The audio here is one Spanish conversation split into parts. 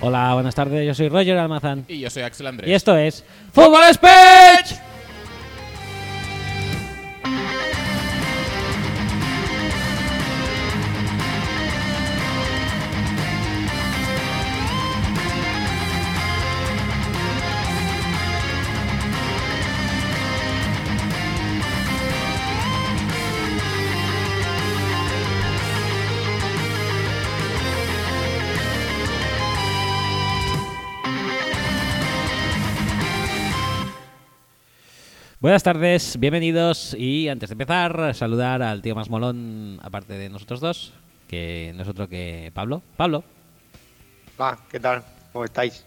Hola, buenas tardes. Yo soy Roger Almazán. Y yo soy Axel Andrés. Y esto es. ¡Fútbol Speech! Buenas tardes, bienvenidos y antes de empezar, saludar al tío más molón, aparte de nosotros dos, que no es otro que Pablo. Pablo, Va, ¿qué tal? ¿Cómo estáis?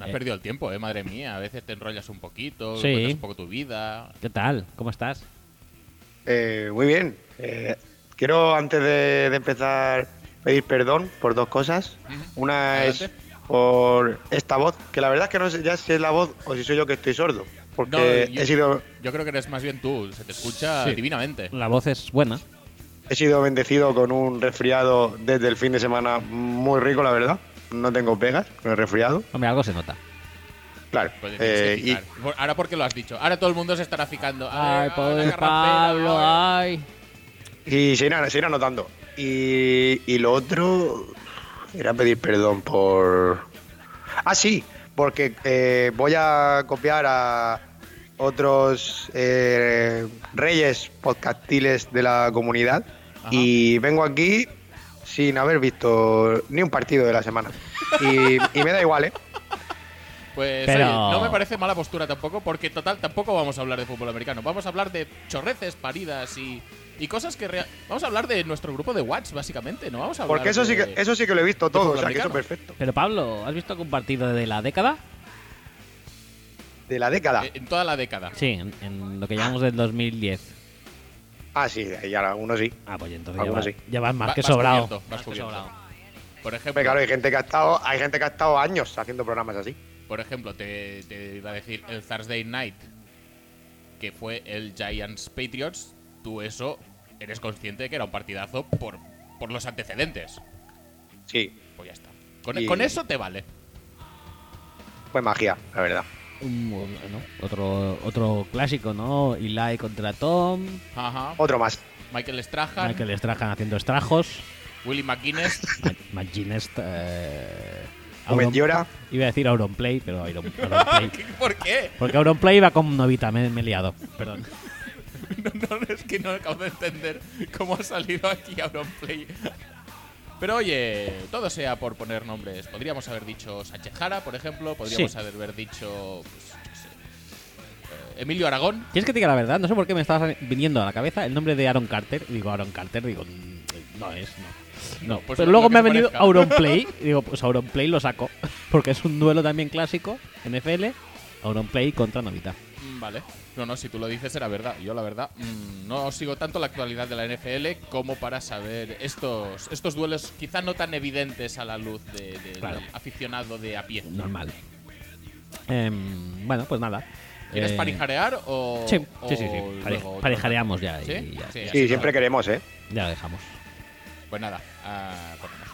Has Eh. perdido el tiempo, eh, madre mía. A veces te enrollas un poquito, Sí. cuentas un poco tu vida. ¿qué tal? ¿Cómo estás? Eh, muy bien. Eh, quiero, antes de, de empezar, pedir perdón por dos cosas. Una Adelante. es por esta voz, que la verdad es que no sé ya si es la voz o si soy yo que estoy sordo. Porque No, yo- he, sido, Eh, Yo creo que eres más bien tú, se te escucha Sí. divinamente. La voz es buena. he sido bendecido con un resfriado desde el fin de semana muy rico, la verdad. No tengo pegas con el resfriado. Hombre, algo se nota. Claro. Pues tienes que eh, y- fijar. Por- Ahora porque lo has dicho. Ahora todo el mundo se estará ficando. Ah, Ay, eh. la pobre garrapera, Pablo, ah. ay. Y se irá, se irá notando. Y, y lo otro era pedir perdón por... Ah, sí, porque eh, voy a copiar a otros eh, reyes podcastiles de la comunidad Ajá. y vengo aquí sin haber visto ni un partido de la semana. Y, y me da igual, ¿eh? Pues Pero- oye, no me parece mala postura tampoco, porque total tampoco vamos a hablar de fútbol americano. Vamos a hablar de chorreces, paridas y, y cosas que... rea- Vamos a hablar de nuestro grupo de Watts, básicamente. No vamos a hablar Porque eso sí que, de- eso sí que lo he visto todo, fútbol o sea, que eso es americano. perfecto. Pero Pablo, ¿has visto algún partido de la década? De la década. eh, en toda la década. Sí, en, en lo que llamamos del 2010. Ah, sí, ya algunos sí. Ah, pues entonces ya Algunos vas, sí. ya vas más Va- que vas sobrado. cubierto, vas Más que cubierto. sobrado. Por ejemplo, Hombre, claro, hay gente que ha estado, hay gente que ha estado años haciendo programas así. Por ejemplo, te, te iba a decir el Thursday Night, que fue el Giants Patriots. Tú eso eres consciente de que era un partidazo por, por los antecedentes. Sí, Pues ya está. Con, Y- con eso te vale. fue magia, la verdad. Un- bueno, otro, otro clásico, ¿no? Eli contra Tom, Ajá. Otro más. Michael Strahan, Michael Strahan haciendo estrajos. Willie McGuinness. Ma- Magines. Eh, Omen llora. Iba a decir Auronplay, pero Iron, Auronplay. ¿Por qué? Porque Auronplay iba con Novita, me, me he liado. Perdón. No, no, es que no acabo de entender cómo ha salido aquí Auronplay. Pero oye, todo sea por poner nombres. Podríamos haber dicho Sánchez Jara, por ejemplo. Podríamos Sí. haber dicho. pues, yo qué sé, eh, Emilio Aragón. ¿Quieres que te diga la verdad? No sé por qué me estaba viniendo a la cabeza el nombre de Aaron Carter. Y Digo, Aaron Carter, digo, mm, no es, no. No, pues pero lo luego que me ha te venido parezca. Auronplay. y Digo, pues Auronplay lo saco. Porque es un duelo también clásico, NFL. Auronplay contra Novita. Mm, Vale. No, no, si tú lo dices era verdad. Yo, la verdad, mm, no sigo tanto la actualidad de la NFL como para saber estos, estos duelos quizá no tan evidentes a la luz de- de- Claro. del aficionado de a pie. Normal. Em, bueno, pues nada. ¿Quieres Eh, parijarear o.? Sí, sí, sí. sí. o Pare- luego otro? parejareamos ya. y ¿Sí? ya, Sí, Sí, siempre queremos, ¿eh? ya lo dejamos. Pues nada, ah, corremos.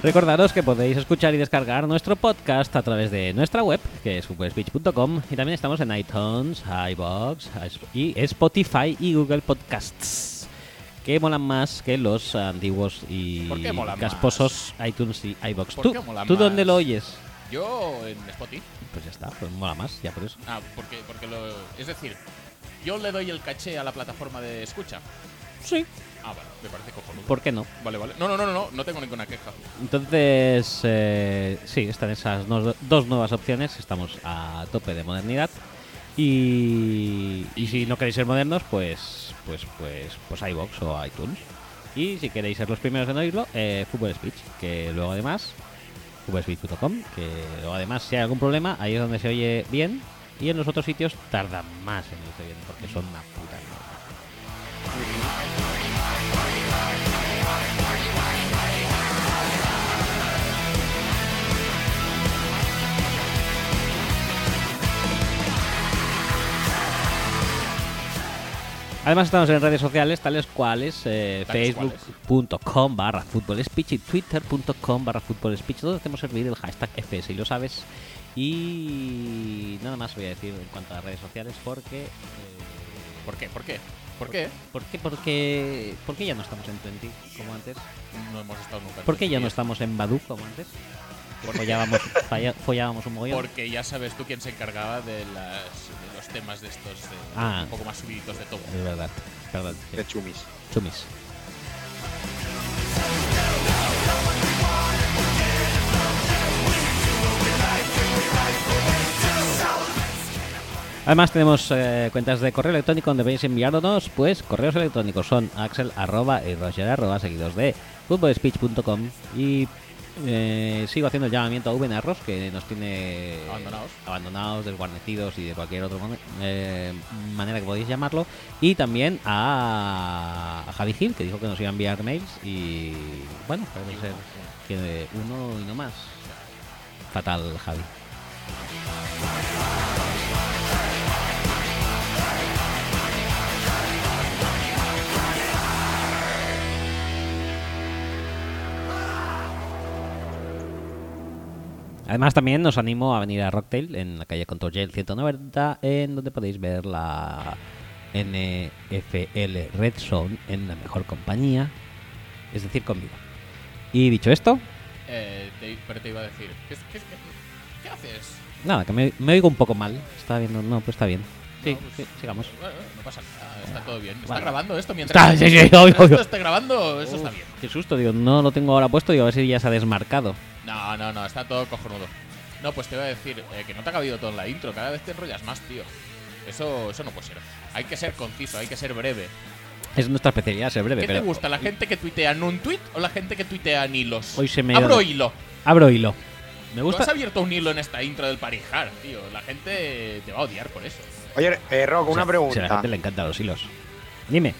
Recordaros que podéis escuchar y descargar nuestro podcast a través de nuestra web, que es superspeech.com, y también estamos en iTunes, iBox y Spotify y Google Podcasts, que molan más que los antiguos y ¿Por qué molan casposos iTunes y iBox. ¿Por ¿Tú, qué molan ¿tú más? dónde lo oyes? Yo en Spotify. Pues ya está, pues mola más, ya por eso. Ah, porque, porque lo. Es decir, yo le doy el caché a la plataforma de escucha. Sí. Ah, vale, me parece cojonudo. ¿Por qué no? Vale, vale. No, no, no, no, no, no tengo ninguna queja. Entonces, eh, sí, están esas nos- dos nuevas opciones. Estamos a tope de modernidad. Y, y si no queréis ser modernos, pues pues pues pues iBox o iTunes. Y si queréis ser los primeros en oírlo, eh, Fútbol Speech, que luego además cubesbeat.com, que luego además si hay algún problema, ahí es donde se oye bien y en los otros sitios tardan más en irse bien porque son una puta mierda. Además estamos en redes sociales tales cuales eh, Tales cuales. facebook.com barra Fútbol speech y twitter.com barra Fútbol speech donde hacemos servir el hashtag FS y lo sabes. Y nada más voy a decir en cuanto a las redes sociales porque... eh, ¿Por qué? ¿Por qué? ¿Por qué? ¿Por qué, porque, ¿Por qué ya no estamos en Twenty como antes? No hemos estado nunca. en ¿Por qué ya no Turquía. estamos en Badu como antes? Que Porque- follábamos, falla- follábamos un mogollón. Porque ya sabes tú quién se encargaba de, las- de los temas de estos de- Ah. un poco más subiditos de todo. Es verdad, es verdad. sí. de chumis. Chumis. Además tenemos eh, cuentas de correo electrónico donde podéis enviarnos pues correos electrónicos son axel arroba y roger arroba seguidos de footballspeech.com y eh, sigo haciendo el llamamiento a Ubenarros que nos tiene Abandonados. abandonados, desguarnecidos y de cualquier otra man- eh, manera que podéis llamarlo. Y también a, a Javi Gil, que dijo que nos iba a enviar mails y bueno, parece ser que uno y no más. Fatal, Javi. Además también os animo a venir a Rocktail en la calle Contorgel 190 en donde podéis ver la NFL Red Zone en la mejor compañía, es decir, conmigo. Y dicho esto, Eh, te- pero te iba a decir, ¿qué, qué- qué- qué haces? nada, que me, me oigo un poco mal. Está viendo, no, pues está bien. Sí, No, pues- sí, sigamos. Bueno, no pasa nada, está todo bien. ¿Está Vale. grabando esto Está, mientras, sí, sí, mientras obvio, obvio. esto esté grabando? Eso está bien. Qué susto, digo, no lo tengo ahora puesto y a ver si ya se ha desmarcado. No, no, no, está todo cojonudo. No, pues te iba a decir eh, que no te ha cabido todo en la intro, cada vez te enrollas más, tío. Eso, eso no puede ser. Hay que ser conciso, hay que ser breve. Es nuestra especialidad ser breve, ¿Qué pero te gusta, la gente que tuitea en un tweet o la gente que tuitea en hilos? Hoy se me ha Abro dado- hilo. abro hilo. Me Tú has gusta. abierto un hilo en esta intro del Parijar, tío. La gente te va a odiar por eso. Oye, eh, Rock, una O sea, si a la pregunta. gente le encantan los hilos. Dime,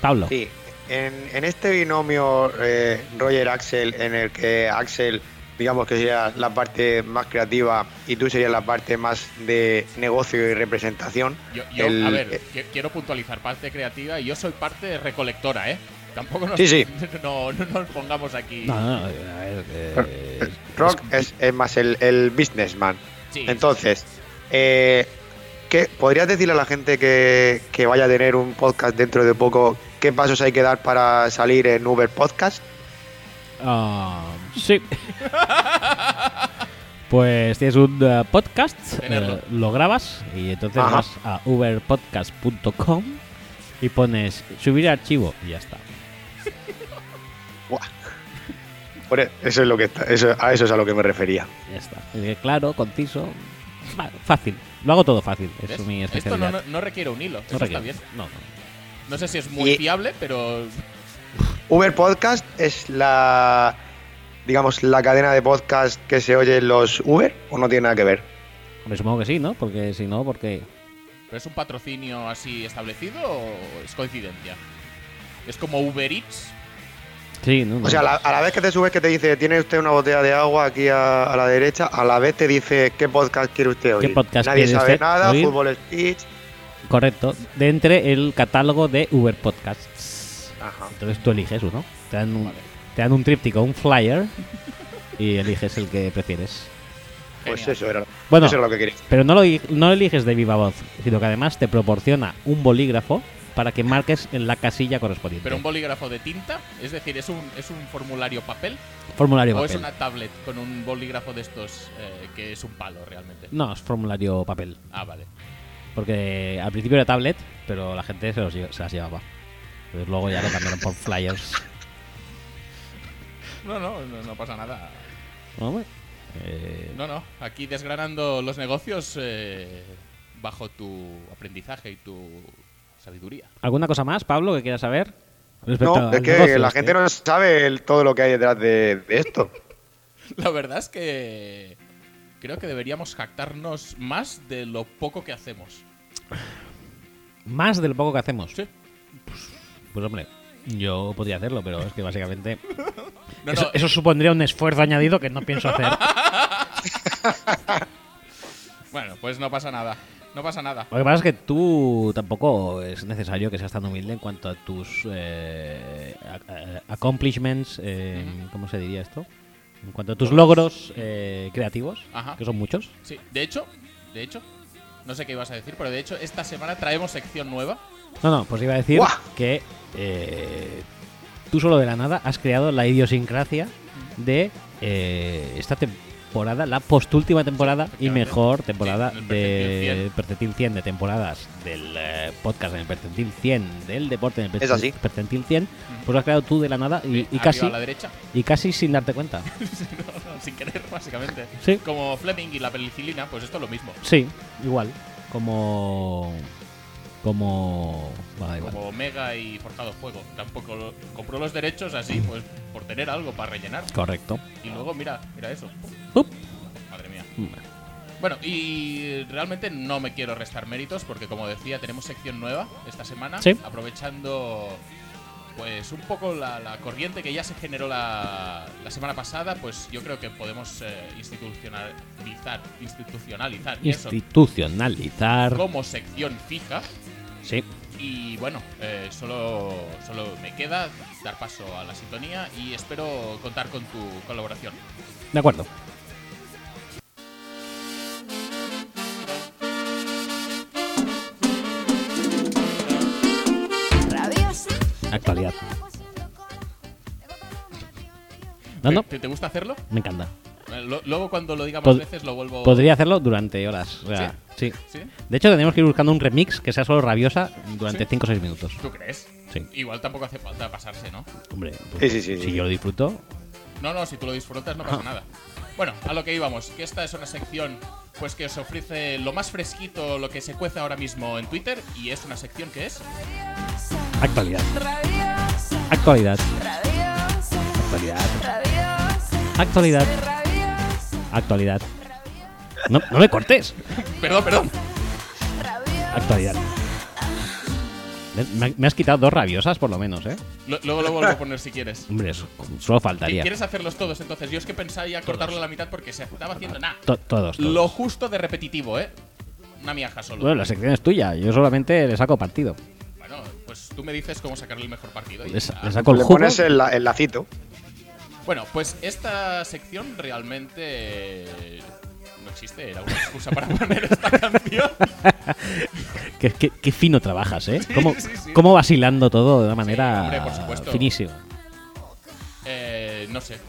Pablo. Sí, en, en este binomio eh, Roger-Axel, en el que Axel, digamos que sería la parte más creativa y tú serías la parte más de negocio y representación. Yo, yo, el- a ver, eh, qui- quiero puntualizar parte creativa y yo soy parte recolectora, ¿eh? Tampoco nos, Sí, sí. No, no nos pongamos aquí. No, no, no, a ver, eh, Rock es, es más el, el businessman. Sí, Entonces, eh, ¿qué, ¿podrías decirle a la gente que, que vaya a tener un podcast dentro de poco qué pasos hay que dar para salir en Uber Podcast? Ah, sí. pues tienes un eh, podcast, Tenerlo. eh, lo grabas y entonces Ajá. vas a uberpodcast.com y pones subir archivo y ya está. Buah. Por e- Eso es lo que está- eso, a eso es a lo que me refería. Ya está. Eh, Claro, conciso, va, fácil. Lo hago todo fácil, ¿ves? es mi Esto no, especialidad. no- no requiere un hilo. eso No está requiere- bien. no, no. No sé si es muy Y- fiable, pero Uber Podcast es la, digamos, la cadena de podcast que se oye en los Uber o no tiene nada que ver. Hombre, supongo que sí, ¿no? Porque si no, porque ¿Pero es un patrocinio así establecido o es coincidencia? Es como Uber Eats. sí, no, no. O sea, a la, a la vez que te subes que te dice, tiene usted una botella de agua aquí a, a la derecha, a la vez te dice qué podcast quiere usted oír. podcast Nadie quiere sabe usted nada, oír? fútbol speech. correcto, de entre el catálogo de Uber Podcasts. Ajá. Entonces tú eliges uno. Te dan un, Vale. te dan un tríptico, un flyer, y eliges el que prefieres. Pues Genial. eso era, Bueno, eso era lo que quería. pero no lo, i- no lo eliges de viva voz, sino que además te proporciona un bolígrafo para que marques en la casilla correspondiente. Pero un bolígrafo de tinta, es decir, es un, es un formulario papel formulario o es papel. una tablet con un bolígrafo de estos eh, que es un palo realmente. No, es formulario papel. Ah, vale. Porque al principio era tablet, pero la gente se, los lle- se las llevaba. Entonces luego ya lo cambiaron por flyers. No, no, no, no pasa nada. No, hombre. Eh, No, no, aquí desgranando los negocios eh, bajo tu aprendizaje y tu sabiduría. ¿Alguna cosa más, Pablo, que quieras saber? respecto No, es al que negocio la este? gente no sabe el- todo lo que hay detrás de, de esto. La verdad es que creo que deberíamos jactarnos más de lo poco que hacemos. Más de lo poco que hacemos. Sí. Pues hombre, yo podría hacerlo, pero es que básicamente No, eso, no, eso supondría un esfuerzo añadido que no pienso hacer. bueno, pues no pasa nada. No pasa nada. Lo que pasa es que tú tampoco es necesario que seas tan humilde en cuanto a tus eh, a- a- accomplishments, eh, ¿cómo se diría esto? En cuanto a tus logros eh, creativos, Ajá. que son muchos. Sí, de hecho, de hecho, no sé qué ibas a decir, pero de hecho esta semana traemos sección nueva. No, no, pues iba a decir ¡Guau! que eh, tú solo de la nada has creado la idiosincrasia de eh, esta temporada, la postúltima temporada y efectivamente. mejor temporada Sí, en el de percentil Percentil 100 de temporadas del eh, podcast en el Percentil 100 del deporte en el Es así. Percentil, Percentil 100, pues lo has creado tú de la nada y, y Arriba casi a la derecha. y casi sin darte cuenta. No, no, sin querer, básicamente. Sí. Como Fleming y la penicilina, pues esto es lo mismo. Sí, igual, como como bueno, da igual. Como Omega y Forjado Fuego. Tampoco lo- compró los derechos así, pues por tener algo para rellenar. Correcto. Y luego, mira, mira eso. Up. Madre mía. Bueno, y realmente no me quiero restar méritos porque como decía, tenemos sección nueva esta semana, Sí. aprovechando pues un poco la, la corriente que ya se generó la, la semana pasada, pues yo creo que podemos eh, institucionalizar, institucionalizar eso Institucionalizar. como sección fija. Sí. Y bueno, eh, solo, solo me queda dar paso a la sintonía y espero contar con tu colaboración. De acuerdo. Actualidad. No, no, ¿Te, te gusta hacerlo? me encanta. Eh, lo- luego cuando lo diga más Pod- veces lo vuelvo... Podría hacerlo durante horas. o sea, ¿Sí? ¿Sí? De hecho, tenemos que ir buscando un remix que sea solo rabiosa durante Sí. 5 o 6 minutos. ¿Tú crees? Sí. Igual tampoco hace falta pasarse, ¿no? Hombre, pues, Sí, sí, sí, si sí. yo lo disfruto, No, no, si tú lo disfrutas no Ah. pasa nada. Bueno, a lo que íbamos, que esta es una sección pues que os ofrece lo más fresquito, lo que se cuece ahora mismo en Twitter y es una sección que es... actualidad. Actualidad. Actualidad. Actualidad. No, no me cortes. Perdón, perdón. Actualidad. Me- Me has quitado dos rabiosas por lo menos, ¿eh? Lo- luego lo vuelvo a poner si quieres. Hombre, eso solo ¿Qui- faltaría. ¿Quieres hacerlos todos entonces? Yo es que pensaba ya cortarlo a la mitad porque se estaba haciendo nada. To- todos, todos. Lo justo de repetitivo, ¿eh? Una miaja solo. Bueno, la sección es tuya, yo solamente le saco partido. Bueno, pues tú me dices cómo sacarle el mejor partido. y ya Le, sa- está. le saco el Le jugo. pones el, la- el lacito. Bueno, pues esta sección realmente eh, no existe, era una excusa para poner esta canción. Qué, qué- qué fino trabajas, ¿eh? ¿Cómo, sí, sí. cómo vacilando todo de una Sí, manera hombre, por supuesto. finísima. Eh, no sé.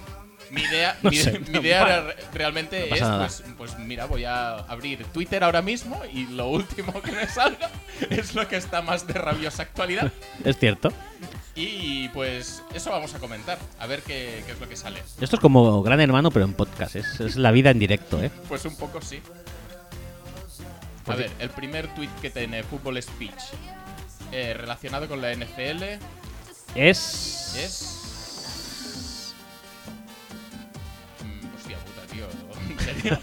Mi idea, No mi, sé, mi no, idea vale. re- realmente No es, pasa nada. pues, pues mira, voy a abrir Twitter ahora mismo y lo último que me salga es lo que está más de rabiosa actualidad. Es cierto. Y pues eso vamos a comentar, a ver qué, qué es lo que sale. Esto es como Gran Hermano, pero en podcast. Es, es la vida en directo, ¿eh? Pues un poco sí. A ver, el primer tweet que tiene Fútbol Speech eh, relacionado con la NFL Es. es. Mm, hostia puta, tío. ¿En serio?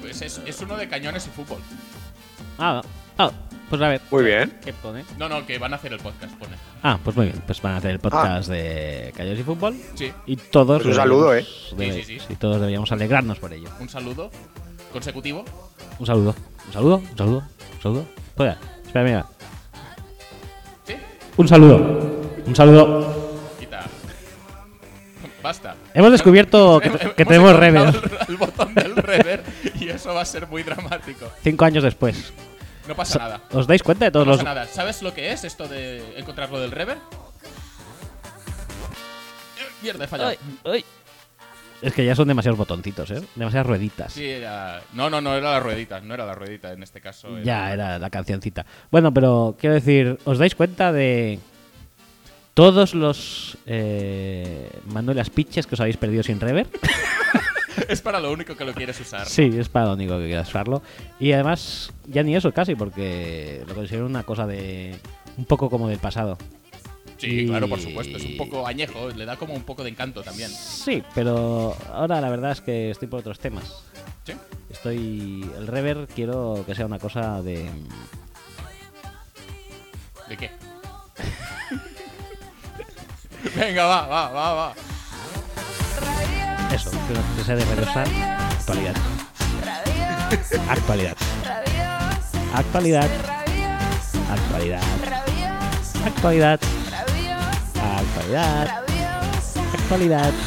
pues es, es uno de cañones y fútbol. Ah, ah, pues a ver. Muy bien. ¿Qué pone? No, no, que van a hacer el podcast, pone. Ah, pues muy bien. Pues van a hacer el podcast de Callos y Fútbol. Sí, Y todos. Ah. Pues un saludo, deberíamos- ¿eh? debe- Sí, sí, sí. sí, todos deberíamos alegrarnos por ello. un saludo consecutivo. Un saludo. Un saludo. Un saludo. Un saludo. Espera, espera, mira. Sí, Un saludo. Un saludo. quita. Basta. Hemos descubierto que, Hem- hem- que hemos tenemos encontrado rever. El, el botón del rever y eso va a ser muy dramático. Cinco años después. No pasa nada. ¿Os dais cuenta de todos No los.? pasa nada. ¿Sabes lo que es esto de encontrar lo del rever? Mierda, he fallado. Ay, ay. Es que ya son demasiados botoncitos, ¿eh? Demasiadas rueditas. Sí, era... No, no, no era la ruedita, no era la ruedita en este caso. era- Ya era la cancioncita. Bueno, pero quiero decir, ¿os dais cuenta de todos los eh, Manuelas Pitches que os habéis perdido sin rever? Es para lo único que lo quieres usar. sí, es para lo único que quieras usarlo. Y además, ya ni eso casi, porque lo considero una cosa de. un poco como del pasado. Sí, Y- claro, por supuesto. Es un poco añejo, le da como un poco de encanto también. Sí, pero ahora la verdad es que estoy por otros temas. Sí. Estoy. El rever quiero que sea una cosa de. ¿De qué? Venga, va, va, va, va. Eso, quiero que sea de reversa actualidad. Actualidad. Actualidad. Actualidad. Actualidad. Actualidad. Actualidad.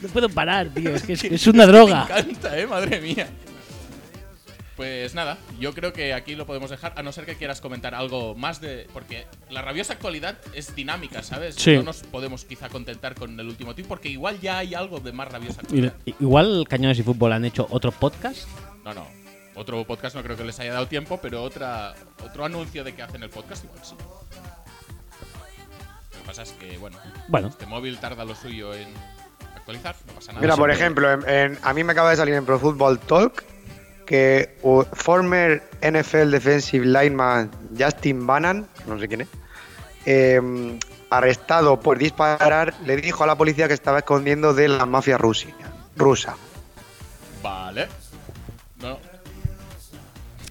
No puedo parar, tío. Es que es, es una droga. Me encanta, eh, madre mía. Pues nada, yo creo que aquí lo podemos dejar, a no ser que quieras comentar algo más de. Porque la rabiosa actualidad es dinámica, ¿sabes? Sí. No nos podemos quizá contentar con el último tweet, porque igual ya hay algo de más rabiosa Mira, actualidad. i- Igual Cañones y Fútbol han hecho otro podcast. No, no. Otro podcast no creo que les haya dado tiempo, pero otra, otro anuncio de que hacen el podcast igual sí. Lo que pasa es que, bueno, Bueno. este móvil tarda lo suyo en actualizar, no pasa nada. Mira, por Siempre- ejemplo, en- en- a mí me acaba de salir en Pro Football Talk que uh, former NFL defensive lineman Justin Bannon, no sé quién es, eh, arrestado por disparar, le dijo a la policía que estaba escondiendo de la mafia rusa. rusa. Vale. No,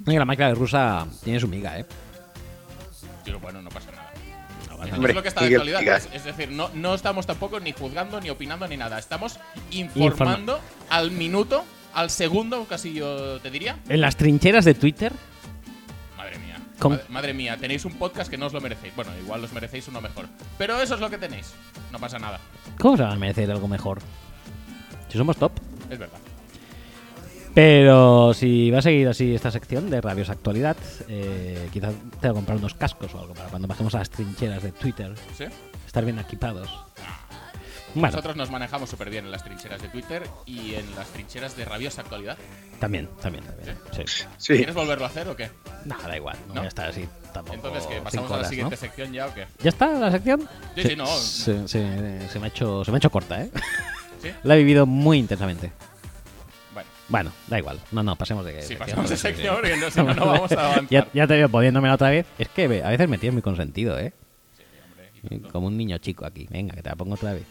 Mira, la máquina de rusa tiene su miga, ¿eh? pero bueno, no pasa nada. No Entonces, pasa Hombre, es lo que está de Miguel, actualidad. diga. Es, es decir, no, no estamos tampoco ni juzgando, ni opinando, ni nada. Estamos informando al minuto, al segundo, casi yo te diría. En las trincheras de Twitter, Madre mía. ¿Cómo? Madre, madre mía, tenéis un podcast que no os lo merecéis. Bueno, igual os merecéis uno mejor. Pero eso es lo que tenéis. No pasa nada. ¿cómo se van a merecer algo mejor? Si somos top. Es verdad. Pero si va a seguir así esta sección de Rabios Actualidad, eh, quizás te voy a comprar unos cascos o algo para cuando bajemos a las trincheras de Twitter, ¿Sí? estar bien equipados. Bueno, Nosotros nos manejamos súper bien en las trincheras de Twitter y en las trincheras de rabiosa actualidad. también, también, también. Sí. Sí. ¿Quieres volverlo a hacer o qué? No, da igual, no, ¿No? voy a estar así tampoco. Entonces, ¿qué? Oh, cinco ¿Pasamos a la horas, siguiente ¿no? sección ya o qué? ¿Ya está la sección? Sí, Se- sí, no. Se, se- se me ha hecho, se me ha hecho corta, ¿eh? ¿Sí? La he vivido muy intensamente. Bueno. Bueno, da igual. No, no, pasemos de Sí, sección. pasamos de Sí, sí. sección porque no, si no, no vamos a avanzar. ya, ya te veo poniéndomela otra vez. Es que ve, a veces me tienes muy consentido, ¿eh? Hombre, y Eh, Como un niño chico aquí. Venga, que te la pongo otra vez.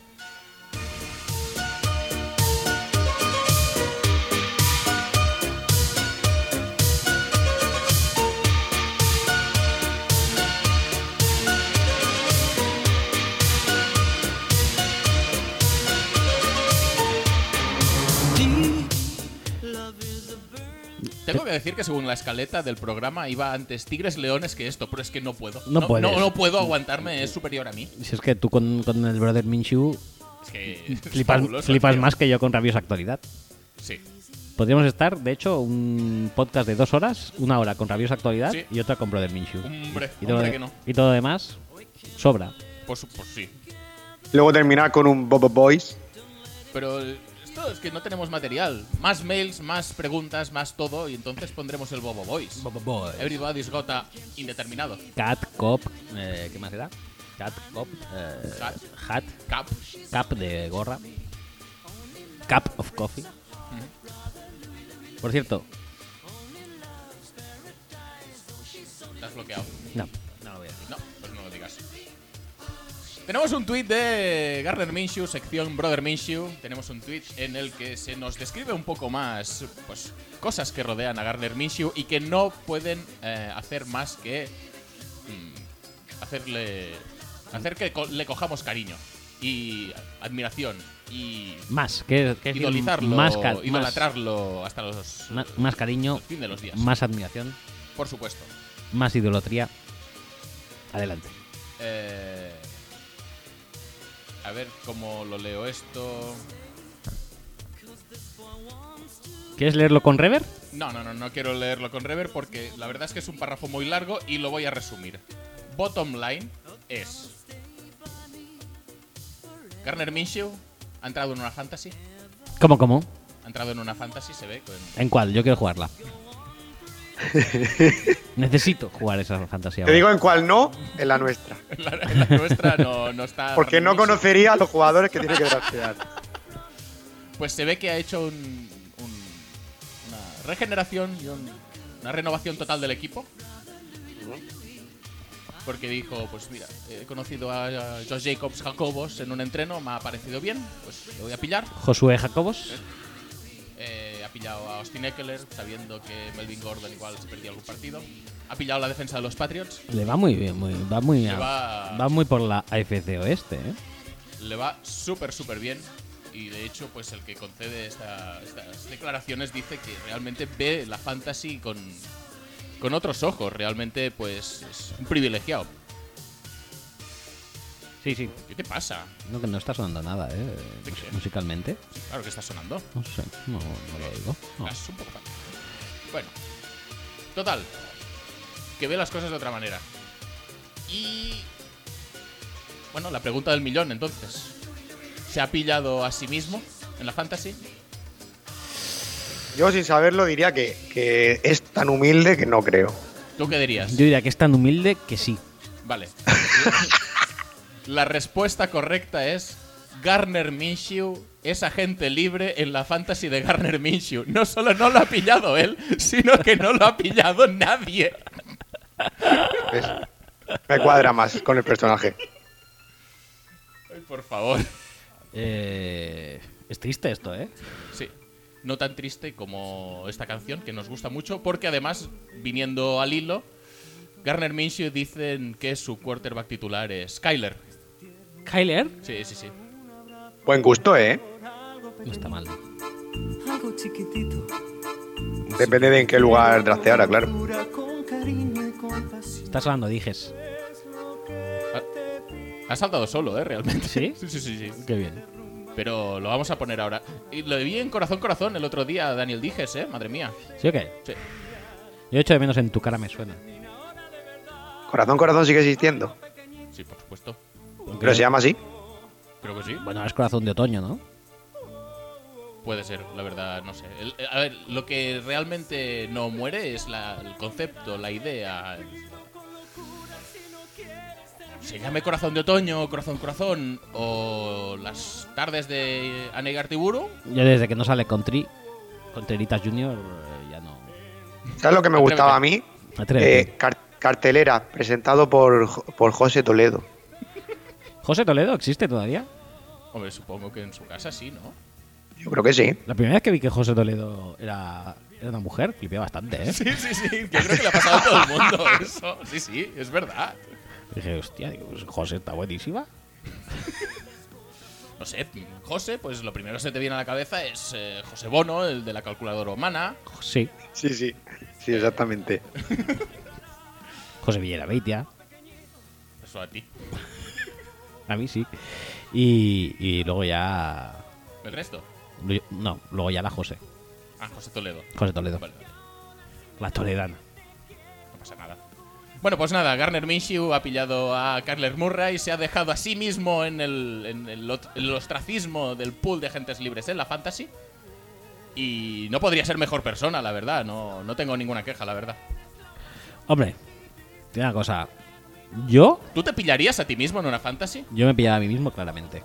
Tengo que decir que según la escaleta del programa iba antes Tigres Leones que esto, pero es que no puedo. No puedes. No, puedo aguantarme, es superior a mí. Si es que tú con, con el brother Minshew Es que es flipas, fabuloso, flipas tío. más que yo con Rabiosa Actualidad. Sí. Podríamos estar, de hecho, un podcast de dos horas, una hora con Rabiosa Actualidad Sí. y otra con brother Minshew. Hombre, y, todo hombre de- que no. y todo lo demás sobra. Por su- por sí. Luego terminar con un Bobo Boys. Pero el- esto es que no tenemos material. Más mails, más preguntas, más todo, y entonces pondremos el Bobo Boys. eh. Everybody's got a indeterminado. Cat, Cop, eh, ¿qué más era? Cat, Cop, eh, Hat. Hat, Cap. Cap de gorra. Cup of coffee. Por cierto, Estás bloqueado. no, no lo voy a decir. No, pues no lo digas. Tenemos un tweet de Gardner Minshew, sección Brother Minshew. Tenemos un tweet en el que se nos describe un poco más pues, cosas que rodean a Gardner Minshew y que no pueden eh, hacer más que mm, hacerle hacer que co- le cojamos cariño y admiración y Más, que, que decir idolizarlo, más, ca- más- idolatrarlo hasta los ma- más, cariño, el fin de los días. más admiración, Por supuesto. más idolatría. Adelante. Eh, a ver cómo lo leo esto. ¿Quieres leerlo con rever? No, no, no, no quiero leerlo con rever porque la verdad es que es un párrafo muy largo y lo voy a resumir. Bottom line es. Garner Minshew ha entrado en una fantasy. ¿Cómo, cómo? Ha entrado en una fantasy, se ve. con- ¿En cuál? Yo quiero jugarla. Necesito jugar esa fantasía. Te digo en cuál no, en la nuestra. en la, en la nuestra no, no está. Porque Garner no Minshew. conocería a los jugadores que tiene que draftear. Pues se ve que ha hecho un- un- una regeneración y un- una renovación total del equipo. porque dijo, pues mira, he conocido a a Josh Jacobs Jacobos en un entreno, me ha parecido bien, pues lo voy a pillar. Josué Jacobos. Eh, ha pillado a Austin Eckler, sabiendo que Melvin Gordon igual se perdía algún partido. Ha pillado la defensa de los Patriots. Le va muy bien, muy- va, muy a- Le va- va muy por la AFC Oeste. ¿eh? Le va súper, súper bien. Y de hecho, pues el que concede esta- estas declaraciones dice que realmente ve la fantasy con, con otros ojos. Realmente, pues es un privilegiado. Sí, sí. ¿Qué te pasa? No, que no está sonando nada, ¿eh? ¿De qué? Musicalmente. Claro que está sonando. No sé, no, no lo oigo. No. Es un poco mal. Bueno, total, que ve las cosas de otra manera. Y. Bueno, la pregunta del millón entonces. ¿Se ha pillado a sí mismo en la fantasy? Yo sin saberlo diría que, que es tan humilde que no creo. ¿Tú qué dirías? Yo diría que es tan humilde que sí. Vale. la respuesta correcta es. Garner Minshew es agente libre en la fantasy de Garner Minshew. No solo no lo ha pillado él, sino que no lo ha pillado nadie. ¿ves? Me cuadra más con el personaje. Ay, por favor. Eh, es triste esto, ¿eh? Sí. No tan triste como esta canción, que nos gusta mucho, porque además, viniendo al hilo, Garner Minshew dicen que su quarterback titular es Kyler. Kyler Sí, sí, sí. Buen gusto, ¿eh? no está mal. algo chiquitito. Depende de en qué lugar drafteara, claro. Pura con cariño y compasión. Está sonando, dijes. Ha saltado solo, ¿eh? Realmente. ¿Sí? Sí, sí, sí. sí. Qué bien. Pero lo vamos a poner ahora. Y lo vi en Corazón Corazón el otro día, Daniel Dijes, ¿eh? Madre mía. ¿Sí o qué? Sí. Yo echo de menos en tu cara me suena. Corazón Corazón sigue existiendo. Sí, por supuesto. Pero se llama así. Creo que sí. Bueno, es corazón de otoño, ¿no? Puede ser, la verdad, no sé. El- eh, a ver, lo que realmente no muere es la- el concepto, la idea. Se llame Corazón de Otoño, Corazón Corazón, o las tardes de Anne Gartiburu. Yo desde que no sale Country, Contreritas Junior, eh, ya no. ¿Sabes lo que me gustaba a mí? Atrévete. Eh, car- cartelera, presentado por, Jo- por José Toledo. ¿José Toledo existe todavía? Hombre, supongo que en su casa sí, ¿no? Yo creo que sí. La primera vez que vi que José Toledo era, era una mujer, flipé bastante, ¿eh? Sí, sí, sí. Yo creo que le ha pasado a todo el mundo eso. Sí, sí, es verdad. Dije, hostia, digo, pues, José está buenísima. No sé, José, pues lo primero que se te viene a la cabeza es eh, José Bono, el de la calculadora humana. Sí. Sí, sí. Sí, exactamente. José Villera Beitia, Eso a ti. a mí sí. Y, y luego ya. El resto. lu- No, luego ya la José. Ah, José Toledo. José Toledo. Vale, vale. La Toledana. No pasa nada. Bueno, pues nada, Garner Minshew ha pillado a Carler Murray y se ha dejado a sí mismo en el, en el ot- el ostracismo del pool de agentes libres en la fantasy. Y no podría ser mejor persona, la verdad. No, no tengo ninguna queja, la verdad. Hombre, te digo una cosa. Yo, ¿Tú te pillarías a ti mismo en una fantasy? yo me pillaba a mí mismo claramente.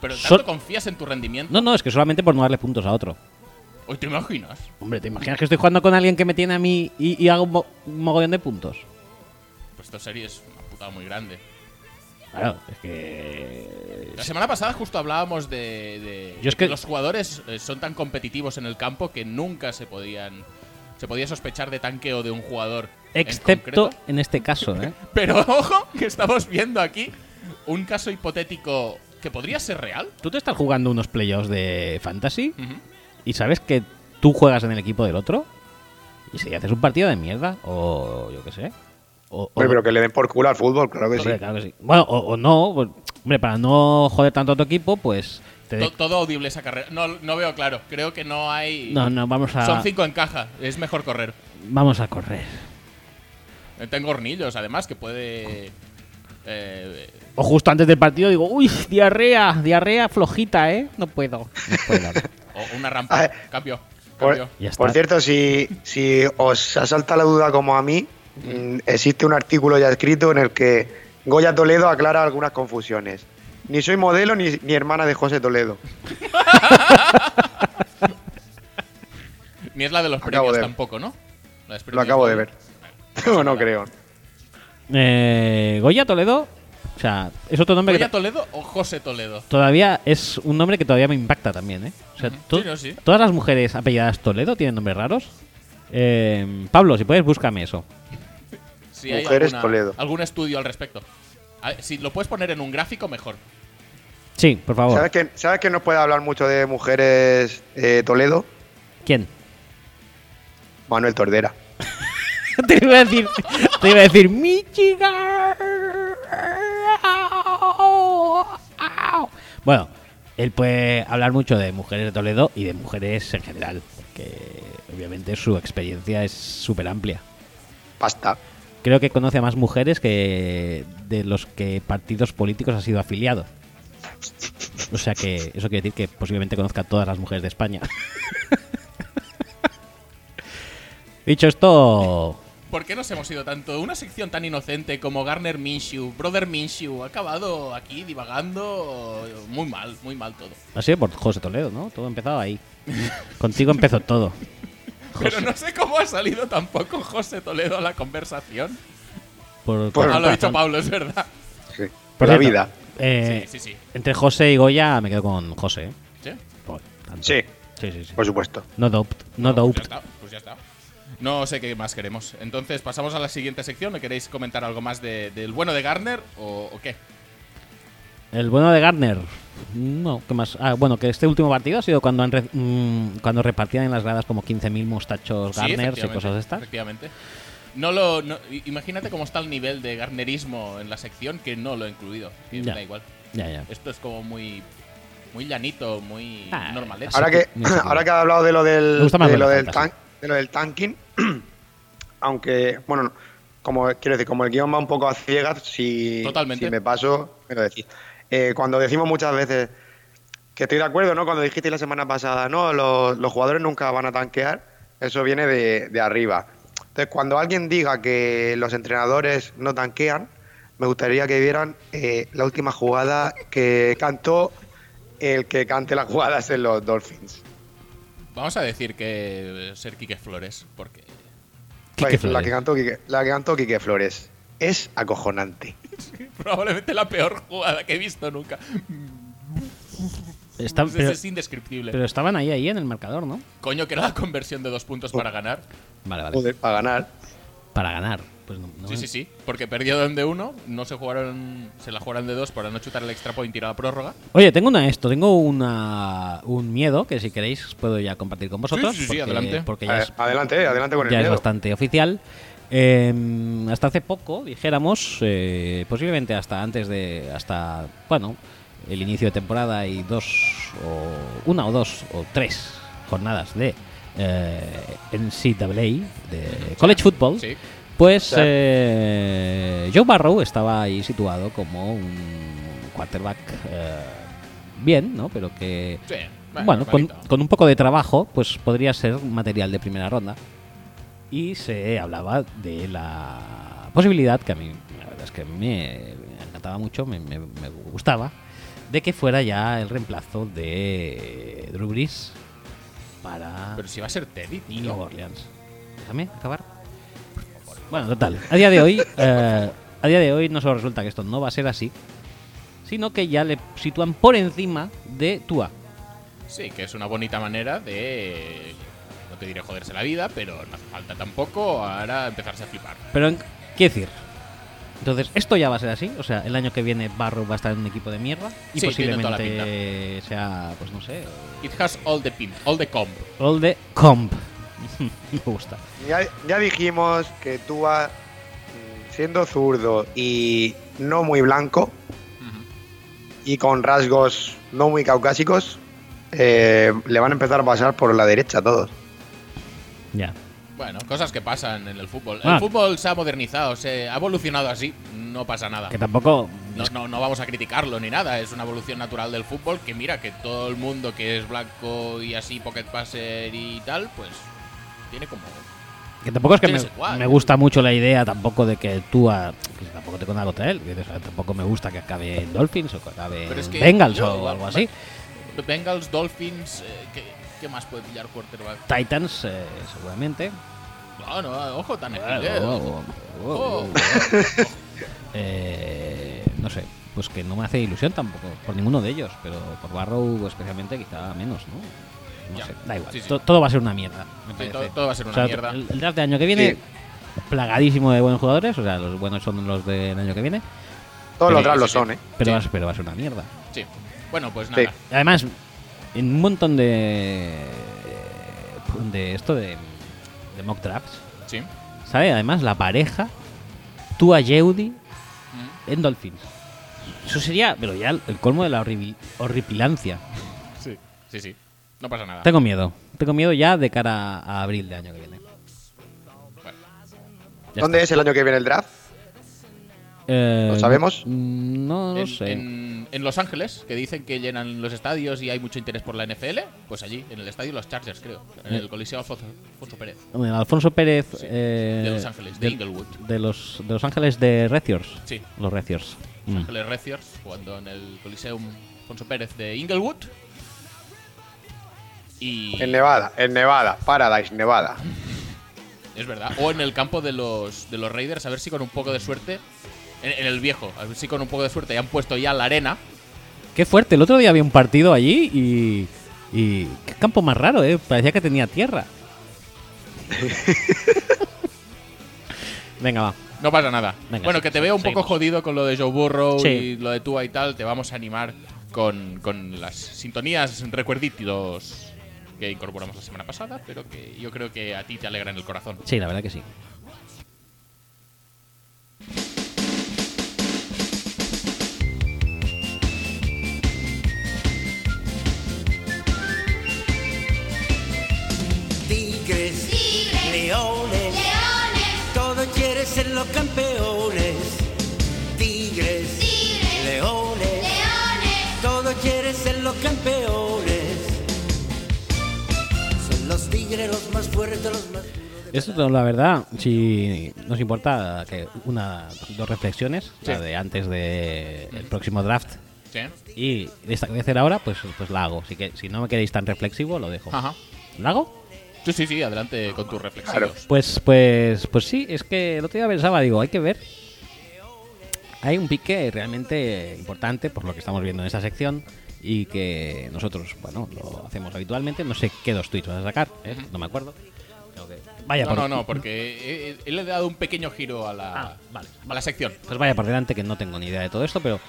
Pero Sol- tanto confías en tu rendimiento. No, no, es que solamente por no darle puntos a otro. Hoy te imaginas. Hombre, ¿te imaginas que estoy jugando con alguien que me tiene a mí y, y hago un, mo- un mogollón de puntos? Pues esta serie es una putada muy grande. Claro, es que. La semana pasada justo hablábamos de, de Yo es que- los jugadores eh, son tan competitivos en el campo que nunca se podían se podía sospechar de tanqueo de un jugador. en Excepto concreto. en este caso, ¿eh? Pero ojo, que estamos viendo aquí un caso hipotético que podría ser real. Tú te estás jugando unos playoffs de fantasy Ujú. y sabes que tú juegas en el equipo del otro y si haces un partido de mierda o yo qué sé. O, o- Hombre, pero que le den por culo al fútbol, claro que sí. hombre, claro que sí. Bueno, o, o no, pues, hombre, para no joder tanto a tu equipo, pues te de- To- Todo audible esa carrera. No, no veo claro. Creo que no hay. No, no, vamos a Son cinco en caja. Es mejor correr. vamos a correr. Eh, Tengo hornillos, además, que puede. eh, O justo antes del partido digo, uy, diarrea, diarrea flojita, ¿eh? No puedo. No puedo. o una rampa. Ah, eh. Cambio. Por, Cambio. Ya está. por cierto, si, si os asalta la duda como a mí, mm, existe un artículo ya escrito en el que Goya Toledo aclara algunas confusiones. Ni soy modelo ni, ni hermana de José Toledo. Ni es la de los Acabo premios de ver. tampoco, ¿no? La de los Lo premios acabo de no. ver. No, no creo. Eh, Goya Toledo, o sea, es otro nombre ¿Goya que to- Toledo o José Toledo? todavía es un nombre que todavía me impacta también, ¿eh? O sea, Ujú. to- Sí, no, sí. todas las mujeres apellidadas Toledo tienen nombres raros. Eh, Pablo, si puedes, búscame eso. Si hay Mujeres alguna- Toledo. algún estudio al respecto. A- Si lo puedes poner en un gráfico, mejor. Sí, por favor. ¿Sabes que, ¿Sabes que no puede hablar mucho de mujeres eh, Toledo? ¿Quién? Manuel Tordera. te iba a decir, te iba a decir, Michigan. Bueno, él puede hablar mucho de mujeres de Toledo y de mujeres en general, que obviamente su experiencia es súper amplia. Pasta. Creo que conoce a más mujeres que de los que partidos políticos ha sido afiliado. O sea que eso quiere decir que posiblemente conozca a todas las mujeres de España. Dicho esto, ¿Por qué nos hemos ido tanto? Una sección tan inocente como Garner Minshew, Brother Minshew, ha acabado aquí divagando muy mal, muy mal todo. Ha sido por José Toledo, ¿no? Todo empezaba ahí. Contigo empezó todo. Pero no sé cómo ha salido tampoco José Toledo a la conversación. Por, Por- Ah, lo ha dicho razón. Pablo, es verdad. Sí. Por la cierto, vida. eh, sí, sí, sí. Entre José y Goya me quedo con José. ¿eh? ¿Sí? Por tanto. Sí, Sí, sí, sí. por supuesto. No doubt. No Pues ya doubt. está, pues ya está. No sé qué más queremos. Entonces, pasamos a la siguiente sección. ¿Me queréis comentar algo más de- del bueno de Garner o, o qué? El bueno de Gardner. No, ¿qué más? Ah, bueno, que este último partido ha sido cuando han re- mm, cuando repartían en las gradas como 15.000 mostachos Sí, Gardners y efectivamente, cosas de estas. Efectivamente. No lo, no- i- imagínate cómo está el nivel de garnerismo en la sección que no lo he incluido. Y Ya. Da igual. Ya, ya. Esto es como muy muy llanito, muy Ah, normalete. Ahora que, muy sencillo. ahora que ha hablado de lo Me del, gusta más de lo lo de del, fantasy. tan- de lo del tanking, aunque, bueno, no, como quiero decir, como el guión va un poco a ciegas, si, Totalmente. si me paso, me lo decís. Eh, cuando decimos muchas veces que estoy de acuerdo, ¿no? Cuando dijisteis la semana pasada, no, los, los jugadores nunca van a tanquear, eso viene de, de arriba. Entonces, cuando alguien diga que los entrenadores no tanquean, me gustaría que vieran eh, la última jugada que cantó el que cante las jugadas en los Dolphins. Vamos a decir que eh, ser Quique Flores, porque Quique Pues, La, que Flores. cantó Quique, la que cantó Quique Flores. Es acojonante. probablemente la peor jugada que he visto nunca. Está- Es, Ah, pero, es indescriptible. pero estaban ahí, ahí en el marcador, ¿no? Coño, que era la conversión de dos Oh. puntos para ganar. Vale, vale. Joder, para ganar. Para ganar. Pues no, no- Sí, sí, sí. Porque perdieron de uno, no se jugaron, se la jugaron de dos para no chutar el extra point y ir a la prórroga. Oye, tengo una esto, tengo una un miedo que si queréis puedo ya compartir con vosotros. Sí, sí, sí, porque, adelante. Porque ya Eh, es, adelante, eh, adelante con el ya es miedo. bastante oficial. Eh, hasta hace poco, dijéramos, eh, posiblemente hasta antes de, hasta bueno, el inicio de temporada y dos o una o dos o tres jornadas de eh, NCAA de college football. Sí. Pues Claro. eh, Joe Barrow estaba ahí situado como un quarterback eh, bien, ¿no? Pero que, Sí, bueno, con, normalito. con un poco de trabajo, pues podría ser material de primera ronda. Y se hablaba de la posibilidad, que a mí la verdad es que me, me encantaba mucho, me, me- me gustaba, de que fuera ya el reemplazo de Drew Brees para Pero si va a ser Teddy, y tío. New Orleans. Déjame acabar. Bueno, total. A día de hoy, eh, a día de hoy no solo resulta que esto no va a ser así, sino que ya le sitúan por encima de Tua. Sí, que es una bonita manera de. No te diré joderse la vida, pero no hace falta tampoco ahora empezarse a flipar. Pero, en- ¿qué decir? Entonces, esto ya va a ser así. O sea, el año que viene Barrow va a estar en un equipo de mierda y Sí, tiene toda la posiblemente sea, pues no sé, It has all the pimp, all the comp. all the comp. Me gusta. Ya, ya dijimos que Tua, mm, siendo zurdo y no muy blanco, y con rasgos no muy caucásicos, eh, le van a empezar a pasar por la derecha a todos. Ya. Bueno, cosas que pasan en el fútbol. Ah. El fútbol se ha modernizado, se ha evolucionado así, no pasa nada. Que tampoco. No, no, no vamos a criticarlo ni nada, es una evolución natural del fútbol que mira que todo el mundo que es blanco y así pocket passer y tal, pues tiene como... Eh, Que tampoco es que Sí, me, es igual. me gusta mucho la idea tampoco de que tú a- que tampoco te conozco contra él. que, o sea, tampoco me gusta que acabe en Dolphins o que acabe Pero es en que Bengals yo o igual- algo así. Bengals, Dolphins, eh, ¿qué, qué más puede pillar quarterback? Titans, eh, seguramente. No, no, ojo tan Wow, wow, spoiler. wow, wow, Oh. wow. Eh, no sé, pues que no me hace ilusión tampoco, por ninguno de ellos, pero por Barrow especialmente quizá menos, ¿no? No Ya. sé, da igual. Sí, sí. to- Todo va a ser una mierda. me Sí, parece. todo- todo va a ser O una sea, mierda. El, el draft de año que viene, Sí. plagadísimo de buenos jugadores, o sea, los buenos son los del año que viene, Todos los Sí, draft lo sí, son, sí. ¿eh? pero, Sí. va, a ser- pero va a ser una mierda. Sí. Bueno, pues nada. Y Además, en un montón de. de esto de, de mock drafts, Sí. Mm. ¿Sabe? Además, la pareja, tú a Yeudi Mm, en Dolphins. Eso sería, pero ya el colmo de la horribil- horripilancia. Sí. Sí, sí. No pasa nada. Tengo miedo. Tengo miedo ya de cara a abril de año que viene. Bueno. Ya ¿Dónde está. es el año que viene el draft? Eh, ¿Lo sabemos? No lo en, sé. en- en Los Ángeles, que dicen que llenan los estadios y hay mucho interés por la NFL, pues allí, en el estadio Los Chargers, creo. En Eh. el Coliseo Alfonso, Alfonso Pérez. En el Alfonso Pérez. Sí, eh, de Los Ángeles, de Inglewood. De los, de los Ángeles de Reciors. Sí. Los Reciors. Mm. Los Ángeles Reciors, jugando en el Coliseum Alfonso Pérez de Inglewood. Y En Nevada, en Nevada, Paradise, Nevada. es verdad. O en el campo de los, de los Raiders, a ver si con un poco de suerte. En, en el viejo, a ver si con un poco de suerte ya han puesto ya la arena. Qué fuerte. El otro día había un partido allí y. y qué campo más raro, ¿eh? Parecía que tenía tierra. Venga, va. No pasa nada. Venga, bueno, sí, que te veo un seguimos. poco jodido con lo de Joe Burrow Sí. y lo de Tua y tal. Te vamos a animar con, con las sintonías recuerditos que incorporamos la semana pasada, pero que yo creo que a ti te alegran el corazón. Sí, la verdad que sí. Tigres, leones, todo quiere ser los campeones. Tigres, leones, todo quiere ser los campeones. Son los tigres los más fuertes, los más duros de Esto, la verdad, si nos importa que una, dos reflexiones, la Sí. de antes del próximo draft ¿Sí? y de esta que voy a hacer ahora, pues, pues la hago. Así que si no me queréis tan reflexivo, lo dejo. Ajá. ¿Lo hago? Sí, sí, sí, adelante con tus reflexiones. Pues, pues, pues sí, es que el otro día pensaba, digo, hay que ver. Hay un pique realmente importante por lo que estamos viendo en esta sección y que nosotros, bueno, lo hacemos habitualmente. No sé qué dos tweets vas a sacar, ¿eh? no me acuerdo. Tengo que- Vaya, No, Eh, por- no, no, porque él le he dado un pequeño giro a la, Ah, vale. a la sección. Pues vaya por delante que no tengo ni idea de todo esto, pero,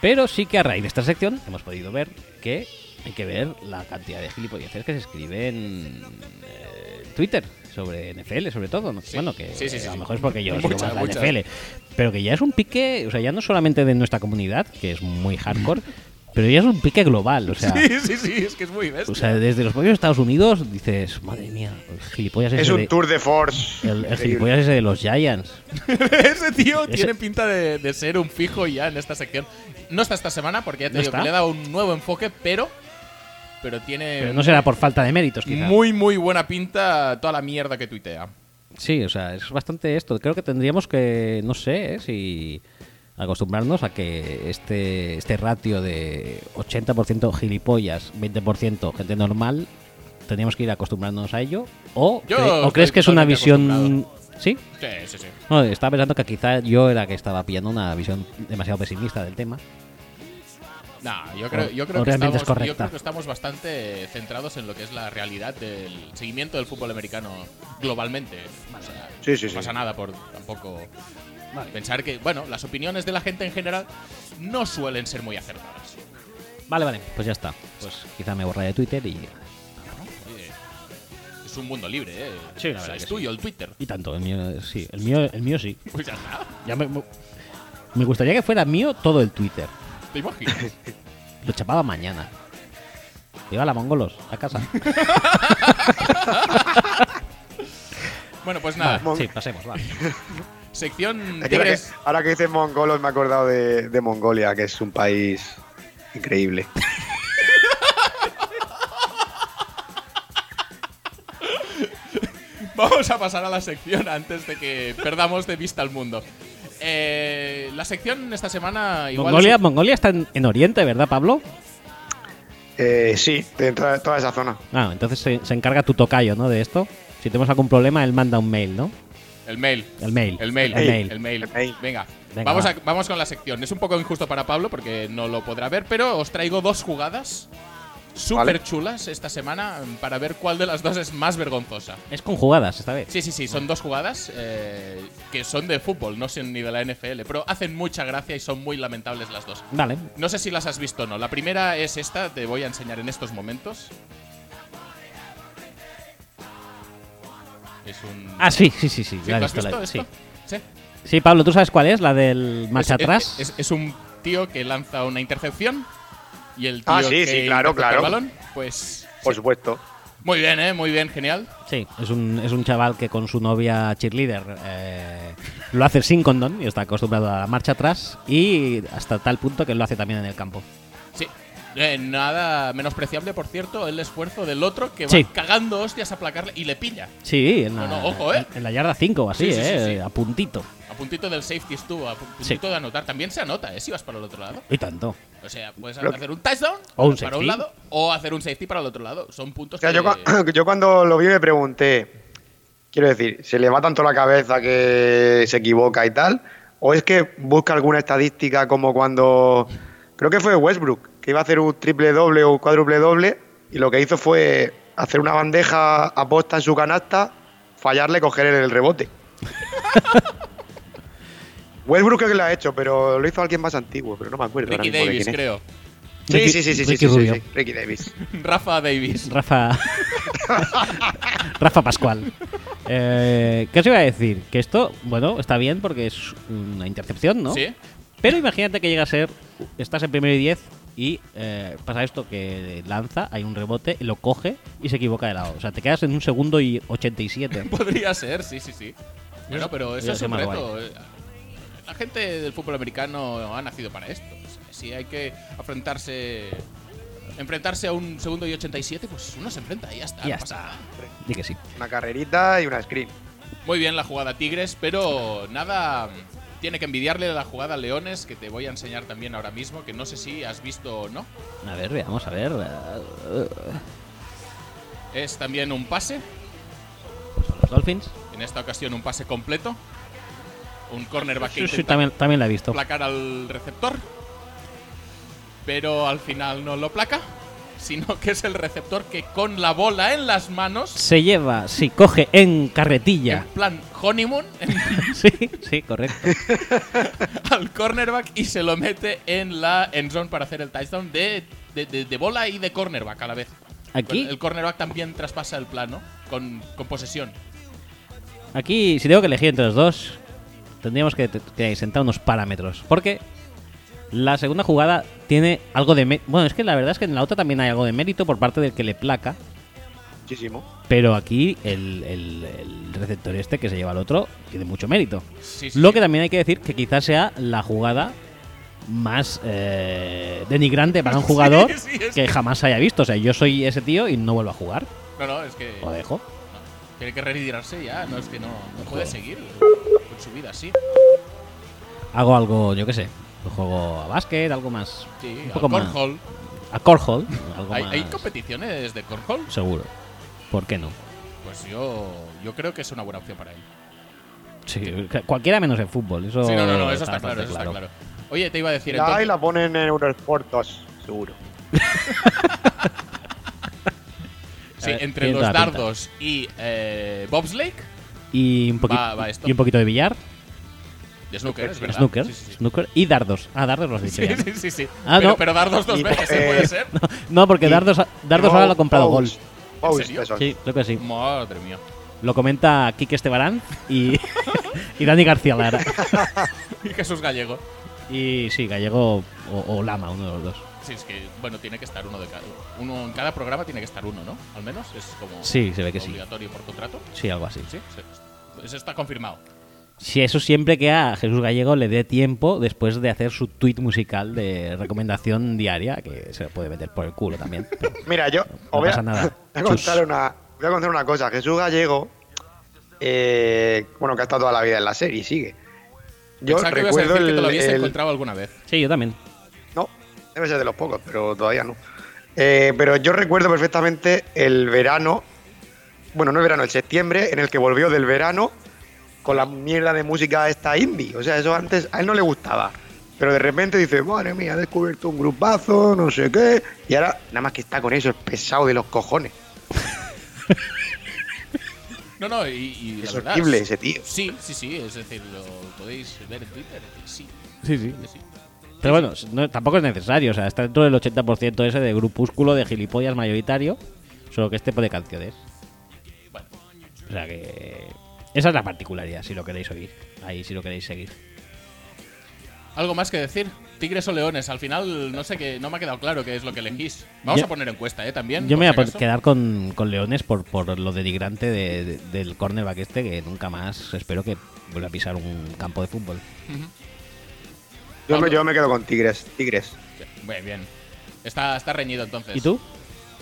pero sí que a raíz de esta sección hemos podido ver que hay que ver la cantidad de gilipolleces que se escribe en eh, Twitter sobre NFL, sobre todo. ¿no? Sí. Bueno, que Sí, sí, sí, a lo sí. mejor es porque yo sigo Mucha, más la mucha. NFL, pero que ya es un pique, o sea, ya no solamente de nuestra comunidad, que es muy hardcore, pero ya es un pique global, o sea. Sí, sí, sí, es que es muy bestia. O sea, desde los propios Estados Unidos dices, madre mía, el gilipollas Es ese un de- tour de force. el- el Increíble. gilipollas ese de los Giants. Ese tío Ese- tiene pinta de, de ser un fijo ya en esta sección. No está esta semana porque ya te ¿No digo está? que le he dado un nuevo enfoque, pero. Pero tiene Pero no será por falta de méritos, quizás. muy, muy buena pinta toda la mierda que tuitea. Sí, o sea, es bastante esto. Creo que tendríamos que, no sé, eh, si acostumbrarnos a que este, este ratio de 80% gilipollas, 20% gente normal, tendríamos que ir acostumbrándonos a ello. ¿O, Yo cre- o estoy crees que es una visión... totalmente ¿Sí? Sí, sí, sí. No, estaba pensando que quizá yo era que estaba pillando una visión demasiado pesimista del tema. No, yo creo, O- yo creo o que realmente es estamos, correcta. yo creo que estamos bastante centrados en lo que es la realidad del seguimiento del fútbol americano globalmente. O sea, Sí, sí, no sí. pasa nada por tampoco pensar que, bueno, las opiniones de la gente en general no suelen ser muy acertadas. Vale, vale, pues ya está. Pues quizá me borraré de Twitter y... Oye, Eh, es un mundo libre, ¿eh? Sí, la O sea, verdad es que tuyo el Twitter. Y tanto, el mío sí, el mío, el mío sí. Pues ya está, Ya me, me gustaría que fuera mío todo el Twitter. te imaginas. Lo chapaba mañana. Iba a la Mongolos, a casa. Bueno, pues nada, Mon- sí, pasemos, va. sección Es que ahora, que, Tigres. ahora que dices mongolos me he acordado de, de Mongolia, que es un país increíble. Vamos a pasar a la sección antes de que perdamos de vista al mundo. Eh, la sección esta semana igual. Mongolia, es- Mongolia está en, en Oriente, ¿verdad, Pablo? Eh, sí, de toda, toda esa zona. Ah, entonces se, se encarga tu tocayo, ¿no? De esto. Si tenemos algún problema, él manda un mail, ¿no? El mail. El mail. El mail. El mail. El mail. El mail. Venga. Venga, vamos, va. a- vamos con la sección. Es un poco injusto para Pablo porque no lo podrá ver, pero os traigo dos jugadas súper Vale. chulas esta semana para ver cuál de las dos es más vergonzosa. Es con jugadas esta vez. Sí, sí, sí, son dos jugadas eh, que son de fútbol, no son ni de la NFL, pero hacen mucha gracia y son muy lamentables las dos. Vale. No sé si las has visto o no. La primera es esta, te voy a enseñar en estos momentos. Es un. Ah, sí, sí, sí, sí. ¿Sí? la he ¿Lo has visto, la- visto sí. esto? Sí. Sí, Pablo, ¿tú sabes cuál es? La del marcha Es- es- atrás. Es, es un tío que lanza una intercepción y el tío Ah, sí, que sí, claro, intercepta el claro. balón, pues Por supuesto. muy bien, eh, muy bien, genial. Sí, es un, es un chaval que con su novia cheerleader eh, lo hace sin condón y está acostumbrado a la marcha atrás y hasta tal punto que lo hace también en el campo. Sí. Eh, nada menospreciable, por cierto, el esfuerzo del otro que va Sí. cagando hostias a placarle y le pilla. Sí, en la, No, no, ojo, ¿eh? en la yarda 5 o así, Sí, sí, sí, ¿eh? sí. A puntito. A puntito del safety estuvo, a pu- Sí. puntito de anotar. También se anota, ¿eh? Si vas para el otro lado. Y tanto. O sea, puedes Lo que- hacer un touchdown O un para safety. un lado o hacer un safety para el otro lado. Son puntos O sea, que... yo, cua- yo cuando lo vi me pregunté, quiero decir, ¿se le va tanto la cabeza que se equivoca y tal? ¿O es que busca alguna estadística como cuando, creo que fue Westbrook, que iba a hacer un triple doble o un cuádruple doble y lo que hizo fue hacer una bandeja aposta en su canasta, fallarle, coger el rebote? Westbrook creo que lo ha hecho, pero lo hizo alguien más antiguo, pero no me acuerdo. ahora Ricky mismo de Davis, quién es. creo. Ricky- Sí, sí, sí, sí, sí, Ricky sí, sí, Rubio. sí, Ricky Davis. Rafa Davis. Rafa. Rafa Pascual. Eh, ¿Qué os iba a decir? Que esto, bueno, está bien porque es una intercepción, ¿no? Sí. Pero imagínate que llega a ser, estás en primero y 10 y eh, pasa esto que lanza, hay un rebote, lo coge y se equivoca de lado. O sea, te quedas en un segundo y 87. Podría ser, sí, sí, sí. Bueno, pero eso Yo es soy un más reto. eh, La gente del fútbol americano ha nacido para esto. O sea, si hay que enfrentarse enfrentarse a un segundo y 87, pues uno se enfrenta y ya está. Y ya no pasa nada. Di que sí. Una carrerita y una screen. Muy bien la jugada Tigres, pero nada mm, tiene que envidiarle la jugada Leones que te voy a enseñar también ahora mismo, que no sé si has visto o no. A ver, veamos, a ver. eh, Es también un pase, Son los Dolphins. en esta ocasión un pase completo. Un cornerback que Sí, sí, intenta también, también la he visto. placar al receptor. Pero al final no lo placa, sino que es el receptor que con la bola en las manos, Se lleva, sí, coge en carretilla. en plan honeymoon, Sí, sí, correcto. al cornerback y se lo mete en la endzone para hacer el touchdown de, de- de- de bola y de cornerback a la vez. Aquí, El cornerback también traspasa el plano con, con posesión. aquí, si tengo que elegir entre los dos, tendríamos que, que sentar unos parámetros. Porque la segunda jugada tiene algo de... mé- Bueno, es que la verdad es que en la otra también hay algo de mérito por parte del que le placa. Muchísimo. Pero aquí el, el- el receptor este que se lleva al otro tiene mucho mérito. Sí, sí, Lo sí. que también hay que decir que quizás sea la jugada más eh, denigrante para un jugador Sí, sí, es que jamás haya visto. O sea, yo soy ese tío y no vuelvo a jugar. No, no, es que Lo dejo. tiene que retirarse ya, no es que no, no puede seguir con su vida así. Hago algo, yo qué sé. Juego a básquet, algo más. Sí, un al poco más. cornhole. A cornhole, algo ¿Hay, más. hay competiciones de cornhole? Seguro. ¿Por qué no? Pues yo, yo creo que es una buena opción para él. Sí, cualquiera menos en fútbol. Eso sí, no, no, no, eso está, bastante claro, eso está claro. Oye, te iba a decir La A y entonces, la ponen en Eurosport 2, seguro. sí, A ver, entre tiene los toda la dardos y eh, Bobslake, Y un, poqui- Va- va esto. y un poquito de billar, de snooker, es verdad. snooker, Sí, sí, sí. snooker y dardos. Ah, dardos los dicho Sí, ya, ¿no? sí, sí, sí. Ah, pero, no. pero dardos dos Y, veces, ¿eh? eh, ¿puede ser? No, porque Y- dardos, dardos ahora lo ha comprado Gol. Bowls. Bowls, ¿En serio? eso. Sí, creo que sí. Madre mía. Lo comenta Quique Estebarán y, y Dani García Lara. Y Jesús Gallego. Y sí, Gallego o, o Lama, uno de los dos. Sí, es que, bueno, tiene que estar uno de cada. Uno en cada programa tiene que estar uno, ¿no? Al menos es como. Sí, se ve que sí. Obligatorio por contrato. Sí, algo así. Sí, sí. Eso está confirmado. Si eso siempre que a Jesús Gallego le dé tiempo después de hacer su tweet musical de recomendación diaria, que se lo puede meter por el culo también. Mira, yo No os voy a, pasa nada. voy a Chus. contar una, voy a contar una cosa. Jesús Gallego, eh, bueno, que ha estado toda la vida en la serie y sigue. Yo Pensaba que ibas a recuerdo decir que te lo el, habías el- encontrado alguna vez. Sí, yo también. No, debe ser de los pocos, pero todavía no. Eh, pero yo recuerdo perfectamente el verano bueno, no el verano, el septiembre, en el que volvió del verano con la mierda de música esta indie. O sea, eso antes a él no le gustaba. Pero de repente dice, madre mía, he descubierto un grupazo, no sé qué. Y ahora nada más que está con eso, es pesado de los cojones. No, no, y, y la Es verdad, horrible ese tío. Sí, sí, sí, es decir, lo podéis ver en Twitter. Sí, Sí, sí. sí. Pero bueno, no- tampoco es necesario. O sea, está dentro del 80% ese de grupúsculo de gilipollas mayoritario. Solo que este pone canciones. Bueno, O sea que. Esa es la particularidad, si lo queréis oír. Ahí, si lo queréis seguir. ¿algo más que decir? Tigres o leones, al final no sé qué, no me ha quedado claro qué es lo que elegís. Vamos Yo- a poner encuesta, ¿eh? También. Yo me voy por a si por- acaso. quedar con, con Leones por, por lo denigrante de- de- del cornerback este que nunca más espero que vuelva a pisar un campo de fútbol. Yo me, Pablo. yo me quedo con Tigres, Tigres. Bien, bien. Está, está reñido entonces. ¿Y tú?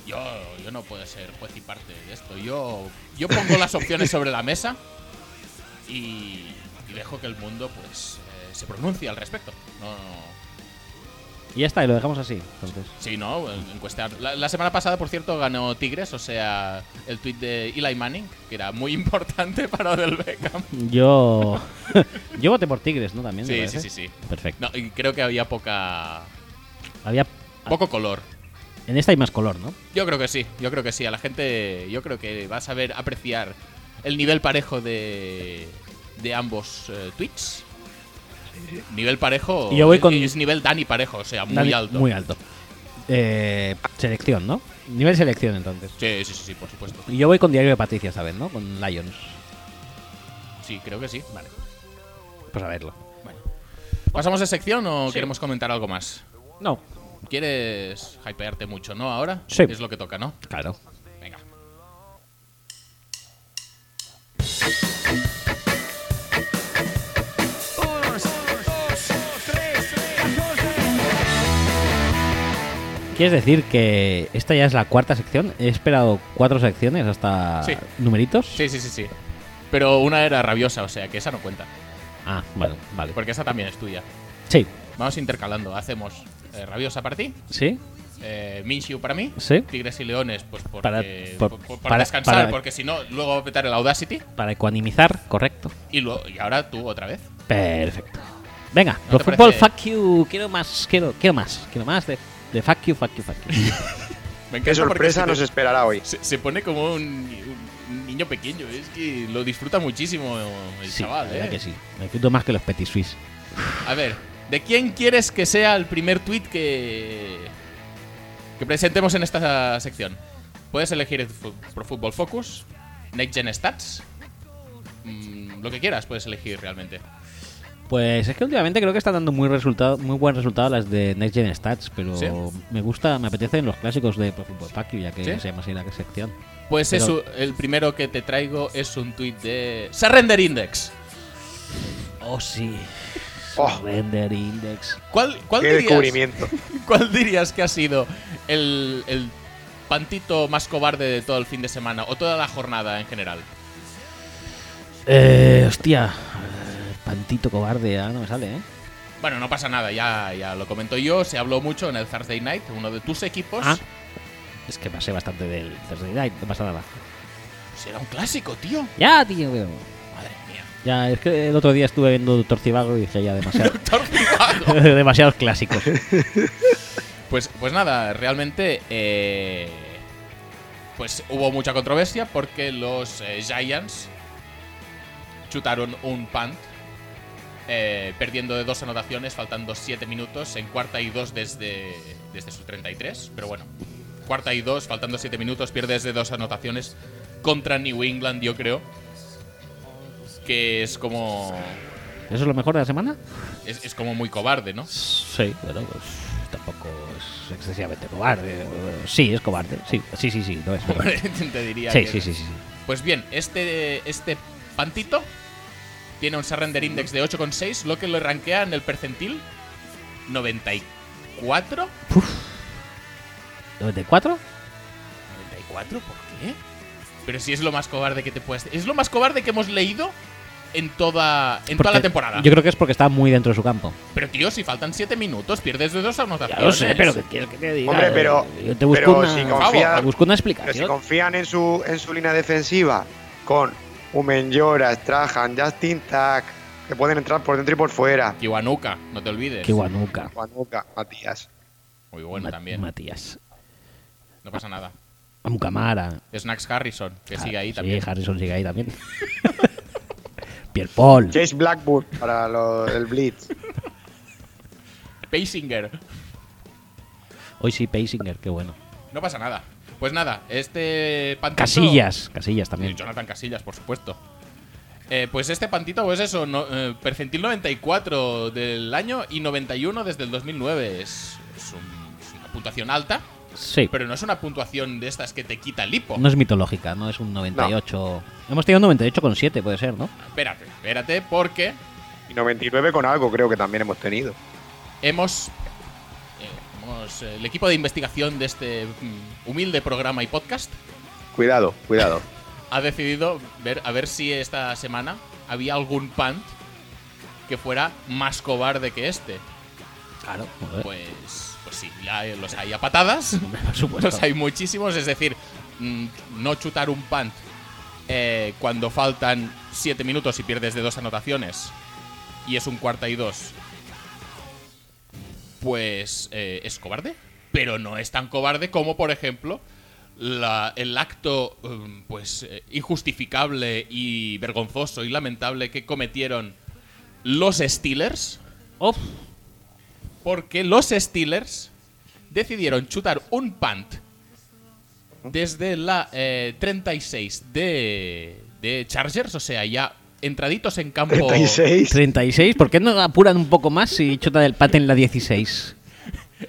Yo, yo no puedo ser juez y parte de esto. Yo, yo pongo las opciones sobre la mesa y, y dejo que el mundo pues eh, se pronuncie al respecto. No, no, no. Y ya está, y lo dejamos así. Entonces. Sí, no, en- encuestar. La, la semana pasada, por cierto, ganó Tigres, o sea, el tweet de Eli Manning, que era muy importante para Odell Beckham. Yo. Yo voté por Tigres, ¿no? También. me Sí, sí, parece. sí, sí. Perfecto. No, y creo que había poca Había. ah, poco color. En esta hay más color, ¿no? Yo creo que sí, yo creo que sí. A la gente, yo creo que va a saber apreciar el nivel parejo de, de ambos eh, tweets. Nivel parejo Y yo voy es- con- es nivel Dani parejo, o sea, muy Dani- alto. Muy alto. Eh, selección, ¿no? Nivel selección, entonces. Sí, sí, sí, sí, por supuesto. Y yo voy con Diario de Patricia, ¿sabes? ¿No? Con Lions. Sí, creo que sí. Vale. Pues a verlo. ¿Pasamos de sección o queremos comentar algo más? No. ¿Quieres hypearte mucho, no? Ahora Sí. es lo que toca, ¿no? Claro. Venga. ¿Quieres decir que esta ya es la cuarta sección? He esperado cuatro secciones hasta Sí. numeritos. Sí, sí, sí, sí. Pero una era rabiosa, o sea, que esa no cuenta. Ah, bueno, vale. Porque esa también es tuya. Sí. Vamos intercalando. Hacemos eh, rabiosa para ti, ¿Sí? eh, Minshew para mí, Sí. Tigres y Leones, pues porque, Para- por, por- por- por para- descansar, para- porque si no, luego va a petar el Audacity Para ecuanimizar, correcto. y, luego, y ahora tú otra vez. Perfecto. Venga, ¿No lo te fútbol, parece? fuck you. Quiero más, quiero, quiero más, quiero más de, de fuck you, fuck you, fuck you. Me encanta Qué porque sorpresa se, nos esperará hoy. se- se pone como un, un niño pequeño, es que lo disfruta muchísimo el sí, la chaval, verdad ¿eh? que sí. Me disfruto más que los Petit Suisse. A ver, ¿de quién quieres que sea el primer tweet que, que presentemos en esta sección? Puedes elegir el fu- Pro Football Focus, Next Gen Stats, mm, lo que quieras puedes elegir realmente. Pues es que últimamente creo que están dando muy resultado, muy buen resultado las de Next Gen Stats, pero ¿Sí? me gusta, me apetecen los clásicos de Pro Football Fuck You, ya que ¿Sí? se llama así la sección. Pues Pero- eso, el primero que te traigo es un tweet de Surrender Index. Oh sí. Oh. Surrender Index. ¿Cuál, cuál, Qué dirías, descubrimiento. cuál dirías que ha sido el, el pantito más cobarde de todo el fin de semana o toda la jornada en general? Eh, hostia. Eh, Pantito cobarde, ah, no me sale, ¿eh? Bueno, no pasa nada, ya, ya lo comento yo. Se habló mucho en el Thursday Night, uno de tus equipos. Ah. Es que pasé bastante del Thursday Night, no pasa nada. Será un clásico, tío. Ya, tío, pero- Madre mía. Ya, es que el otro día estuve viendo Torcivago y dije ya demasiado, Doctor Zhivago. demasiados clásicos. Pues, pues nada, realmente eh, pues hubo mucha controversia porque los eh, Giants chutaron un punt eh, perdiendo de dos anotaciones, faltando siete minutos en cuarta y dos desde, desde su 33. Pero bueno, cuarta y dos, faltando siete minutos, pierdes de dos anotaciones contra New England, yo creo. Que es como. ¿Eso es lo mejor de la semana? Es, es como muy cobarde, ¿no? Sí, bueno, pues tampoco es excesivamente cobarde. eh, Sí, es cobarde. Sí, sí, sí, sí, lo es. Te diría Sí, que- sí, sí, sí. Pues bien, este, este pantito tiene un surrender index de 8,6, lo que lo rankea en el percentil 94. 94 ¿94? ¿Por qué? Pero si es lo más cobarde que te puedes... Es lo más cobarde que hemos leído en toda, en toda Porque la temporada. Yo creo que es porque está muy dentro de su campo. Pero tío, si faltan 7 minutos, pierdes de dos a Ya anotaciones. lo sé, pero que quieres que te diga? Hombre, pero- Yo te busco pero una, si confía- te busco una Pero si explicación. confían en su, en su línea defensiva con Umenyora, Strahan, Justin Tack, que pueden entrar por dentro y por fuera. Kiwanuka, no te olvides. Qué guanuca. Juanuca, Matías. Muy bueno Ma- también. Matías. No pasa nada. Mucamara. Snacks Harrison, que sigue ahí Ah, Sí, también. Harrison sigue ahí también. Pierre Paul. Chase Blackwood para lo- el Blitz. Paisinger. Hoy sí, Paisinger, qué bueno. No pasa nada. Pues nada, este pantito. Casillas, Casillas Y también. Jonathan Casillas, por supuesto. Eh, pues este pantito, pues eso, no- eh, percentil 94 del año y 91 desde el 2009. Es, es un- es una puntuación alta, Sí, pero no es una puntuación de estas que te quita el hipo. no es mitológica, no es un 98. Hemos tenido un 98,7, puede ser, ¿no? Espérate, espérate, porque Y 99 con algo creo que también hemos tenido. hemos. eh, hemos, eh, el equipo de investigación de este mm, humilde programa y podcast Cuidado, cuidado. ha decidido ver a ver si esta semana había algún punt que fuera más cobarde que este. Claro, joder, Pues, pues sí, la- los hay a patadas, hombre, por supuesto. los hay muchísimos, es decir, mm, no chutar un punt eh, cuando faltan 7 minutos y pierdes de dos anotaciones y es un cuarta y dos, pues eh, es cobarde, pero no es tan cobarde como, por ejemplo, la- el acto mm, pues eh, injustificable y vergonzoso y lamentable que cometieron los Steelers Uf, porque los Steelers decidieron chutar un punt desde la eh, 36 de, de Chargers, o sea, ya entraditos en campo. 36. 36, ¿por qué no apuran un poco más si chuta del pate en la 16?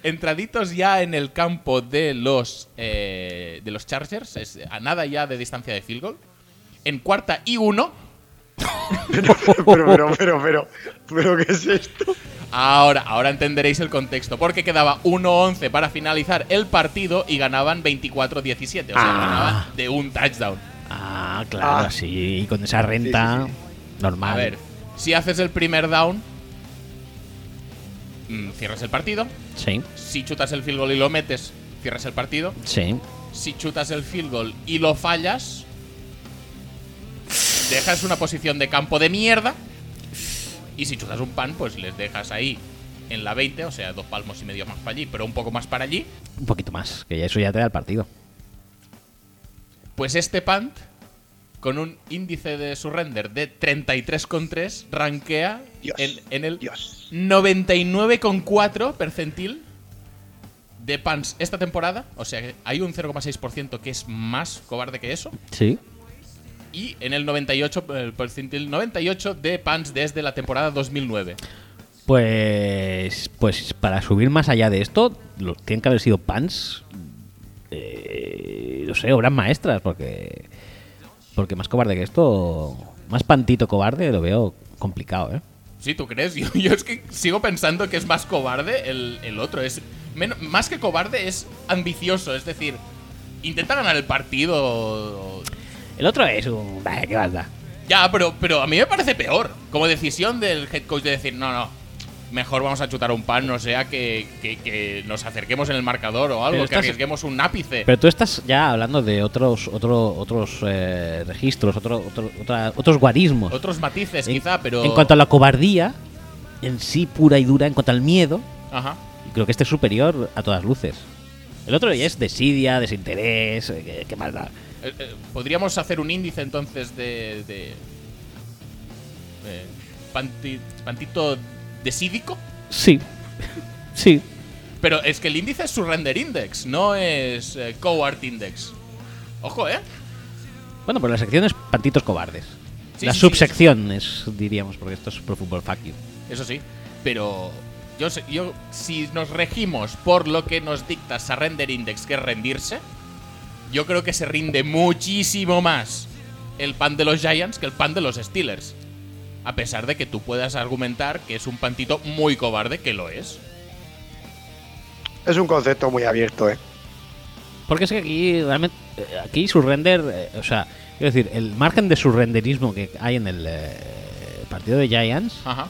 Entraditos ya en el campo de los, eh, de los Chargers, es a nada ya de distancia de field goal. En cuarta y uno, Pero, pero, pero, pero, pero, ¿qué es esto? Ahora, ahora entenderéis el contexto, porque quedaba 1-11 para finalizar el partido y ganaban 24-17, o sea, Ah. ganaban de un touchdown. Ah, claro, Ah. sí, y con esa renta normal. A ver, si haces el primer down, mm, cierras el partido. Sí, Si chutas el field goal y lo metes, cierras el partido. sí. Si chutas el field goal y lo fallas, dejas una posición de campo de mierda. Y si chutas un pan, pues les dejas ahí en la 20, o sea, dos palmos y medio más para allí, pero un poco más para allí. Un poquito más, que ya eso ya te da el partido. Pues este punt, con un índice de surrender de 33,3, rankea Dios. en, en el Dios. 99,4 percentil de punts esta temporada. O sea, que hay un 0,6% que es más cobarde que eso. Sí. Y en el 98, el percentil 98 de punts desde la temporada 2009. Pues, pues para subir más allá de esto, lo- tienen que haber sido pans, eh, no sé, obras maestras, porque porque más cobarde que esto, más pantito cobarde, lo veo complicado, ¿eh? Si tú crees, yo, yo es que sigo pensando que es más cobarde el, el otro. Es men- más que cobarde, es ambicioso. Es decir, intenta ganar el partido. El otro es un... bah, ¿Qué más da? Ya, pero, pero a mí me parece peor. Como decisión del head coach de decir, no, no, mejor vamos a chutar un pan, no sea que, que- que nos acerquemos en el marcador o algo, Pero que estás- arriesguemos un ápice. Pero tú estás ya hablando de otros otro, otros eh, registros, otro, otro- otra- otros guarismos. Otros matices, En- quizá, pero. En cuanto a la cobardía, en sí pura y dura, en cuanto al miedo, Ajá. Y creo que este es superior a todas luces. El otro ya es desidia, desinterés, eh, qué, qué maldad. Eh, eh, Podríamos hacer un índice entonces de. de. de panti- pantito desídico. Sí, sí. Pero es que el índice es surrender index, no es eh, cohort index. Ojo, eh. Bueno, pues la sección es Pantitos Cobardes. Sí, la sí, sí, subsección es, diríamos, porque esto es Pro Football Fuck You. Eso sí, pero yo, sé- yo si nos regimos por lo que nos dicta Surrender Index, que es rendirse, yo creo que se rinde muchísimo más el pan de los Giants que el pan de los Steelers. A pesar de que tú puedas argumentar que es un pantito muy cobarde, que lo es. Es un concepto muy abierto, ¿eh? Porque es que aquí, realmente, eh, aquí surrender, eh, o sea, quiero decir, el margen de surrenderismo que hay en el, eh, el partido de Giants Ajá.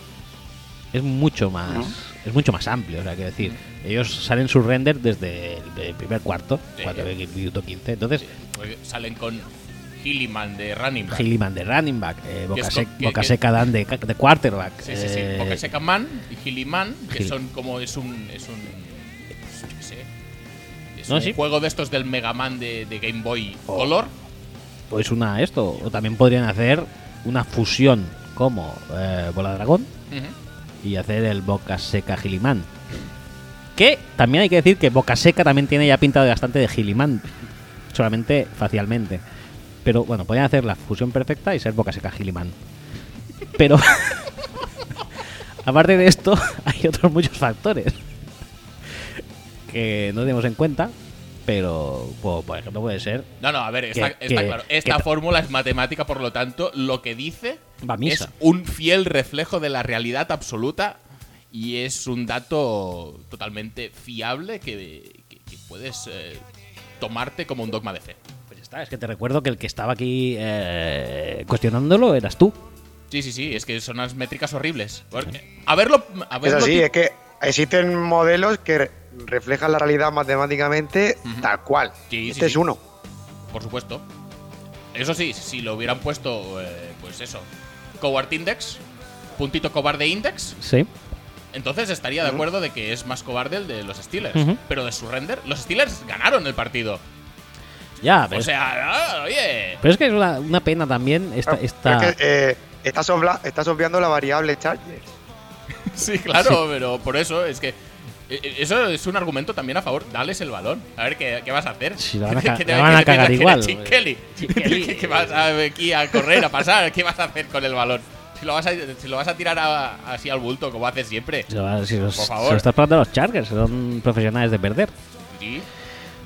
es mucho más es mucho más amplio, o sea, quiero decir, ellos salen su render desde el, el primer cuarto, Sí. cuando ve el minuto 15, entonces Porque pues salen con Hilliman de running back. Hilliman de running back, eh, Boca, es Sec- co- que- Boca que- Seca Dan de, ca- de quarterback. Sí, sí, sí. eh, Porque Secaman y Hilliman, que Gil- son como es un. Es un. pues, yo qué sé. Es No, un sí. juego de estos del Mega Man de, de Game Boy Oh. Color. pues una esto, o también podrían hacer una fusión como eh, Bola Dragón Ujú. y hacer el Boca Seca Gilliman. Que también hay que decir que Boca Seca también tiene ya pinta de bastante de Gilliman, solamente facialmente. Pero bueno, podrían hacer la fusión perfecta y ser Boca Seca Gilliman. Pero aparte de esto, hay otros muchos factores que no tenemos en cuenta. Pero, po- por ejemplo, puede ser No, no, a ver, está, Que- está que- claro. Esta que- fórmula es matemática, por lo tanto, lo que dice Va a misa. es un fiel reflejo de la realidad absoluta y es un dato totalmente fiable que, que- que puedes eh, tomarte como un dogma de fe. Pues ya está, es que te recuerdo que el que estaba aquí eh, cuestionándolo eras tú. Sí, sí, sí, es que son unas métricas horribles. Porque, a verlo. A Es verlo así, ti- es que existen modelos que re- reflejan la realidad matemáticamente tal cual. Sí, sí, este sí. es uno. Por supuesto. Eso sí, si lo hubieran puesto, eh, pues eso, Coward Index, puntito cobarde index, Sí. entonces estaría de acuerdo de que es más cobarde el de los Steelers. Ujú. Pero de su render, los Steelers ganaron el partido. Ya, pero, O es- sea, ah, oye. pero es que es una, una pena también esta... Ah, Pero esta- Ah, es que, eh, estás, obla- estás obviando la variable Chargers. Sí, claro, pero por eso es que. eh, eh, Eso es un argumento también a favor. Dales el balón. A ver qué, qué vas a hacer. Sí, la van a ca- ¿Qué la van a qué cagar que era igual, eh. Chip güey. Kelly. Chip Kelly, ¿Qué vas a- aquí a correr, a pasar? ¿Qué vas a hacer con el balón? Si lo vas a, si lo vas a tirar a- así al bulto, como haces siempre. se va- si los- Por se favor. lo estás pagando a los Chargers, son profesionales de perder. Sí.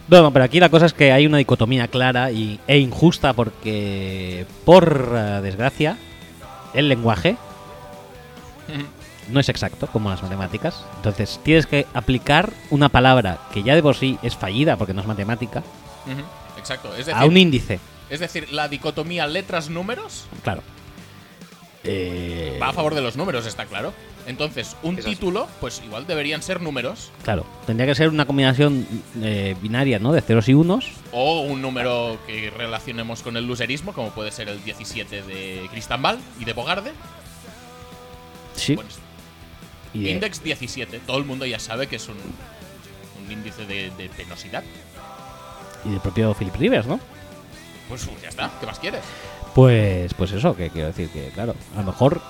No, no, pero aquí la cosa es que hay una dicotomía clara y, e injusta porque, por eh, desgracia, el lenguaje no es exacto como las matemáticas. Entonces tienes que aplicar una palabra que ya de por sí es fallida porque no es matemática Ujú, Exacto. Es a un decir, índice. es decir, la dicotomía letras-números Claro. Eh, va a favor de los números, está claro. Entonces, un Es así. título, pues igual deberían ser números. Claro, tendría que ser una combinación eh, binaria, ¿no? De ceros y unos. O un número que relacionemos con el luserismo, como puede ser el 17 de Cristambal y de Bogarde. Sí. Bueno, es- y de- Index 17. Todo el mundo ya sabe que es un, un índice de, de penosidad. y del propio Philip Rivers, ¿no? Pues uh, ya está, ¿qué más quieres? Pues, pues eso, que quiero decir que, claro, a lo mejor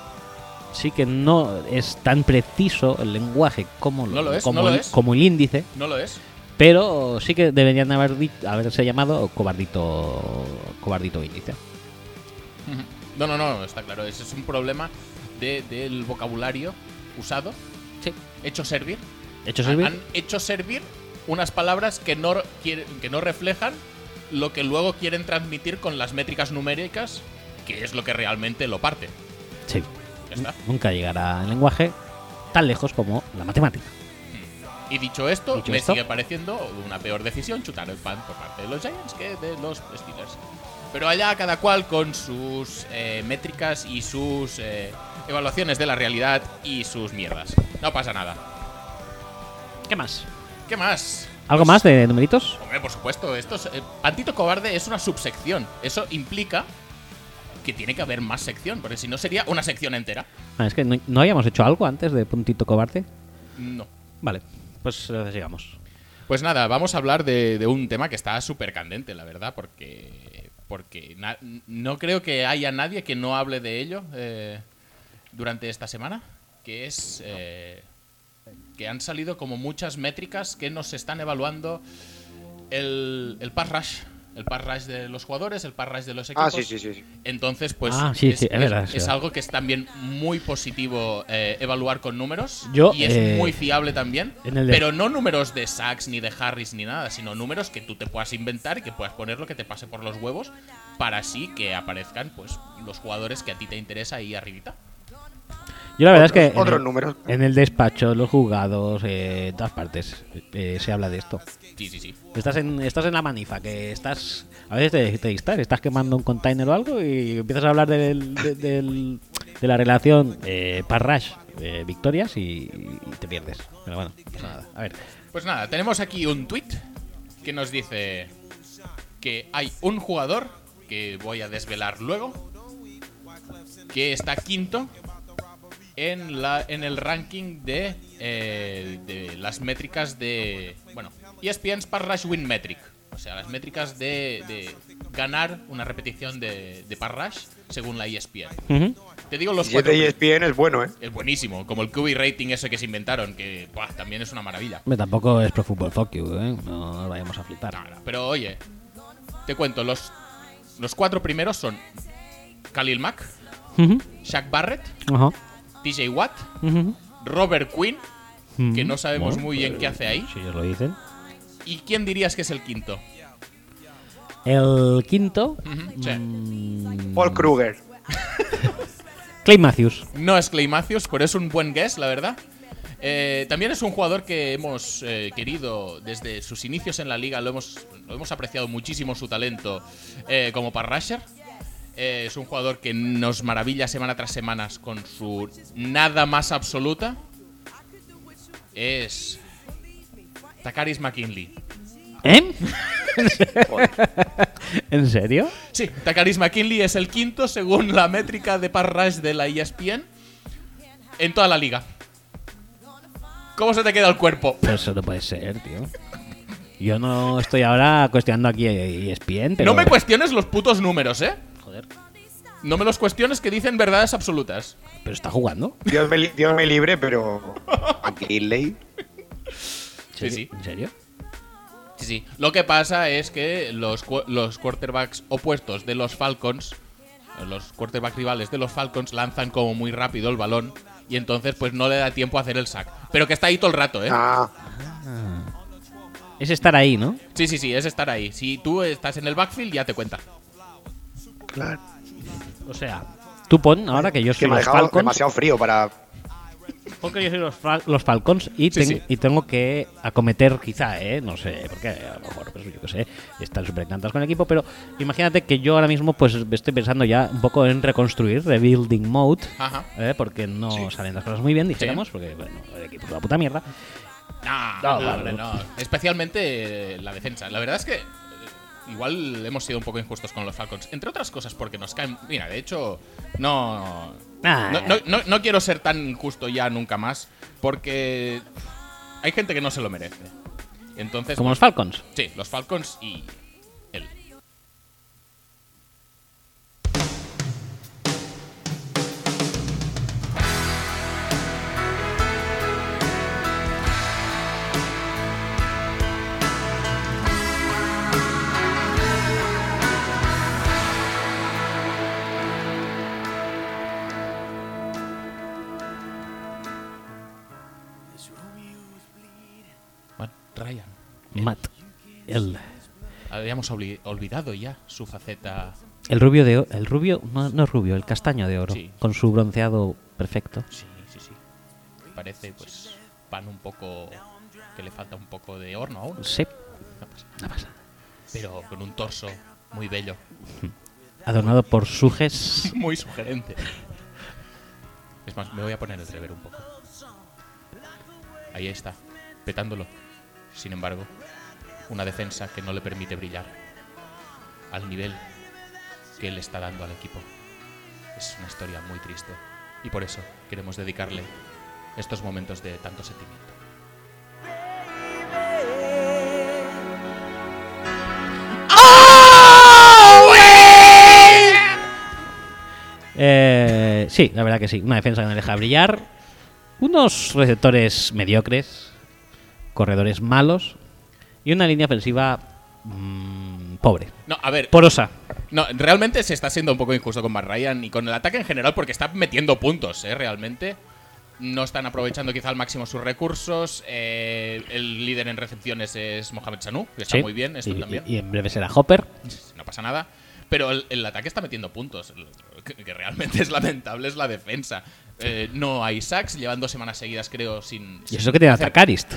sí que no es tan preciso el lenguaje como, lo- No lo es, como, no lo el, es. como el índice, No lo es. pero sí que deberían haber di- haberse llamado cobardito, cobardito índice. Ujú. No, no, no, está claro. Ese es un problema de- del vocabulario usado, Sí. hecho servir. Hecho servir. Han hecho servir unas palabras que no, quiere- que no reflejan lo que luego quieren transmitir con las métricas numéricas, que es lo que realmente lo parte. Sí. Ya está. Nunca llegará el lenguaje tan lejos como la matemática. Y dicho esto, Dicho me esto. sigue pareciendo una peor decisión chutar el pan por parte de los Giants que de los Steelers. Pero allá cada cual con sus eh, métricas y sus eh, evaluaciones de la realidad y sus mierdas. No pasa nada. ¿Qué más? ¿Qué más? ¿Algo Pues, más de numeritos? Hombre, por supuesto, esto es, eh, Pantito Cobarde es una subsección. Eso implica que tiene que haber más sección, porque si no sería una sección entera. Ah, es que no, no habíamos hecho algo antes de Puntito Cobarde. No. Vale, pues eh, sigamos. Pues nada, vamos a hablar de, de un tema que está súper candente, la verdad, porque, porque na- no creo que haya nadie que no hable de ello eh, durante esta semana, que es eh, que han salido como muchas métricas que nos están evaluando el, el pass rush, el pass rush de los jugadores, el pass rush de los equipos. Ah, sí, sí, sí. sí. Entonces, pues Ah, sí, es, sí, es es- verdad, es es verdad. algo que es también muy positivo eh, evaluar con números Yo, y es eh, muy fiable también, en el de- pero no números de sacks ni de Harris ni nada, sino números que tú te puedas inventar y que puedas poner lo que te pase por los huevos para así que aparezcan pues los jugadores que a ti te interesa ahí arribita. Yo la verdad es que Otros- en otros el- números. en el despacho, los juzgados, eh, en todas partes eh, se habla de esto. Sí, sí, sí. Estás en, estás en la manifa, que estás. A veces te, te distraes, estás quemando un container o algo y empiezas a hablar del, de, del- de la relación eh, Parrash, eh, victorias y, y te pierdes. Pero bueno, no pasa nada. A ver, Pues nada, tenemos aquí un tweet que nos dice que hay un jugador que voy a desvelar luego que está quinto en la en el ranking de, eh, de las métricas de bueno E ESPN Spar Rush Win Metric, o sea las métricas de, de ganar una repetición de, de Par Rush según la E ESPN. Ujú. Te digo los Y cuatro. este ESPN es bueno, ¿eh? Es buenísimo, como el QB rating ese que se inventaron, que buah, también es una maravilla. Hombre, tampoco es Pro Football Fuck You, ¿eh? No nos vayamos a flipar. No, no, Pero oye, te cuento, los, los cuatro primeros son Khalil Mack, Ujú, Shaq Barrett, ajá, TJ Watt, ujú. Robert Quinn, que Ujú. no Mm. Bueno, sabemos pues. muy bien qué hace ahí. Si ellos lo dicen. ¿Y quién dirías que es el quinto? El quinto, Ujú, Mm, sí. Paul Kruger. Clay Matthews. No es Clay Matthews, pero es un buen guess, la verdad. Eh, también es un jugador que hemos eh, querido desde sus inicios en la liga, lo hemos, lo hemos apreciado muchísimo su talento eh, como parrasher. Eh, es un jugador que nos maravilla semana tras semana con su nada más absoluta. Es Takaris McKinley. ¿Eh? ¿En serio? Sí, Takaris McKinley es el quinto según la métrica de parrash de la E ESPN en toda la liga. ¿Cómo se te queda el cuerpo? Pero eso no puede ser, tío. Yo no estoy ahora cuestionando aquí E ESPN, pero... No me cuestiones los putos números, ¿eh? Joder, No me los cuestiones que dicen verdades absolutas. pero está jugando. Dios me, li- Dios me libre, pero. McKinley. ¿En Sí, serio? sí. ¿En serio? Sí, sí. Lo que pasa es que los, cu- los quarterbacks opuestos de los Falcons, los quarterbacks rivales de los Falcons, lanzan como muy rápido el balón y entonces pues no le da tiempo a hacer el sack. Pero que está ahí todo el rato, ¿eh? Ah, Es estar ahí, ¿no? Sí, sí, sí, es estar ahí. Si tú estás en el backfield ya te cuenta. claro. O sea, tú pon ahora que yo Que soy me ha los dejado Falcons. demasiado frío para. pon que yo soy los, Fal- los Falcons y, Sí, ten- sí. y tengo que acometer quizá, ¿eh? No sé, porque a lo mejor, pues, yo qué sé, están súper encantados con el equipo, pero imagínate que yo ahora mismo pues estoy pensando ya un poco en reconstruir, rebuilding mode, Ajá. ¿eh? porque no salen las cosas muy bien, dijéramos, porque bueno, el equipo es una puta mierda. No, No, no, claro. hombre, no. Especialmente eh, la defensa. La verdad es que eh, igual hemos sido un poco injustos con los Falcons. Entre otras cosas porque nos caen... Mira, de hecho, no... Ah. No, no, no- no quiero ser tan injusto ya nunca más porque hay gente que no se lo merece. Entonces, Como los Falcons. sí, los Falcons y él. Matt Ryan. Matt. El, Habíamos obli- olvidado ya su faceta. el rubio de o- el rubio no, no es rubio, el castaño de oro Sí. con su bronceado perfecto. Sí, sí, sí. Parece, pues, pan un poco. que le falta un poco de horno aún. Sí, No pasa nada. no pasa. Pero con un torso muy bello, Adornado por sujes. muy sugerente. Es más, me voy a poner el rever un poco. Ahí está, petándolo. Sin embargo, una defensa que no le permite brillar al nivel que él está dando al equipo. Es una historia muy triste y por eso queremos dedicarle estos momentos de tanto sentimiento. Eh, sí, la verdad que sí. Una defensa que no deja brillar. Unos receptores mediocres. Corredores malos. Y una línea ofensiva mm, pobre. No, a ver, Porosa. No, realmente se está siendo un poco injusto con Matt Ryan y con el ataque en general porque está metiendo puntos, ¿eh? Realmente. No están aprovechando quizá al máximo sus recursos. eh, el líder en recepciones es Mohamed Sanu, que está Sí. muy bien, esto y, también. y en breve será Hopper. No pasa nada. Pero el, el ataque está metiendo puntos. Lo que, que realmente es lamentable es la defensa. Eh, no hay sacks, llevan dos semanas seguidas, creo, sin. Y eso que tiene hacer- Atacarist.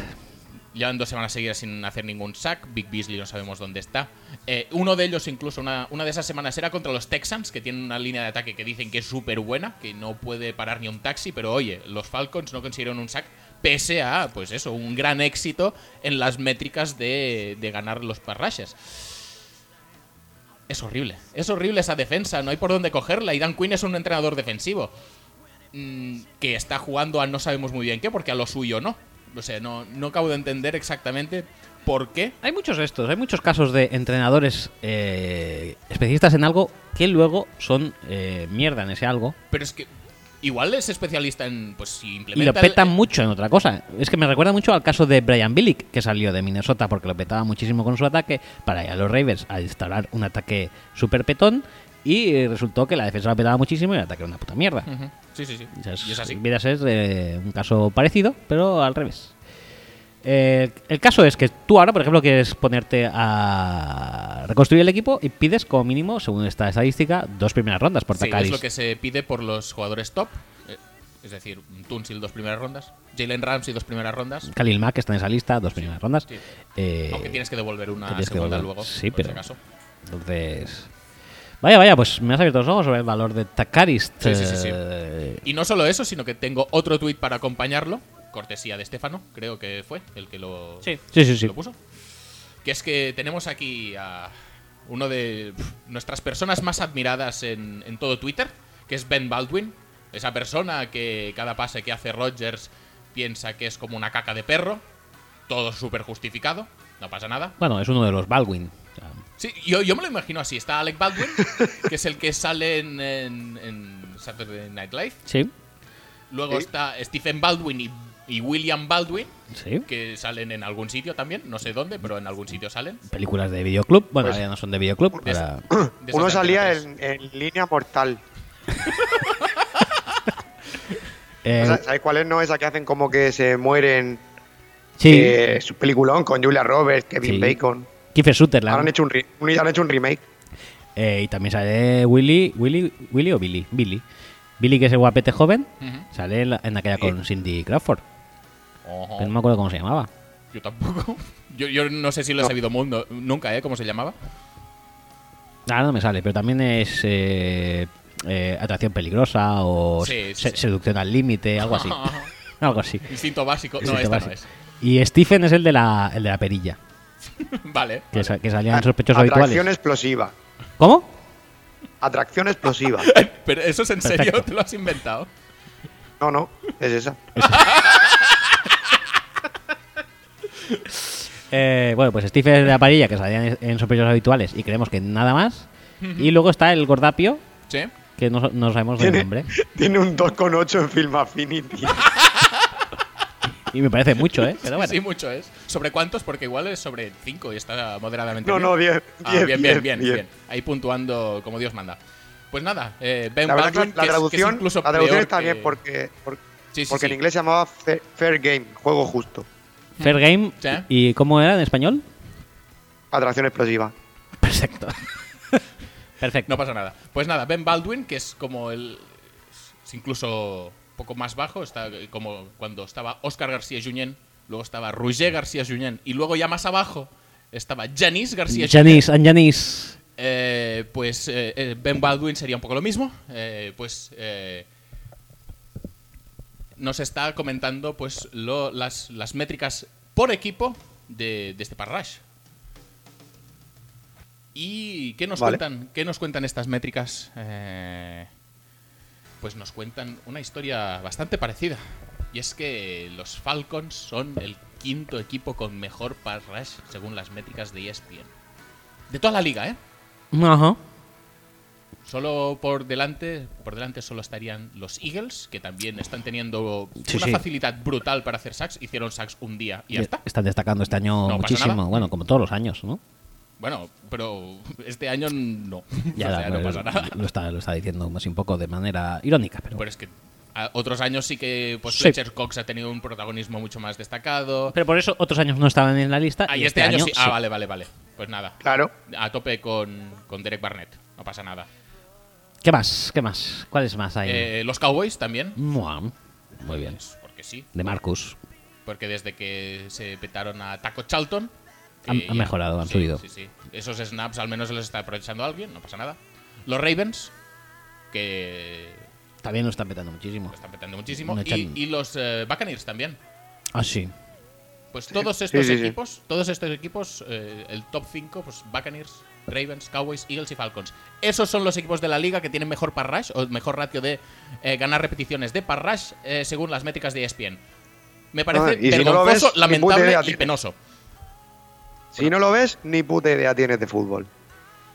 Llevan dos semanas seguidas sin hacer ningún sack. Big Beasley no sabemos dónde está. Eh, uno de ellos, incluso, una, una de esas semanas era contra los Texans, que tienen una línea de ataque que dicen que es súper buena, que no puede parar ni un taxi. Pero oye, los Falcons no consiguieron un sack, pese a, pues eso, un gran éxito en las métricas de, de ganar los parrashes. Es horrible. Es horrible esa defensa. No hay por dónde cogerla. Y Dan Quinn es un entrenador defensivo mm, que está jugando a no sabemos muy bien qué, porque a lo suyo no. O sea, no, no acabo de entender exactamente por qué. Hay muchos estos, hay muchos casos de entrenadores eh, especialistas en algo que luego son eh, mierda en ese algo Pero es que igual es especialista en, pues si y lo implementa... el- petan mucho en otra cosa. Es que me recuerda mucho al caso de Brian Billick, que salió de Minnesota porque lo petaba muchísimo con su ataque para ir a los Ravens a instalar un ataque super petón y eh, resultó que la defensa lo petaba muchísimo y el ataque era una puta mierda. Ujú. Sí, sí, sí. O sea, es- Y es así. viene a ser eh, un caso parecido, pero al revés. Eh, el caso es que tú ahora, por ejemplo, quieres ponerte a reconstruir el equipo y pides como mínimo, según esta estadística, dos primeras rondas por Sí, Takaris. es lo que se pide por los jugadores top. Eh, Es decir, Tunsil dos primeras rondas, Jalen Ramsey dos primeras rondas. Khalil Mack está en esa lista, dos primeras rondas. sí. Eh, Aunque tienes que devolver una tienes que segunda devolver. luego. Sí, por si pero- acaso. Entonces... Vaya, vaya, pues me has abierto los ojos sobre el valor de Takaris. Sí, sí, sí, sí. Eh, Y no solo eso, sino que tengo otro tuit para acompañarlo, cortesía de Estefano, creo que fue el que lo, Sí. Sí, sí, sí. lo puso. Que es que tenemos aquí a uno de pf, nuestras personas más admiradas en, en todo Twitter, que es Ben Baldwin. Esa persona que cada pase que hace Rogers piensa que es como una caca de perro, todo súper justificado, no pasa nada. Bueno, es uno de los Baldwin. O sea, Sí, yo, yo me lo imagino así. Está Alec Baldwin, que es el que sale en- en- en Saturday Night Live. sí, Luego está Stephen Baldwin y, y William Baldwin, sí. que salen en algún sitio también, no sé dónde, pero en algún sitio salen. Películas de videoclub. Bueno, Pues- ya no son de videoclub. Es- ahora- de esas Uno de salía Antena en, en línea mortal. Eh, O sea, ¿Sabéis cuál es? No, esa que hacen como que se mueren. sí. que es un peliculón con Julia Roberts, Kevin Sí. Bacon. Kiefer Sutherland. Ahora han, hecho un re- un- han hecho un remake. Eh, y también sale Willy, Willy, Willy o Billy, Billy. Billy, que es el guapete joven, tres. Ujú. sale en, la- en aquella Eh. con Cindy Crawford. Oh. Ojo. que no me acuerdo cómo se llamaba. Yo tampoco. Yo, yo no sé si lo he sabido mundo, nunca, ¿eh? ¿Cómo se llamaba? Ahora no me sale, pero también es eh, eh, Atracción Peligrosa o Sí, sí, se- sí. Seducción al Límite, algo así. algo así. Instinto básico. No, Sí, te esta vas- no es. Y Stephen es el de la, el de la perilla, vale. Ah, que, sa- que salía en sospechosos Atracción habituales. explosiva. ¿Cómo? Atracción explosiva. Pero eso es en serio, Perfecto. te lo has inventado. No, no, es esa. Eh, bueno, pues Stephen es el de la perilla, que salía en, en sospechosos habituales y creemos que nada más. Y luego está el gordapio, ¿Sí? que no, no sabemos el nombre. Tiene, tiene un 2,8 en Film Affinity. Y me parece mucho, ¿eh? Pero bueno. Sí, mucho es. ¿Sobre cuántos? Porque igual es sobre 5 y está moderadamente No, bien. no, 10. Ah, bien, bien, bien, bien. Ahí puntuando como Dios manda. Pues nada, eh, Ben La verdad que la- Baldwin, que es- la, que es traducción, incluso la traducción peor está que- bien porque, por- Sí, sí, sí. porque en inglés se llamaba Fair, Fair Game, juego justo. Fair Game. Sí. ¿Y cómo era en español? Atracción explosiva. Perfecto. Perfecto. No pasa nada. Pues nada, Ben Baldwin, que es como el. Es incluso un poco más bajo, está como cuando estaba Oscar García Junyent, luego estaba Roger García Junyent, y luego ya más abajo estaba Janice García Junyent. Janis, and Janis. Eh, pues eh, eh, Ben Baldwin sería un poco lo mismo. Eh, pues eh, nos está comentando pues lo- las, las métricas por equipo de, de este Parrash. ¿Y qué nos, Vale. cuentan, qué nos cuentan estas métricas? Eh, pues nos cuentan una historia bastante parecida. Y es que los Falcons son el quinto equipo con mejor pass rush según las métricas de E ESPN. De toda la liga, ¿eh? Ajá. Solo por delante, por delante solo estarían los Eagles, que también están teniendo Sí, una sí. facilidad brutal para hacer sacks. Hicieron sacks un día y ya está. Están destacando este año pasa nada. muchísimo. Bueno, como todos los años, ¿no? Bueno, pero este año no. Ya O sea, no lo- pasa nada. Lo está, lo está diciendo más un poco de manera irónica, pero. Pero es que a otros años sí que pues, Sí. Fletcher Cox ha tenido un protagonismo mucho más destacado. Pero por eso otros años no estaban en la lista. Ah, y y este, año, sí. Ah, vale, vale, vale. Pues nada. Claro. A tope con, con Derek Barnett. No pasa nada. ¿Qué más? ¿Qué más? ¿Cuáles más hay? Eh, los Cowboys también. Mua, Muy bien. Pues porque sí. De Marcus. Porque desde que se petaron a Taco Charlton. Han- eh, han mejorado, han sí, subido. Sí, sí. Esos snaps al menos los está aprovechando alguien, no pasa nada. Los Ravens, que También lo están petando muchísimo. lo están petando muchísimo. No Y, echan- y los eh, Buccaneers también. Ah, sí. Pues todos sí, estos sí, sí. equipos, todos estos equipos, eh, el top 5, pues Buccaneers, Ravens, Cowboys, Eagles y Falcons. Esos son los equipos de la liga que tienen mejor parrash o mejor ratio de eh, ganar repeticiones de parrash eh, según las métricas de ESPN. Me parece Ah, y si no lo vergonzoso, ves, ni puta lamentable idea y tienes. penoso. Si no lo ves, ni puta idea tienes de fútbol.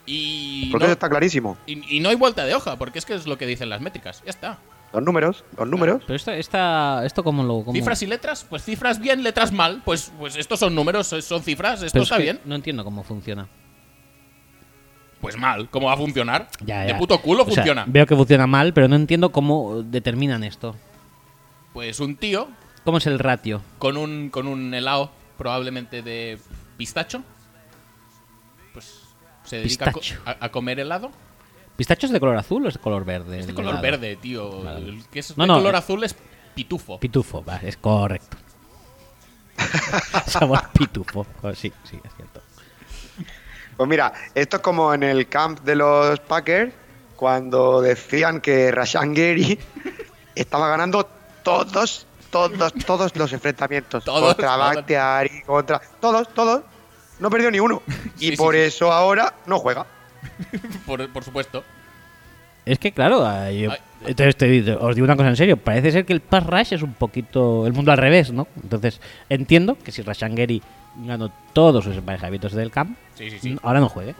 Y Porque no, eso está clarísimo. y- y no hay vuelta de hoja, porque es que es lo que dicen las métricas. Ya está. Los números, los números. Pero esta, esta, esto como lo... cómo- Cifras y letras, pues cifras bien, letras mal. Pues, pues estos son números, son- son cifras, esto Pero es está que bien. No entiendo cómo funciona. Pues mal, ¿cómo va a funcionar? Ya, De ya. puto culo O sea, funciona. veo que funciona mal, pero no entiendo cómo determinan esto. Pues un tío ¿Cómo es el ratio? con un, con un helado probablemente de pistacho. Pues se dedica a co- Pistacho. a, a comer helado. ¿Pistacho es de color azul o es de color verde? Es de el color helado? verde, tío. Vale. El que es No, de no, color eh. azul es pitufo. Pitufo, va, es correcto. Sabor pitufo. Oh, sí, sí, es cierto. Pues mira, esto es como en el camp de los Packers, cuando decían que Rashan Gary estaba ganando todos, todos, todos los enfrentamientos. Todos, contra todos. Bakhtiari, contra. Todos, todos. No perdió ni uno. Y Sí, por sí, sí. eso ahora no juega. Por, por supuesto. Es que claro, ah, yo- Ay. entonces te digo- os digo una cosa en serio, parece ser que el pass rush es un poquito el mundo al revés, ¿no? Entonces entiendo que si Rashangeri ganó todos sus emparejamientos del camp, Sí, sí, sí. n- ahora no juegue.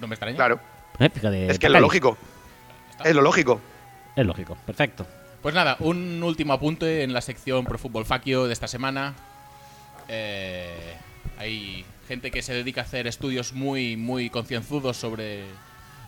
No me extraña. Claro. Eh, fíjate, Es que es lo Takagi. lógico. Es lo lógico. Es lógico, perfecto. Pues nada, un último apunte en la sección Pro Fútbol Facio de esta semana. Eh, hay gente que se dedica a hacer estudios muy, muy concienzudos sobre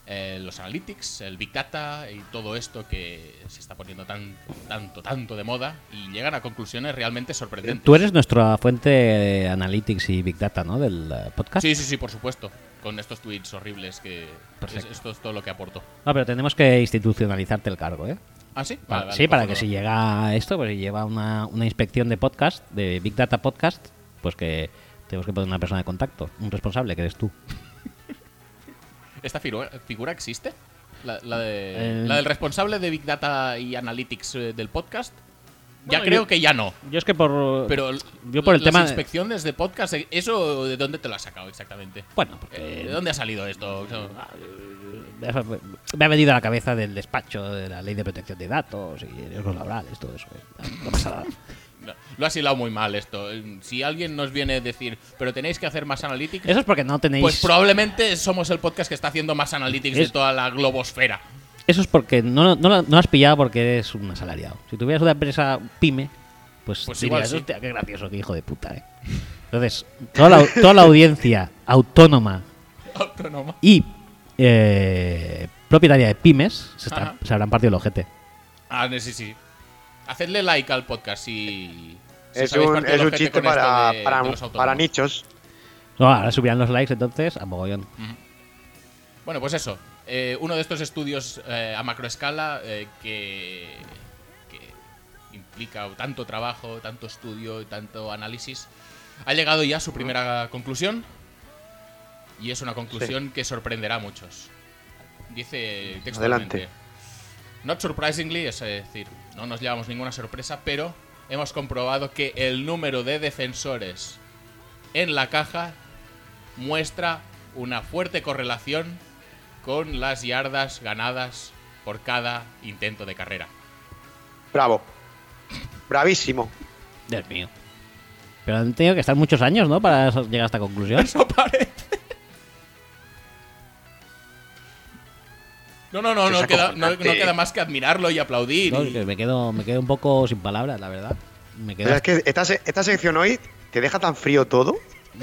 eh, los analytics, el Big Data y todo esto que se está poniendo tan, tanto, tanto de moda y llegan a conclusiones realmente sorprendentes. Tú eres nuestra fuente de analytics y big data, ¿no? Del eh, podcast. Sí, sí, sí, por supuesto. Con estos tweets horribles que... Perfecto. es- esto es todo lo que aporto. No, Ah, pero tenemos que institucionalizarte el cargo, ¿eh? ¿Ah, sí? Para- Vale, vale, sí, para que pues si nada. llega a esto, pues si lleva una, una inspección de podcast, de Big Data Podcast, pues que tenemos que poner una persona de contacto, un responsable, que eres tú. ¿Esta figura, figura existe? La, la de, Eh, la del responsable de Big Data y Analytics eh, del podcast. Bueno, ya creo yo- que ya no. Yo es que por... Pero l- yo por el las tema de- inspecciones de podcast, eh, ¿eso de dónde te lo has sacado exactamente? Bueno, Eh, porque ah, ¿De dónde ha salido esto? me ha venido a la cabeza del despacho de la ley de protección de datos y riesgos laborales, todo eso. ¿eh? No pasa nada. No, Lo has hilado muy mal esto. Eh, Si alguien nos viene a decir, pero tenéis que hacer más analytics, Eso Eh, es porque no tenéis... pues probablemente somos el podcast que está haciendo más analytics de Es- toda la globosfera. Eso es porque no, no, la- no has pillado porque eres un asalariado. Si tuvieras una empresa pyme, pues, Pues igual dirías, sí. "Hostia, qué gracioso, qué hijo de puta, ¿eh?". Entonces, toda la, toda la audiencia autónoma Autónoma. y eh, propietaria de pymes se, está- Ajá. se habrán partido el ojete. Ah, no, sí, sí. Hacedle like al podcast si. si es sabéis un, partido el es un ojete chiste con esto para, de- para, de los para autónomos. nichos. No, ahora subirán los likes entonces a mogollón. Bueno, pues eso. eh, uno de estos estudios eh, a macroescala eh, que, que implica tanto trabajo, tanto estudio y tanto análisis, ha llegado ya a su primera conclusión. Y es una conclusión que sorprenderá a muchos. Dice textualmente. Adelante. Not surprisingly, es eh, decir, no nos llevamos ninguna sorpresa, pero hemos comprobado que el número de defensores en la caja muestra una fuerte correlación con las yardas ganadas por cada intento de carrera. Bravo. Bravísimo. Dios mío. Pero han tenido que estar muchos años, ¿no? Para eso- llegar a esta conclusión. Eso parece. No, no, no, Es no queda, no, no acojonante. queda más que admirarlo y aplaudir. No, y- es que me, quedo, me quedo un poco sin palabras, la verdad. Me quedo Pero es que esta, se- esta sección hoy te deja tan frío todo.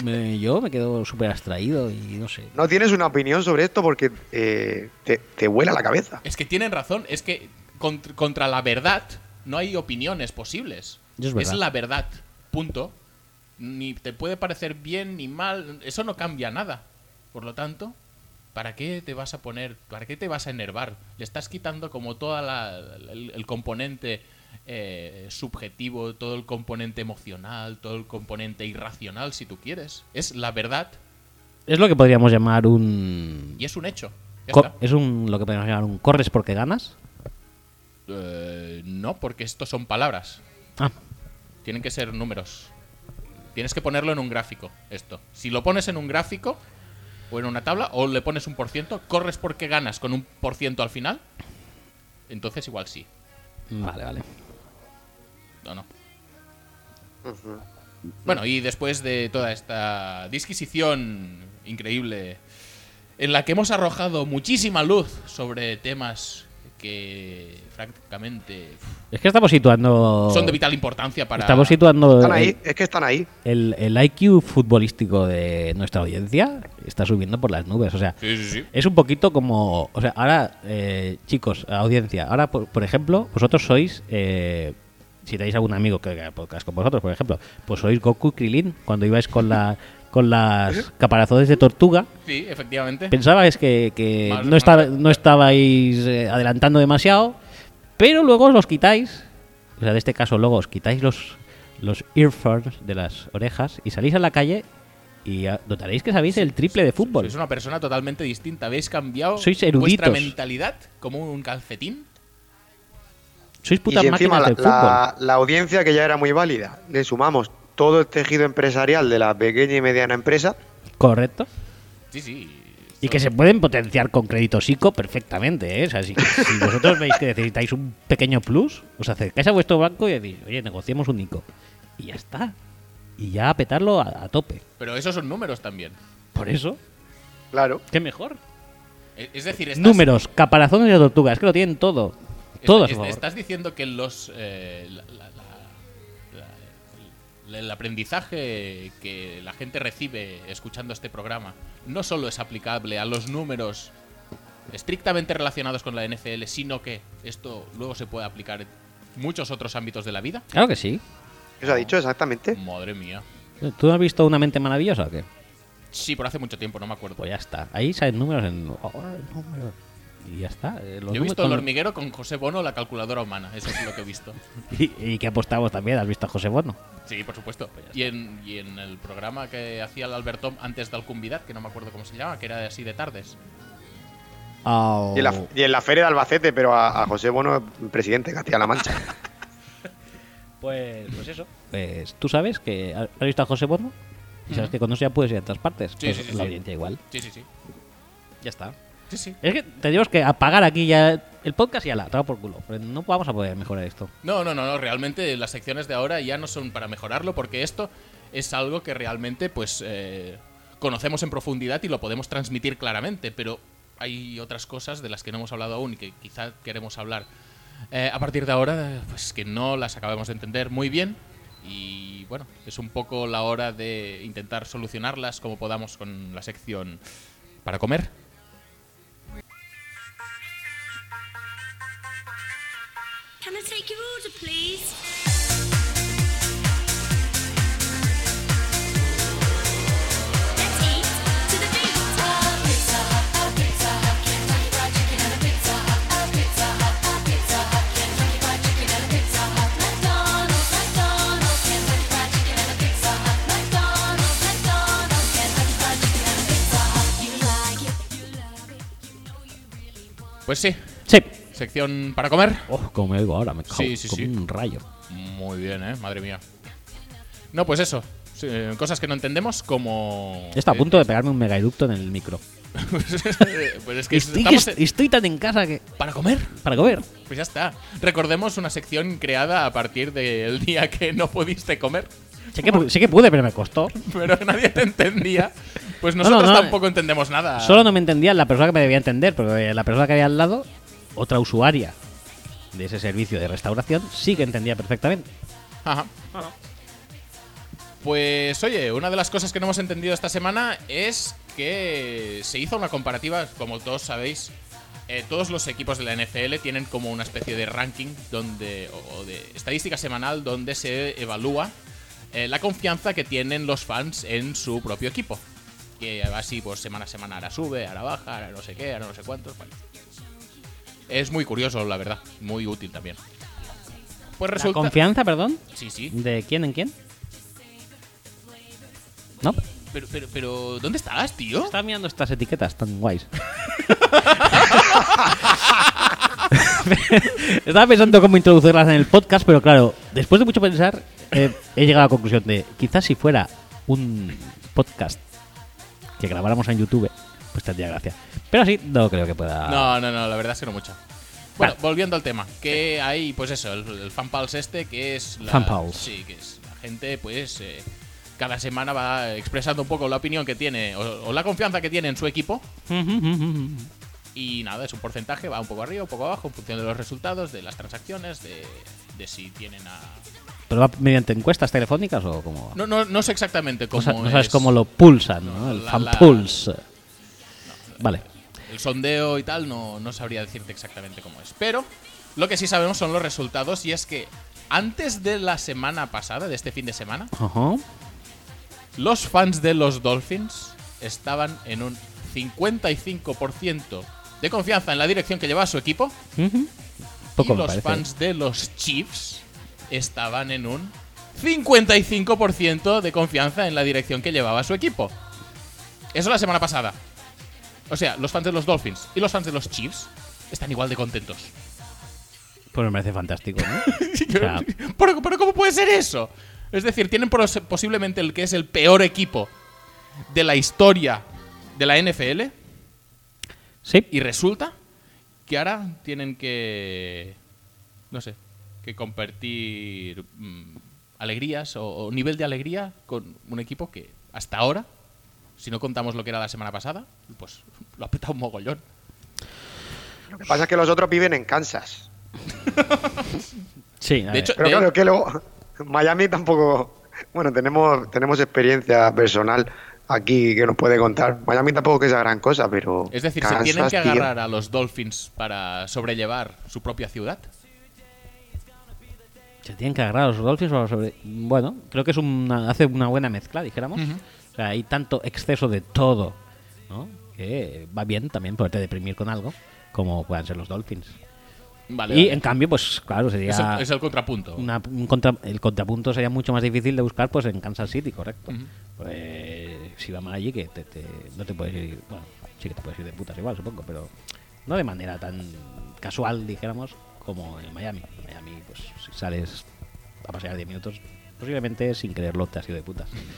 me- yo me quedo súper abstraído y no sé. No tienes una opinión sobre esto porque eh, te, te vuela la cabeza. Es que tienen razón, es que cont- contra la verdad no hay opiniones posibles. Es verdad. la verdad, punto. Ni te puede parecer bien ni mal, eso no cambia nada. Por lo tanto, ¿para qué te vas a poner, para qué te vas a enervar? Le estás quitando como toda la, el, el componente eh, subjetivo, todo el componente emocional, todo el componente irracional, si tú quieres. Es la verdad Es lo que podríamos llamar un. y es un hecho. Ya co- está. Es un, lo que podríamos llamar un corres porque ganas. Eh, no, porque esto son palabras. Ah, Tienen que ser números. Tienes que ponerlo en un gráfico, esto. Si lo pones en un gráfico o en una tabla o le pones un por ciento, corres porque ganas con un por ciento al final, entonces igual sí. vale, vale. No, no. Bueno, y después de toda esta disquisición increíble en la que hemos arrojado muchísima luz sobre temas que francamente Es que estamos situando. son de vital importancia para Oh. Estamos situando. el- Están ahí, es que están ahí. El, el IQ futbolístico de nuestra audiencia está subiendo por las nubes. O sea, Sí, sí, sí. es un poquito como. O sea, ahora, eh, chicos, audiencia, ahora, por, por ejemplo, vosotros sois. eh, si tenéis algún amigo que haga podcast con vosotros, por ejemplo, pues sois Goku y Krilin cuando ibais con, la, con ¿Eh? las caparazones de tortuga. Sí, efectivamente. Pensabais que, que Más- no, estaba, no estabais eh, adelantando demasiado, pero luego os los quitáis. O sea, de este caso, luego os quitáis los, los earphones de las orejas y salís a la calle y ah, notaréis que sabéis el triple de fútbol. Sois una persona totalmente distinta. Habéis cambiado Sois eruditos. vuestra mentalidad como un calcetín. Sois putas y encima máquinas la, del fútbol. la- la audiencia que ya era muy válida, le sumamos todo el tejido empresarial de la pequeña y mediana empresa. Correcto. Sí, sí. Y que se pueden potenciar con crédito psico perfectamente, ¿eh? O sea, si, si vosotros veis que necesitáis un pequeño plus, os acercáis a vuestro banco y decís, oye, negociemos un ICO. Y ya está. Y ya a petarlo a- a tope. Pero esos son números también. Por eso, Claro. qué mejor. Es es decir, estás- Números, caparazones de tortugas, que lo tienen todo. est- Todo a est- su favor. Estás diciendo que los eh, la- la- la- la- la- el aprendizaje que la gente recibe escuchando este programa no solo es aplicable a los números estrictamente relacionados con la NFL, sino que esto luego se puede aplicar en muchos otros ámbitos de la vida. Claro que sí. Eso ha dicho exactamente. Madre mía. ¿Tú no has visto una mente maravillosa o qué? Sí, por hace mucho tiempo, no me acuerdo. Pues ya está. Ahí salen números en. oh, números. Y ya está. Eh, los Yo he números visto con- El hormiguero con José Bono, la calculadora humana. Eso es lo que he visto. Y, y que apostamos también. ¿Has visto a José Bono? Sí, por supuesto. Pues Y en, y en el programa que hacía el Albertón antes del Convidat, que no me acuerdo cómo se llama, que era así de tardes. Au. Y en, la, y en la feria de Albacete, pero a, a José Bono, presidente de Castilla-La Mancha. Pues, pues eso. Pues, Tú sabes que. ¿Has has visto a José Bono? Y sabes que cuando sea puedes ir a otras partes. Sí, Pues sí, sí, la sí. audiencia igual. Sí, sí, sí. Ya está. Sí, sí. Es que tenemos que apagar aquí ya el podcast y ala, trago por culo. Pero no vamos a poder mejorar esto. No, no, no, no. Realmente las secciones de ahora ya no son para mejorarlo, porque esto es algo que realmente, pues, eh, conocemos en profundidad y lo podemos transmitir claramente. Pero hay otras cosas de las que no hemos hablado aún y que quizá queremos hablar eh, a partir de ahora, pues que no las acabamos de entender muy bien. Y bueno, es un poco la hora de intentar solucionarlas como podamos con la sección para comer. Can I take your order, please? Let's eat to the beat. Pues sí, Sí. sección para comer. Oh, como me oigo ahora, me cago Sí, sí, como sí. un rayo. Muy bien, ¿eh? Madre mía. No, pues eso. Sí, eh, cosas que no entendemos como... Está a eh, punto de pegarme un mega eructo en el micro. pues, es que estoy, estamos est- estoy tan en casa que. para comer. Para comer. Pues ya está. Recordemos una sección creada a partir del día que no pudiste comer, Sé que, pu- sé que pude, pero me costó. pero nadie te entendía. Pues nosotros no, eh. tampoco entendemos nada. Solo no me entendía la persona que me debía entender, porque la persona que había al lado, otra usuaria de ese servicio de restauración, sí que entendía perfectamente. Ajá. Pues oye, una de las cosas que no hemos entendido esta semana es que se hizo una comparativa, como todos sabéis, eh, todos los equipos de la NFL tienen como una especie de ranking donde, o, o de estadística semanal donde se evalúa eh, la confianza que tienen los fans en su propio equipo. que así pues semana a semana ahora sube, ahora baja, ahora no sé qué, ahora no sé cuántos. bueno. Es muy curioso, la verdad, muy útil también. Pues ¿La resulta... confianza, perdón? Sí, sí. ¿De quién en quién? No, Pero, pero, pero, ¿dónde estabas, tío? está mirando estas etiquetas tan guays. Estaba pensando cómo introducirlas en el podcast, pero claro, después de mucho pensar, eh, he llegado a la conclusión de quizás si fuera un podcast que grabáramos en YouTube, pues tendría gracia. Pero así no creo que pueda. No, no, no, la verdad es que no mucho. Bueno, Vale. volviendo al tema, que hay, pues eso, el, el fanpulse este, que es la, Fanpulse. Sí, que es la gente, pues, eh, cada semana va expresando un poco la opinión que tiene o, o la confianza que tiene en su equipo. Y nada, es un porcentaje, va un poco arriba, un poco abajo, en función de los resultados, de las transacciones, de, de si tienen a... ¿Pero va mediante encuestas telefónicas o cómo va? No, no, no sé exactamente No cómo sa- no sabes es cómo lo pulsan, ¿no? No, El la- fan la- pulse. Vale. el sondeo y tal, no, no sabría decirte exactamente cómo es. Pero lo que sí sabemos son los resultados y es que antes de la semana pasada, de este fin de semana, Ajá. Los fans de los Dolphins estaban en un 55% de confianza en la dirección que llevaba su equipo. Ujú. Poco y me los parece. fans de los Chiefs estaban en un 55% de confianza en la dirección que llevaba su equipo. Eso la semana pasada. O sea, los fans de los Dolphins y los fans de los Chiefs están igual de contentos. Pues me parece fantástico, ¿no? O sea, pero, pero ¿cómo puede ser eso? Es decir, tienen pros- posiblemente el que es el peor equipo de la historia de la NFL sí. y resulta que ahora tienen que, no sé, que compartir mm, alegrías o, o nivel de alegría con un equipo que hasta ahora, si no contamos lo que era la semana pasada, pues lo ha petado un mogollón. Lo que pasa es que los otros viven en Kansas. Sí, a De ver. hecho, Pero de- claro, que luego Miami tampoco. Bueno, tenemos, tenemos experiencia personal aquí que nos puede contar. Miami tampoco que sea gran cosa, pero. es decir, Kansas, se tienen que tío. agarrar a los Dolphins para sobrellevar su propia ciudad. se tienen que agarrar a los Dolphins o a los sobre- Bueno, creo que es una, hace una buena mezcla, dijéramos. O sea, hay tanto exceso de todo, ¿no? Que va bien también poderte deprimir con algo, como puedan ser los Dolphins. Vale. y vale. en cambio, pues claro, sería... Es el, es el contrapunto. una- un contra- el contrapunto sería mucho más difícil de buscar pues en Kansas City, correcto. Pues, si va mal allí, que te- te- no te puedes ir. Bueno, sí que te puedes ir de putas igual, supongo, pero no de manera tan casual, dijéramos, como en Miami. En Miami, pues si sales a pasear 10 minutos, posiblemente sin quererlo te has ido de putas.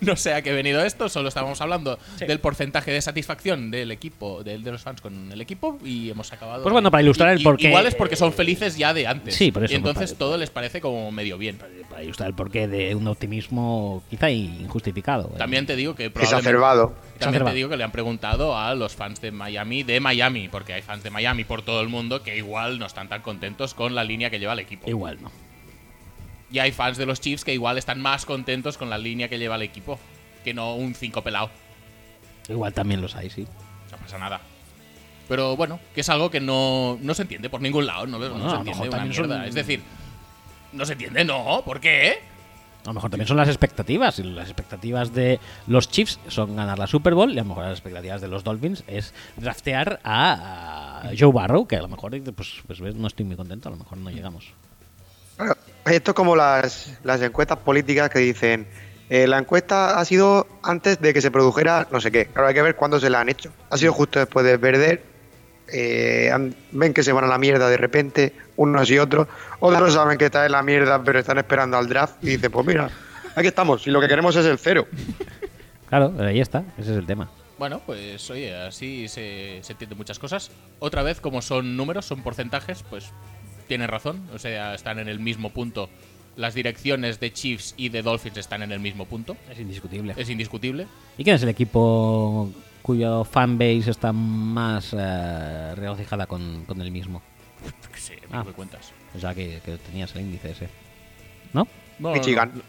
No sé a qué ha venido esto, solo estábamos hablando del porcentaje de satisfacción del equipo, del de los fans con el equipo, y hemos acabado. Pues bueno, para ilustrar el Y- y- porqué- Igual es porque son felices ya de antes. Sí, por eso Y me entonces parece. todo les parece como medio bien. Para ilustrar el porqué de un optimismo quizá injustificado. eh. También te digo que probablemente. Exacerbado. También te Exacerbado. digo que le han preguntado a los fans de Miami, de Miami, porque hay fans de Miami por todo el mundo que igual no están tan contentos con la línea que lleva el equipo. Igual, ¿no? Y hay fans de los Chiefs que igual están más contentos con la línea que lleva el equipo, que no un 5 pelado. Igual también los hay, sí. No pasa nada. Pero bueno, que es algo que no, no se entiende por ningún lado. No, no Bueno, a se lo entiende mejor una también son- mierda. Es decir, no se entiende, no. ¿Por qué? A lo mejor también son las expectativas. y Las expectativas de los Chiefs son ganar la Super Bowl y a lo mejor las expectativas de los Dolphins es draftear a, a Joe Barrow, que a lo mejor dice, pues, pues ves, no estoy muy contento, a lo mejor no llegamos. Claro, Esto es como las, las encuestas políticas que dicen, eh, la encuesta ha sido antes de que se produjera no sé qué. Claro, hay que ver cuándo se la han hecho. Ha sido justo después de perder. eh, han- ven que se van a la mierda de repente, unos y otros. Otros saben que está en la mierda, pero están esperando al draft y dicen, pues mira, aquí estamos. Y lo que queremos es el cero. Claro, ahí está, ese es el tema. Bueno, pues oye, así se, se entienden muchas cosas. Otra vez, como son números, son porcentajes, pues tienen razón. O sea, están en el mismo punto. Las direcciones de Chiefs y de Dolphins están en el mismo punto. Es indiscutible. Es indiscutible. Eh, ¿Y quién es el equipo cuyo fanbase está más eh, regocijada con, con el mismo? Que sé, Ah. me cuentas. O sea, que, que tenías el índice ese. ¿No? No, no, Michigan. no.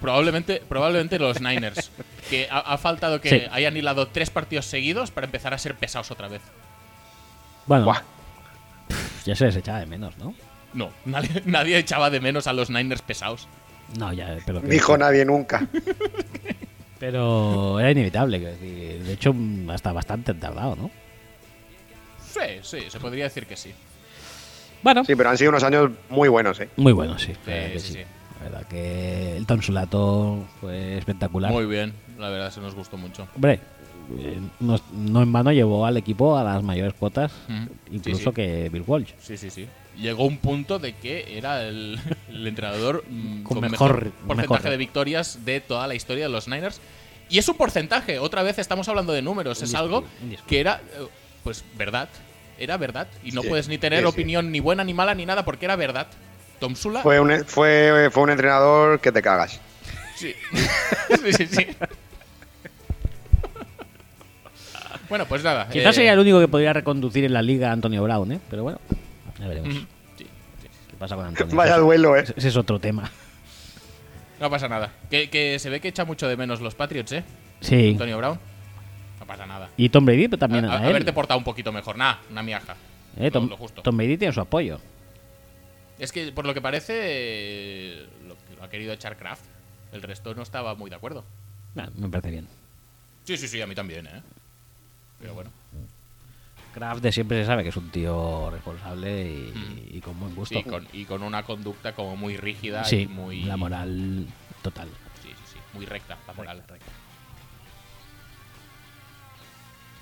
Probablemente, probablemente los Niners. que ha, ha faltado que Sí. hayan hilado tres partidos seguidos para empezar a ser pesados otra vez. Bueno, Buah. pf, ya se les echaba de menos, ¿no? No, nadie, nadie echaba de menos a los Niners pesados. No, ya, pero... que- Dijo nadie nunca. Pero era inevitable, quiero decir. De hecho, mm, hasta bastante han tardado, ¿no? Sí, sí, se podría decir que sí. Bueno, Sí, pero han sido unos años muy buenos, ¿eh? muy bueno, sí. Sí, la verdad que sí, sí. La verdad que el tonsulato fue espectacular. Muy bien, la verdad, se nos gustó mucho. Hombre, eh, no, no en vano llevó al equipo a las mayores cuotas, Mm, sí, incluso sí. que Bill Walsh. Sí, sí, sí. Llegó un punto de que era el, el entrenador mm, Con con, mejor- mejor, mejor. porcentaje de victorias de toda la historia de los Niners. Y es un porcentaje, otra vez estamos hablando de números, es algo indiscutible. que era, eh, pues, verdad. Era verdad. Y no Sí, puedes ni tener sí, sí. opinión ni buena ni mala ni nada porque era verdad. Tom Sula. Fue un, fue, fue un entrenador que te cagas. Sí. sí, sí, sí. bueno, pues nada. Quizás eh, sería el único que podría reconducir en la liga a Antonio Brown, ¿eh? Pero bueno, ya veremos mm, sí, sí. qué pasa con Antonio. Vaya Ese- duelo, ¿eh? Ese es otro tema. No pasa nada. Que, que se ve que echa mucho de menos los Patriots, ¿eh? Sí. Antonio Brown. No pasa nada. Y Tom Brady pero también A- a, a- él. haberte portado un poquito mejor. Nada, una miaja. Eh, Tom, lo, lo justo. Tom Brady tiene su apoyo. Es que por lo que parece eh, lo, lo ha querido echar Kraft. El resto no estaba muy de acuerdo. Ah, me parece bien. Sí, sí, sí, a mí también, ¿eh? Pero bueno. Kraft de siempre se sabe que es un tío responsable y, Mm. y con buen gusto. Sí, con, y con una conducta como muy rígida Sí, y muy. la moral total. Sí, sí, sí, muy recta, la moral.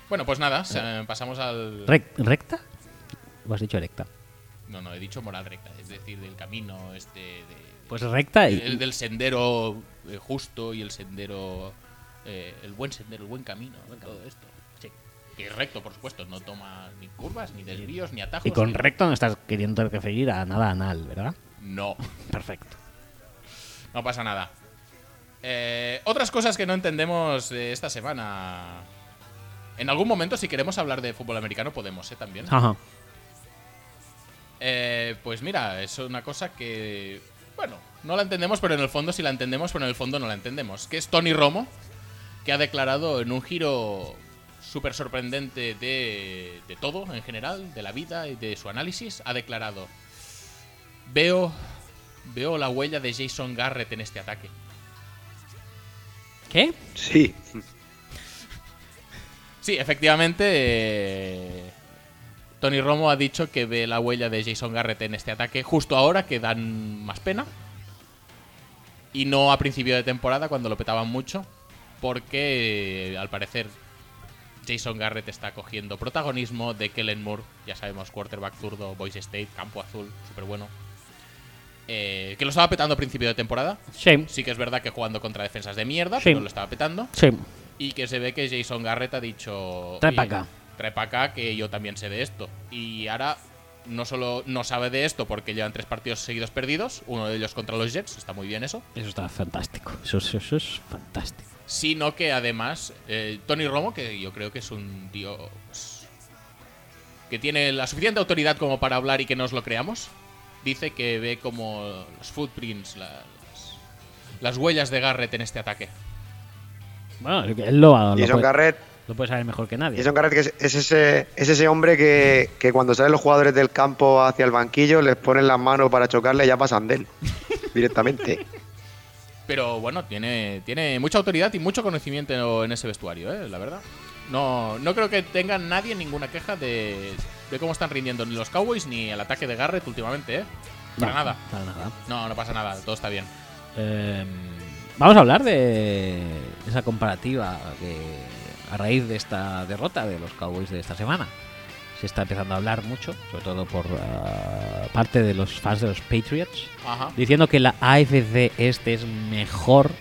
Bueno, pues Eh. nada, se- pasamos al. Rec- ¿Recta? ¿O has dicho recta? No, no, he dicho moral recta, es decir, del camino este. de- Pues recta y... el del sendero eh, justo y el sendero eh, el buen sendero el buen camino todo esto que es recto por supuesto no toma ni curvas ni desvíos ni atajos Y con ni- recto no estás queriendo referir a nada anal, ¿verdad? no Perfecto. no pasa nada Eh, otras cosas que no entendemos de esta semana en algún momento si queremos hablar de fútbol americano podemos eh también Ajá. Eh, pues mira, es una cosa que. Bueno, no la entendemos, pero en el fondo sí la entendemos, pero en el fondo no la entendemos. Que es Tony Romo, que ha declarado en un giro súper sorprendente de, de todo en general, de la vida y de su análisis, ha declarado: Veo. Veo la huella de Jason Garrett en este ataque. ¿Qué? Sí. Sí, efectivamente. eh, Tony Romo ha dicho que ve la huella de Jason Garrett en este ataque justo ahora que dan más pena. Y no a principio de temporada cuando lo petaban mucho. Porque eh, al parecer Jason Garrett está cogiendo protagonismo de Kellen Moore. Ya sabemos, quarterback zurdo, Boise State, campo azul, súper bueno. que lo estaba petando a principio de temporada. Shame. Sí que es verdad que jugando contra defensas de mierda, Sí. pero lo estaba petando. Shame. Y que se ve que Jason Garrett ha dicho. Trae "Oye, pa' acá". Trae pa' acá que yo también sé de esto. Y ahora no solo no sabe de esto porque llevan tres partidos seguidos perdidos, uno de ellos contra los Jets, está muy bien eso, Eso está fantástico. Eso, eso- eso es fantástico. sino que además eh, Tony Romo, que yo creo que es un tío pues, que tiene la suficiente autoridad como para hablar y que nos lo creamos, dice que ve como los footprints, la- las, las huellas de Garrett en este ataque. Bueno, es que él lo, va- lo, Jason puede, Garrett, lo puede saber mejor que nadie. Jason Garrett que es, es ese, es ese hombre que, que cuando salen los jugadores del campo hacia el banquillo les ponen las manos para chocarle y ya pasan de él directamente. Pero bueno, tiene, tiene mucha autoridad y mucho conocimiento en ese vestuario, ¿eh? la verdad. No, no creo que tenga nadie ninguna queja de, de cómo están rindiendo ni los Cowboys ni el ataque de Garrett últimamente, ¿eh? Para No, nada. Para nada. No, no pasa nada, todo está bien. Eh, vamos a hablar de esa comparativa que a raíz de esta derrota de los Cowboys de esta semana se está empezando a hablar mucho, sobre todo por ah, parte de los fans de los Patriots, Ajá. diciendo que la AFC este es mejor que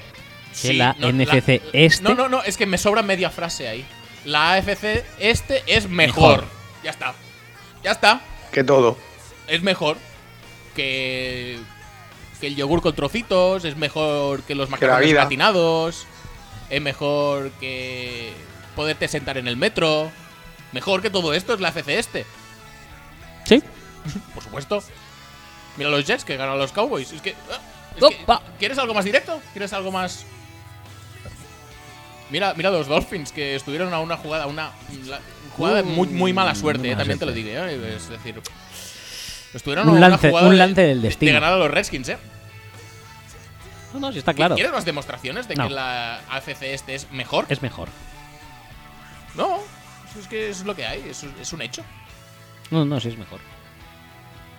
Sí, la no, NFC este. No, no, no, es que me sobra media frase ahí. La AFC este es mejor. Mejor. Ya está. Ya está. Que todo. Es mejor que, que el yogur con trocitos, es mejor que los la macarrones vida. gratinados, es mejor que poderte sentar en el metro. Mejor que todo esto es la FC este, Sí, por supuesto. Mira los Jets que ganan a los Cowboys. Es que, ah, es que- Opa. ¿Quieres algo más directo? ¿Quieres algo más.? Mira, mira los Dolphins que estuvieron a una jugada, una la- jugada de muy, muy mala suerte, Uh, muy eh, mala también suerte. te lo diré. eh, Es decir, estuvieron Un a una lance- jugada un de- lance del de- destino. De ganar a los Redskins, ¿eh? No, no, sí está claro. ¿Quieres más demostraciones de No. que la AFC este es mejor? Es mejor. No, eso es que es lo que hay, es, un- es un hecho. No, no, sí es mejor.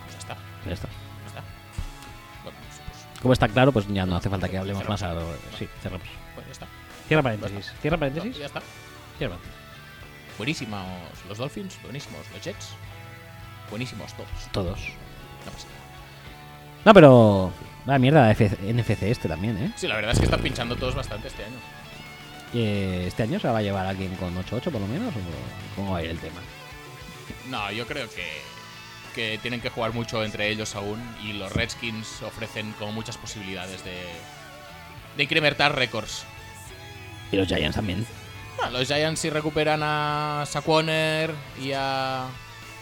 Pues ya está, Ya está. ya está. Bueno, pues, pues, Como está claro, pues ya no hace falta que hablemos Cerramos. más. ahora. Sí, cerramos. pues ya está. Cierra paréntesis. Cierra paréntesis. Ya está. Cierra paréntesis. Buenísimos los Dolphins, buenísimos los Jets, buenísimos todos. Todos. No pasa nada. No, pero. La mierda de F- NFC este también, ¿eh? Sí, la verdad es que están pinchando todos bastante este año. Eh, ¿Este año se la va a llevar alguien con 8-8 por lo menos? ¿O cómo va a ir el tema? No, yo creo que, que tienen que jugar mucho entre ellos aún y los Redskins ofrecen como muchas posibilidades de, de incrementar récords. Y los Giants también. Bueno, los Giants si recuperan a Saquoner y a,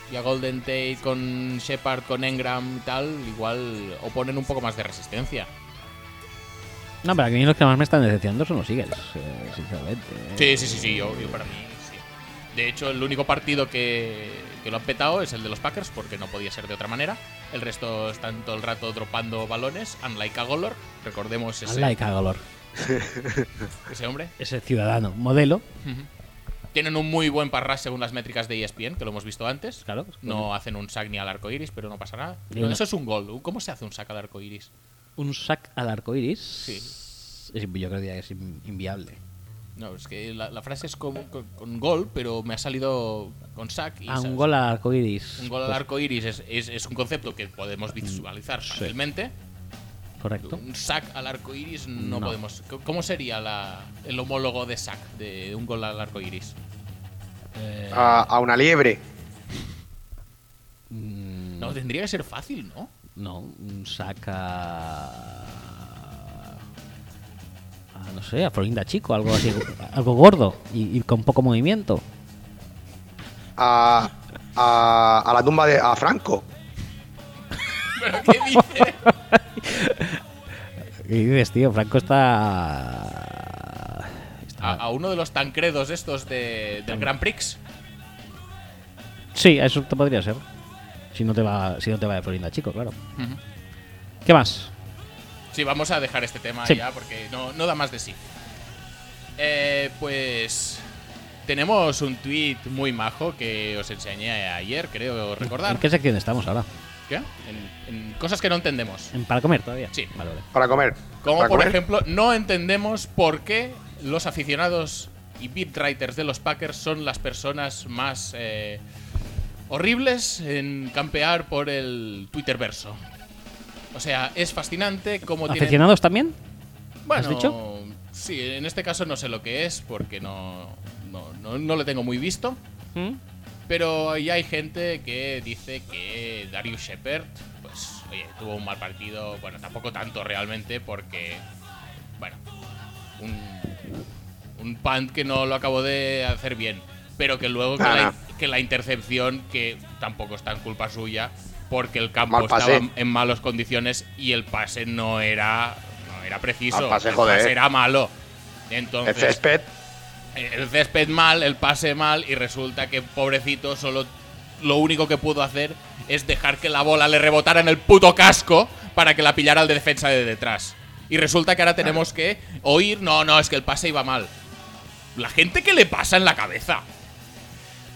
y a Golden Tate con Shepard, con Engram y tal, igual oponen un poco más de resistencia. No, pero aquí los que más me están decepcionando son los Eagles, eh, sinceramente. Sí, sí, sí, sí, yo, yo para mí sí. De hecho, el único partido que, que lo han petado es el de los Packers, porque no podía ser de otra manera. El resto están todo el rato dropando balones, unlike a Golor, recordemos ese, Like a Golor. ese hombre. Ese ciudadano modelo. Tienen un muy buen parras según las métricas de E ESPN, que lo hemos visto antes. Claro, pues, No hacen un sack ni al arco iris, pero no pasa nada. Ni una- Eso es un gol. ¿Cómo se hace un sack al arco iris? Un sack al arco iris. Sí. Yo creo que es in- inviable. No, es que la, la frase es como- con, con gol, pero me ha salido con sack. Y Ah, un ¿sabes? gol al arco iris. Un gol al arco iris es, es- es un concepto que podemos visualizar fácilmente. Correcto. Un sack al arco iris no, No. podemos. C- ¿Cómo sería la- el homólogo de sack, de un gol al arco iris? A, a una liebre. Mm, No, tendría que ser fácil, ¿no? No, un sack a... a, No sé, a Florinda Chico, algo así. algo gordo y, y con poco movimiento. A, a, a la tumba de a Franco. ¿Pero qué dice? ¿Qué dices, tío? Franco está. A, está- a uno de los tancredos estos de, del Grand Prix. Sí, eso te podría ser. Si no te va, si no te va de Florinda, chico, claro. ¿Qué más? Sí, vamos a dejar este tema Sí. ya porque no, no da más de sí. Eh, pues tenemos un tweet muy majo que os enseñé ayer, creo recordar. ¿En qué sección estamos ahora? ¿Qué? En- en cosas que no entendemos. ¿En para comer todavía? Sí. Vale, vale. Para comer. Como para por comer. ejemplo, no entendemos por qué los aficionados y beatwriters de los Packers son las personas más eh, horribles en campear por el Twitterverso. O sea, es fascinante cómo tienen. ¿Aficionados también? Bueno, dicho? sí, en este caso no sé lo que es porque no, no, no, no lo tengo muy visto. Pero ahí hay gente que dice que Darius Shepard, pues, oye, tuvo un mal partido. Bueno, tampoco tanto realmente, porque, bueno, un, un punt que no lo acabó de hacer bien. Pero que luego que, Ah, la, que la intercepción, que tampoco está en culpa suya, porque el campo Mal estaba pase. en- en malas condiciones y el pase no era, no era preciso. Mal Ah, pase, el joder. pase era malo. El Entonces, césped. el césped mal, el pase mal y resulta que pobrecito solo lo único que pudo hacer es dejar que la bola le rebotara en el puto casco para que la pillara el de defensa de detrás. Y resulta que ahora tenemos que oír, no, no, es que el pase iba mal. La gente que le pasa en la cabeza.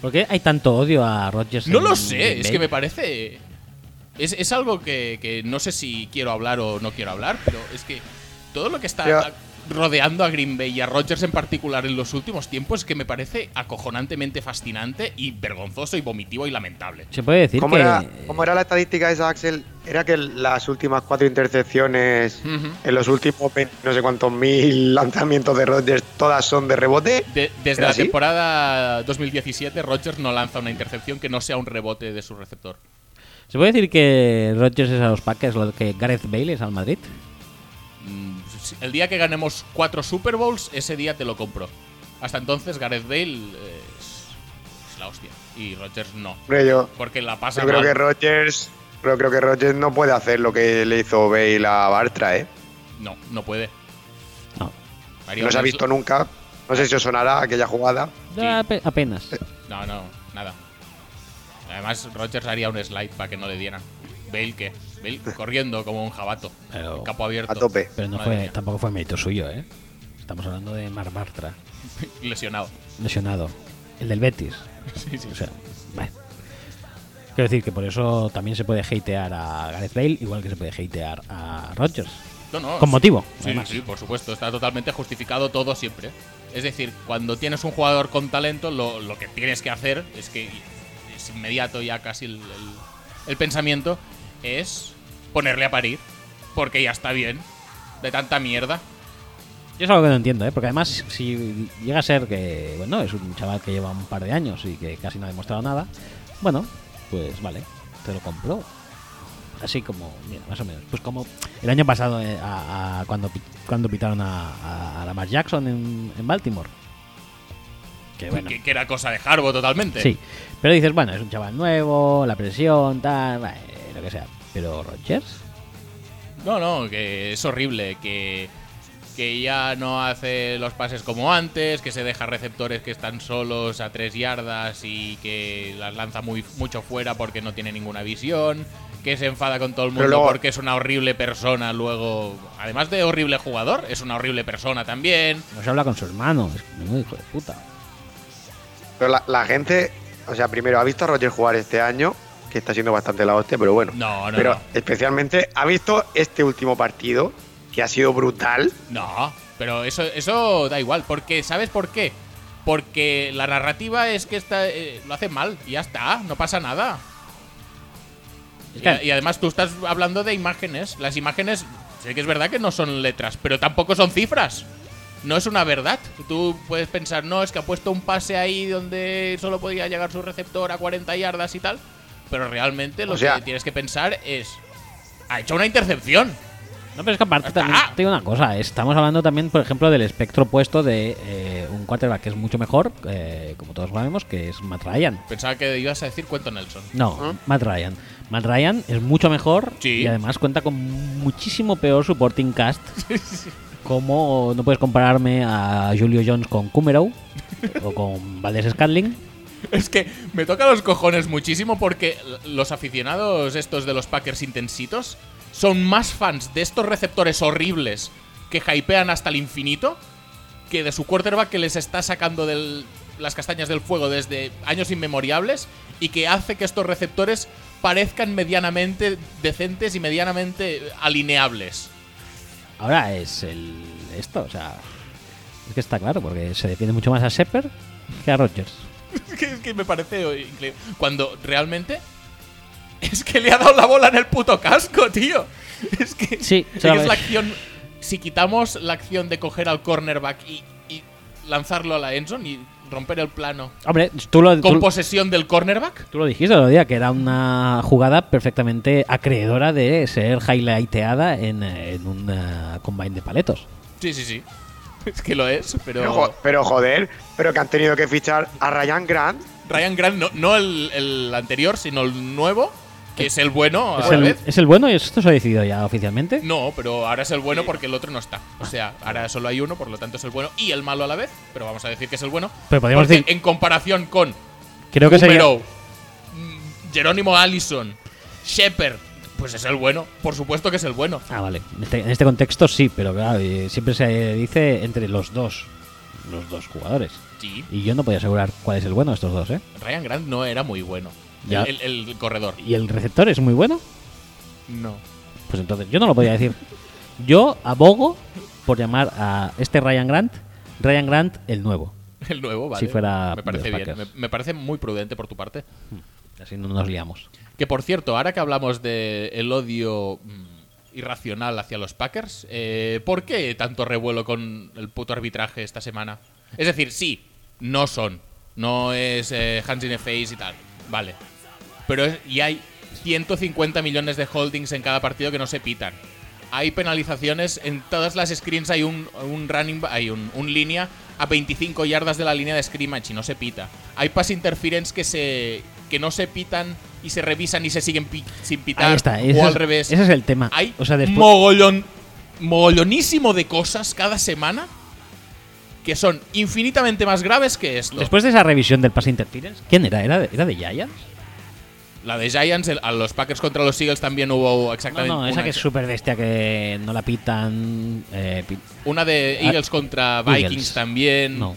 ¿Por qué hay tanto odio a Rodgers? No en lo Green sé, es Bay? que me parece... Es, es algo que, que no sé si quiero hablar o no quiero hablar, pero es que todo lo que está Ya. rodeando a Green Bay y a Rodgers en particular en los últimos tiempos es que me parece acojonantemente fascinante y vergonzoso y vomitivo y lamentable. Se puede decir ¿Cómo que. era, cómo era la estadística esa, Axel? Era que las últimas cuatro intercepciones Ujú. en los últimos 20 no sé cuántos mil lanzamientos de Rodgers, todas son de rebote. De- desde ¿Era la así? temporada 2017, Rodgers no lanza una intercepción que no sea un rebote de su receptor. ¿Se puede decir que Rodgers es a los Packers lo que Gareth Bale es al Madrid? Mm, si- El día que ganemos cuatro Super Bowls, ese día te lo compro. Hasta entonces, Gareth Bale eh, es, es la hostia. Y Rodgers no. Hombre, yo, Porque la yo pasa creo mal. que Rodgers. Yo creo que Rodgers no puede hacer lo que le hizo Bale a Bartra, ¿eh? No, no puede. No. Mario, No se ha es- visto nunca. No sé si os sonará aquella jugada. Ya ape- apenas. No, no, nada. Además, Rogers haría un slide para que no le dieran. Bale, ¿qué? Bill corriendo como un jabato. Pero- el capo abierto. A tope. Pero no Madre fue, mía, tampoco fue mérito suyo, ¿eh? Estamos hablando de Mar Bartra, Lesionado. lesionado. El del Betis. Sí, sí. O sea, bueno. Quiero decir que por eso también se puede hatear a Gareth Bale, igual que se puede hatear a Rodgers. No, no, Con sí. motivo, Sí, además. sí, por supuesto. Está totalmente justificado todo siempre. Es decir, cuando tienes un jugador con talento, lo, lo que tienes que hacer es que es inmediato ya casi el, el- el pensamiento es ponerle a parir. Porque ya está bien de tanta mierda. Yo es algo que no entiendo, ¿eh? Porque además, si llega a ser que, bueno, es un chaval que lleva un par de años y que casi no ha demostrado nada, bueno, pues vale, te lo compro. Así como, mira, más o menos. Pues como el año pasado, eh, a- a- cuando, pi- cuando pitaron a, a, a Lamar Jackson en, en Baltimore. Que bueno. Que, que era cosa de Harbo totalmente. Sí, pero dices, bueno, es un chaval nuevo, la presión, tal, bueno, lo que sea. Pero Rogers, No, no, que es horrible, que, que ya no hace los pases como antes, que se deja receptores que están solos a tres yardas y que las lanza muy mucho fuera porque no tiene ninguna visión, que se enfada con todo el Pero mundo luego- porque es una horrible persona luego, además de horrible jugador, es una horrible persona también. no se habla con su hermano, es menudo hijo de puta. Pero la, la gente, o sea, primero ha visto a Roger jugar este año, que está siendo bastante la hostia, pero bueno. No, no, pero no. especialmente ha visto este último partido, que ha sido brutal. No, pero eso, eso da igual, porque ¿sabes por qué? Porque la narrativa es que está, eh, lo hace mal y ya está, no pasa nada. Es Y, que- y además tú estás hablando de imágenes. Las imágenes, sé que es verdad que no son letras, pero tampoco son cifras. No es una verdad. Tú puedes pensar, no, es que ha puesto un pase ahí donde solo podía llegar su receptor a 40 yardas y tal. Pero realmente lo O sea- que tienes que pensar es, ha hecho una intercepción. No, pero es que aparte Está. también te digo una cosa, estamos hablando también, por ejemplo, del espectro opuesto de eh, un quarterback que es mucho mejor, eh, como todos sabemos, que es Matt Ryan. Pensaba que ibas a decir cuento Nelson. No, Matt Ryan. Matt Ryan es mucho mejor Ah. Sí. y además cuenta con muchísimo peor supporting cast. Como no puedes compararme a Julio Jones con Kummerow o con Valdés Scantling. Es que me toca los cojones muchísimo porque l- los aficionados estos de los Packers intensitos son más fans de estos receptores horribles que hypean hasta el infinito que de su quarterback que les está sacando del- las castañas del fuego desde años inmemoriales y que hace que estos receptores parezcan medianamente decentes y medianamente alineables. Ahora es el esto, o sea, es que está claro porque se defiende mucho más a Shepard que a Rodgers. Es que, es que me parece increíble. Cuando realmente es que le ha dado la bola en el puto casco, tío. Es que Sí, es, se la que es ve. la acción. Si quitamos la acción de coger al cornerback y, y lanzarlo a la Enson y romper el plano Hombre, tú lo, con tú, posesión del cornerback, tú lo dijiste el otro día que era una jugada perfectamente acreedora de ser highlighteada en, eh, en un eh, combine de paletos. sí, sí, sí. Es que lo es, Pero, pero jo- pero joder, pero que han tenido que fichar a Ryan Grant. Ryan Grant, no, no el, el anterior, sino el nuevo, que es el bueno a ¿Es la el, vez. ¿Es el bueno y esto se ha decidido ya oficialmente? No, pero ahora es el bueno porque el otro no está. O sea, ahora solo hay uno, por lo tanto es el bueno y el malo a la vez, pero vamos a decir que es el bueno. Pero podríamos porque decir- en comparación con Creo que sería. Kummerow, mm, Jerónimo Allison, Shepard, pues es el bueno. Por supuesto que es el bueno. Ah, vale. En este, en este contexto sí, pero claro, eh, siempre se dice entre los dos. Los dos jugadores. Sí, Y yo no podía asegurar cuál es el bueno de estos dos, ¿eh? Ryan Grant no era muy bueno. Ya. El, el- el corredor. ¿Y el receptor es muy bueno? No. Pues entonces, yo no lo podía decir. Yo abogo por llamar a este Ryan Grant, Ryan Grant el nuevo. El nuevo, vale. Si fuera me parece de los bien. Me, Packers. me parece muy prudente por tu parte. Así no nos liamos. Que por cierto, ahora que hablamos del odio mm, irracional hacia los Packers, eh, ¿por qué tanto revuelo con el puto arbitraje esta semana? Es decir, sí, no son. No es eh, Hands in the Face y tal. Vale. Pero es- y hay 150 millones de holdings en cada partido que no se pitan. Hay penalizaciones en todas las screens. Hay un, un running, ba- hay un, un línea a 25 yardas de la línea de scrimmage y no se pita. Hay pass interference que se que no se pitan y se revisan y se siguen pi- sin pitar Ahí está. Ese, o al es, revés. ese es el tema. Hay o sea, después, mogollón, mogollonísimo de cosas cada semana que son infinitamente más graves que esto. después de esa revisión del pase interference, ¿quién era? ¿Era de, era de Giants? La de Giants, el- a los Packers contra los Eagles también hubo No, exactamente no, esa una, que es súper bestia que no la pitan. eh, pi- una de Eagles contra Eagles. Vikings también. no.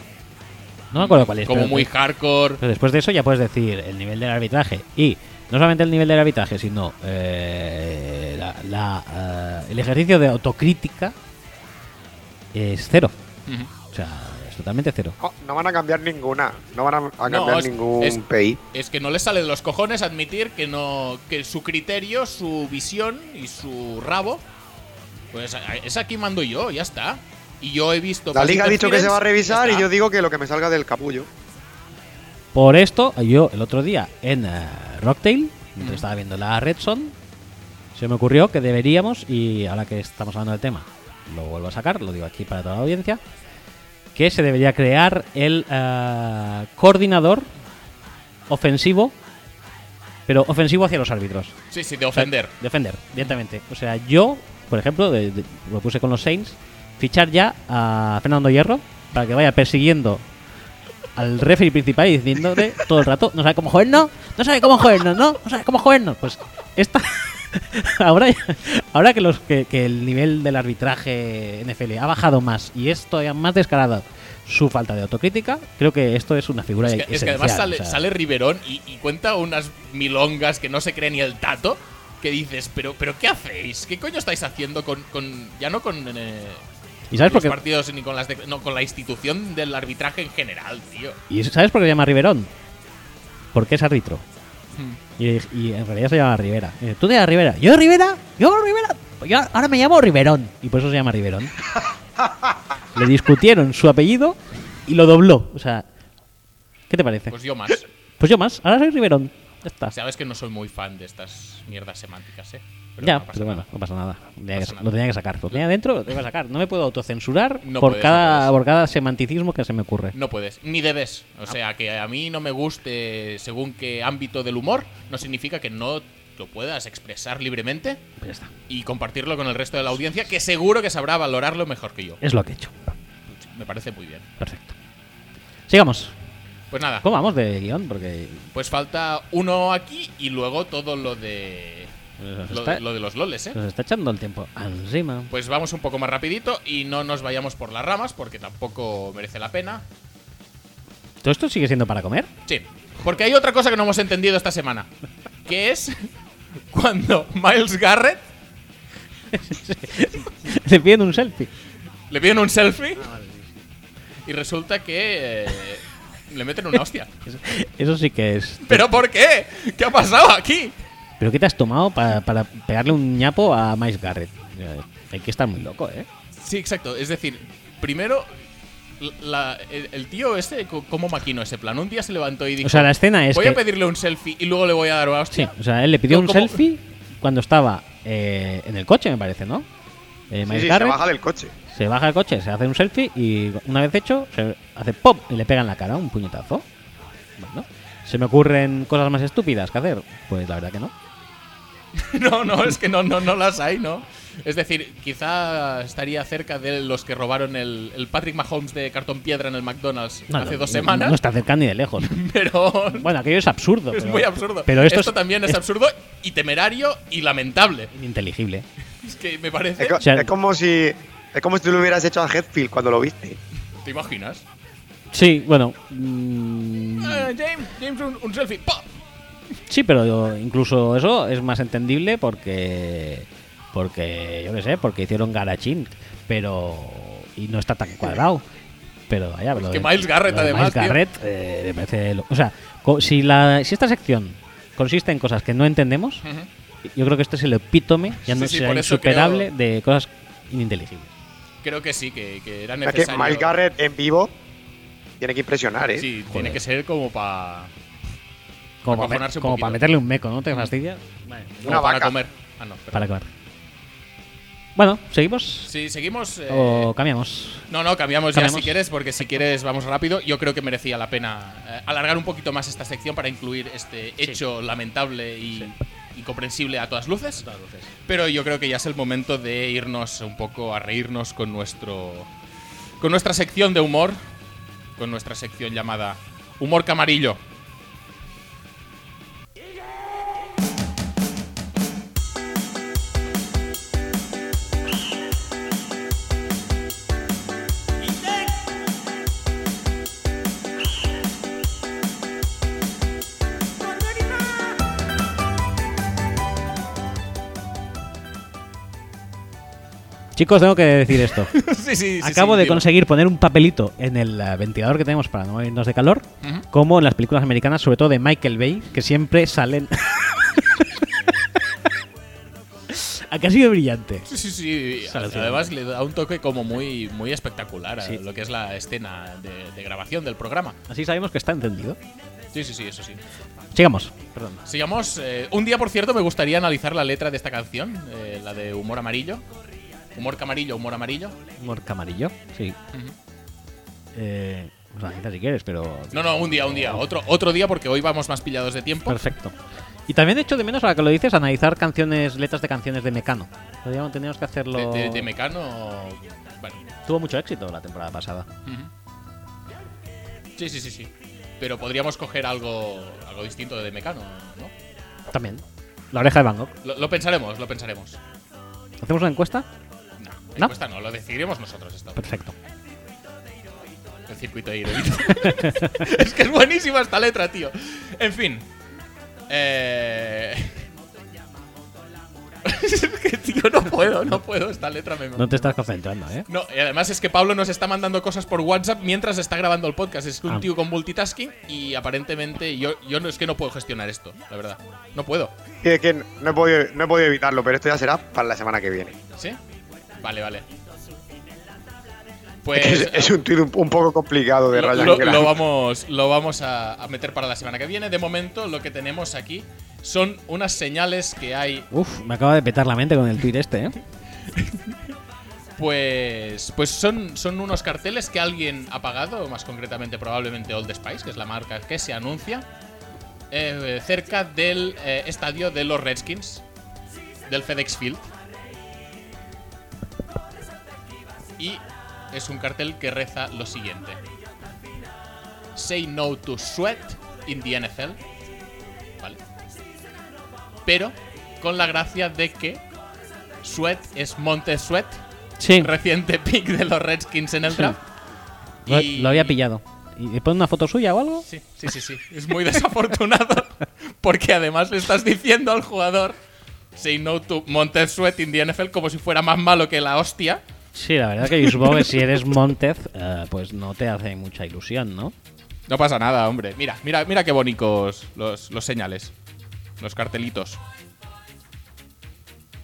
No me acuerdo cuál es. como pero- muy hardcore. Pero después de eso ya puedes decir el nivel del arbitraje. Y no solamente el nivel del arbitraje, sino eh, la- la, eh, el ejercicio de autocrítica es cero. Ujú. O sea, es totalmente cero. No, no van a cambiar ninguna. No van a, a No, cambiar es- ningún es- PI. Es que no les sale de los cojones admitir que no que su criterio, su visión y su rabo, pues a- es aquí mando yo, ya está. Y yo he visto. La pass liga ha dicho que se va a interference, ya revisar y está. yo digo que lo que me salga del capullo. Por esto, yo el otro día en eh, Rocktail, mientras estaba viendo la Red Son, se me ocurrió que deberíamos, y ahora que estamos hablando del tema, lo vuelvo a sacar, lo digo aquí para toda la audiencia, que se debería crear el eh, coordinador ofensivo, pero ofensivo hacia los árbitros. Sí, sí, de ofender. Defender, directamente. O sea, yo, por ejemplo, de- de- lo puse con los Saints, fichar ya a Fernando Hierro para que vaya persiguiendo al referee principal y diciéndole todo el rato, no sabe cómo jodernos, no sabe cómo jodernos, ¿no? No sabe cómo jodernos. Pues esta... ahora, ya- ahora que, los, que, que el nivel del arbitraje NFL ha bajado más y es todavía más descarado su falta de autocrítica, creo que esto es una figura Es que, es que además esencial, sale, o sea. sale Riverón y, y cuenta unas milongas que no se cree ni el tato. Que dices, pero, pero ¿qué hacéis? ¿Qué coño estáis haciendo con. con- ya no con. eh, ¿Y sabes por los qué? partidos ni con las. de- no, con la institución del arbitraje en general, tío. ¿Y sabes por qué se llama Riverón? Porque es árbitro. Hmm. Y, y en realidad se llama Rivera. Y dice, Tú te llamas Rivera. ¿Yo Rivera? ¿Yo Rivera? Pues yo ahora me llamo Riverón. Y por eso se llama Riverón. Le discutieron su apellido y lo dobló. O sea, ¿qué te parece? Pues yo más. Pues yo más. Ahora soy Riverón. Ya está. Sabes que no soy muy fan de estas mierdas semánticas, ¿eh? ya, no pasa pero bueno, nada. no pasa nada. Tenía pasa que- nada. Lo tenía que sacar. Lo tenía dentro, lo tenía que sacar. No me puedo autocensurar No por, puedes, no cada, puedes. por cada semanticismo que se me ocurre. No puedes, ni debes. Ah. O sea, que a mí no me guste según qué ámbito del humor, no significa que no lo puedas expresar libremente Pues ya está. y compartirlo con el resto de la audiencia, que seguro que sabrá valorarlo mejor que yo. Es lo que he hecho. Me parece muy bien. Perfecto. Sigamos. Pues nada, ¿Cómo vamos de guión? Porque pues falta uno aquí y luego todo lo de. Pues Lo, está- lo de los loles, ¿eh? nos está echando el tiempo encima. Pues vamos un poco más rapidito y no nos vayamos por las ramas porque tampoco merece la pena. ¿Todo esto sigue siendo para comer? Sí, porque hay otra cosa que no hemos entendido esta semana, que es cuando Miles Garrett Se piden un selfie. le piden un selfie y resulta que eh, le meten una hostia. Eso, eso sí que es. ¿Pero por qué? ¿Qué ha pasado aquí? ¿Pero qué te has tomado pa- para pegarle un ñapo a Miles Garrett? Eh, Hay que estar muy loco, ¿eh? Sí, exacto. Es decir, primero, la- el, el tío este, co- ¿cómo maquinó ese plan? Un día se levantó y dijo, O sea, la escena es voy que. a pedirle un selfie y luego le voy a dar una sí, hostia. o sea, él le pidió Yo un como- selfie cuando estaba eh, en el coche, me parece, ¿no? Eh, Sí, Miles sí, se Garrett baja del coche. se baja del coche, se hace un selfie y una vez hecho, se hace pop y le pega en la cara un puñetazo. Bueno, ¿se me ocurren cosas más estúpidas que hacer? Pues la verdad que no. No, no, es que no, no, no las hay, ¿no? Es decir, quizá estaría cerca de los que robaron el, el Patrick Mahomes de cartón piedra en el McDonald's No, hace no, dos no- semanas, No está cerca ni de lejos. pero Bueno, aquello es absurdo. es pero- muy absurdo. Pero esto, es también es, absurdo y temerario y lamentable. ininteligible. Es que me Es, parece. co- O sea- es como si es como si tú lo hubieras hecho a Headfield cuando lo viste. ¿Te imaginas? Sí, bueno. mm, Ah, James, James, un, un selfie. ¡Pa! sí, pero yo- incluso eso es más entendible porque. Porque, yo qué sé, porque hicieron Garachín. Pero. Y no está tan cuadrado. Pero vaya, lo que de- Miles Garrett, lo de además, Miles tío. Garrett, eh, me parece. lo- o sea, co- si, la, si esta sección consiste en cosas que no entendemos, Ujú. yo creo que este es el epítome, ya Sí, no sí, será por eso insuperable, de cosas ininteligibles. Creo que sí, que, que era Es que necesario. Miles Garrett en vivo tiene que impresionar, ¿eh? Sí, tiene Joder. que ser como para Como, para, Acojonarse un como poquito. para meterle un meco, ¿no? ¿Te fastidia? para Una vaca. comer. Ah, no, perdón. Para acabar. Bueno, ¿seguimos? Sí, seguimos. eh, ¿O cambiamos? No, no, cambiamos, ya ¿Cambiamos? si quieres, porque si quieres vamos rápido. Yo creo que merecía la pena eh, alargar un poquito más esta sección para incluir este hecho lamentable y incomprensible a todas luces. Pero yo creo que ya es el momento de irnos un poco a reírnos con nuestro con nuestra sección de humor, con nuestra sección llamada Humor Camarillo. Chicos, tengo que decir esto. sí, sí, sí. Acabo sí, de digo. conseguir poner un papelito en el eh, ventilador que tenemos para no irnos de calor, Ujú. como en las películas americanas, sobre todo de Michael Bay, que siempre salen. Acá ha sido brillante. Sí, sí, sí. Es alucinante. Además le da un toque como muy, muy espectacular a Sí. lo que es la escena de, de grabación del programa. Así sabemos que está encendido. Sí, sí, sí, eso sí. Sigamos. Perdón. Sigamos. eh, un día, por cierto, me gustaría analizar la letra de esta canción, eh, la de Humor Amarillo. Humor Camarillo, Humor Amarillo. Humor camarillo. Sí. Ujú. Eh, pues la quita si quieres, pero. No, no, un día, un día. Otro, otro día porque hoy vamos más pillados de tiempo. Perfecto. Y también hecho de menos, ahora que lo dices, analizar canciones, letras de canciones de Mecano. Podríamos, teníamos que hacerlo. De, de- de Mecano. Bueno. Tuvo mucho éxito la temporada pasada. ujú. Sí, sí, sí, sí. Pero podríamos coger algo, algo distinto de Mecano, ¿no? También. La oreja de Van Gogh. Lo, lo pensaremos, lo pensaremos. ¿Hacemos una encuesta? No, la ¿No? encuesta no, lo decidiremos nosotros esto. Perfecto. El circuito de Irevito. es que es buenísima esta letra, tío. En fin. Eh... es que, tío, no puedo, no puedo. Esta letra me... No te estás concentrando, ¿eh? No, y además es que Pablo nos está mandando cosas por WhatsApp mientras está grabando el podcast. Es un Ah. tío con multitasking y aparentemente yo, yo no, es que no puedo gestionar esto, la verdad. No puedo. Y es que no he, podido, no he podido evitarlo, pero esto ya será para la semana que viene. ¿Sí? Vale, vale. Es, Pues es un tuit un, un poco complicado de lo, Ryan lo- Grant. lo vamos, lo vamos a, a meter para la semana que viene. De momento lo que tenemos aquí son unas señales que hay Uf, me acaba de petar la mente con el tweet este, ¿eh? Pues, pues son, son unos carteles que alguien ha pagado, más concretamente probablemente Old Spice, que es la marca que se anuncia, eh, cerca del eh, estadio de los Redskins, del FedEx Field. Y es un cartel que reza lo siguiente. Say no to sweat in the NFL. ¿Vale? Pero con la gracia de que Sweat es Monte Sweat, Sí. reciente pick de los Redskins en el Sí. draft. Lo, Y- lo había pillado. ¿Y le pone una foto suya o algo? Sí, sí, sí, sí. Es muy desafortunado porque además le estás diciendo al jugador say no to Montez Sweat in the NFL como si fuera más malo que la hostia. Sí, la verdad que yo supongo que si eres Montez, eh, pues no te hace mucha ilusión, ¿no? No pasa nada, hombre. Mira, mira, mira qué bonitos los, los señales. Los cartelitos.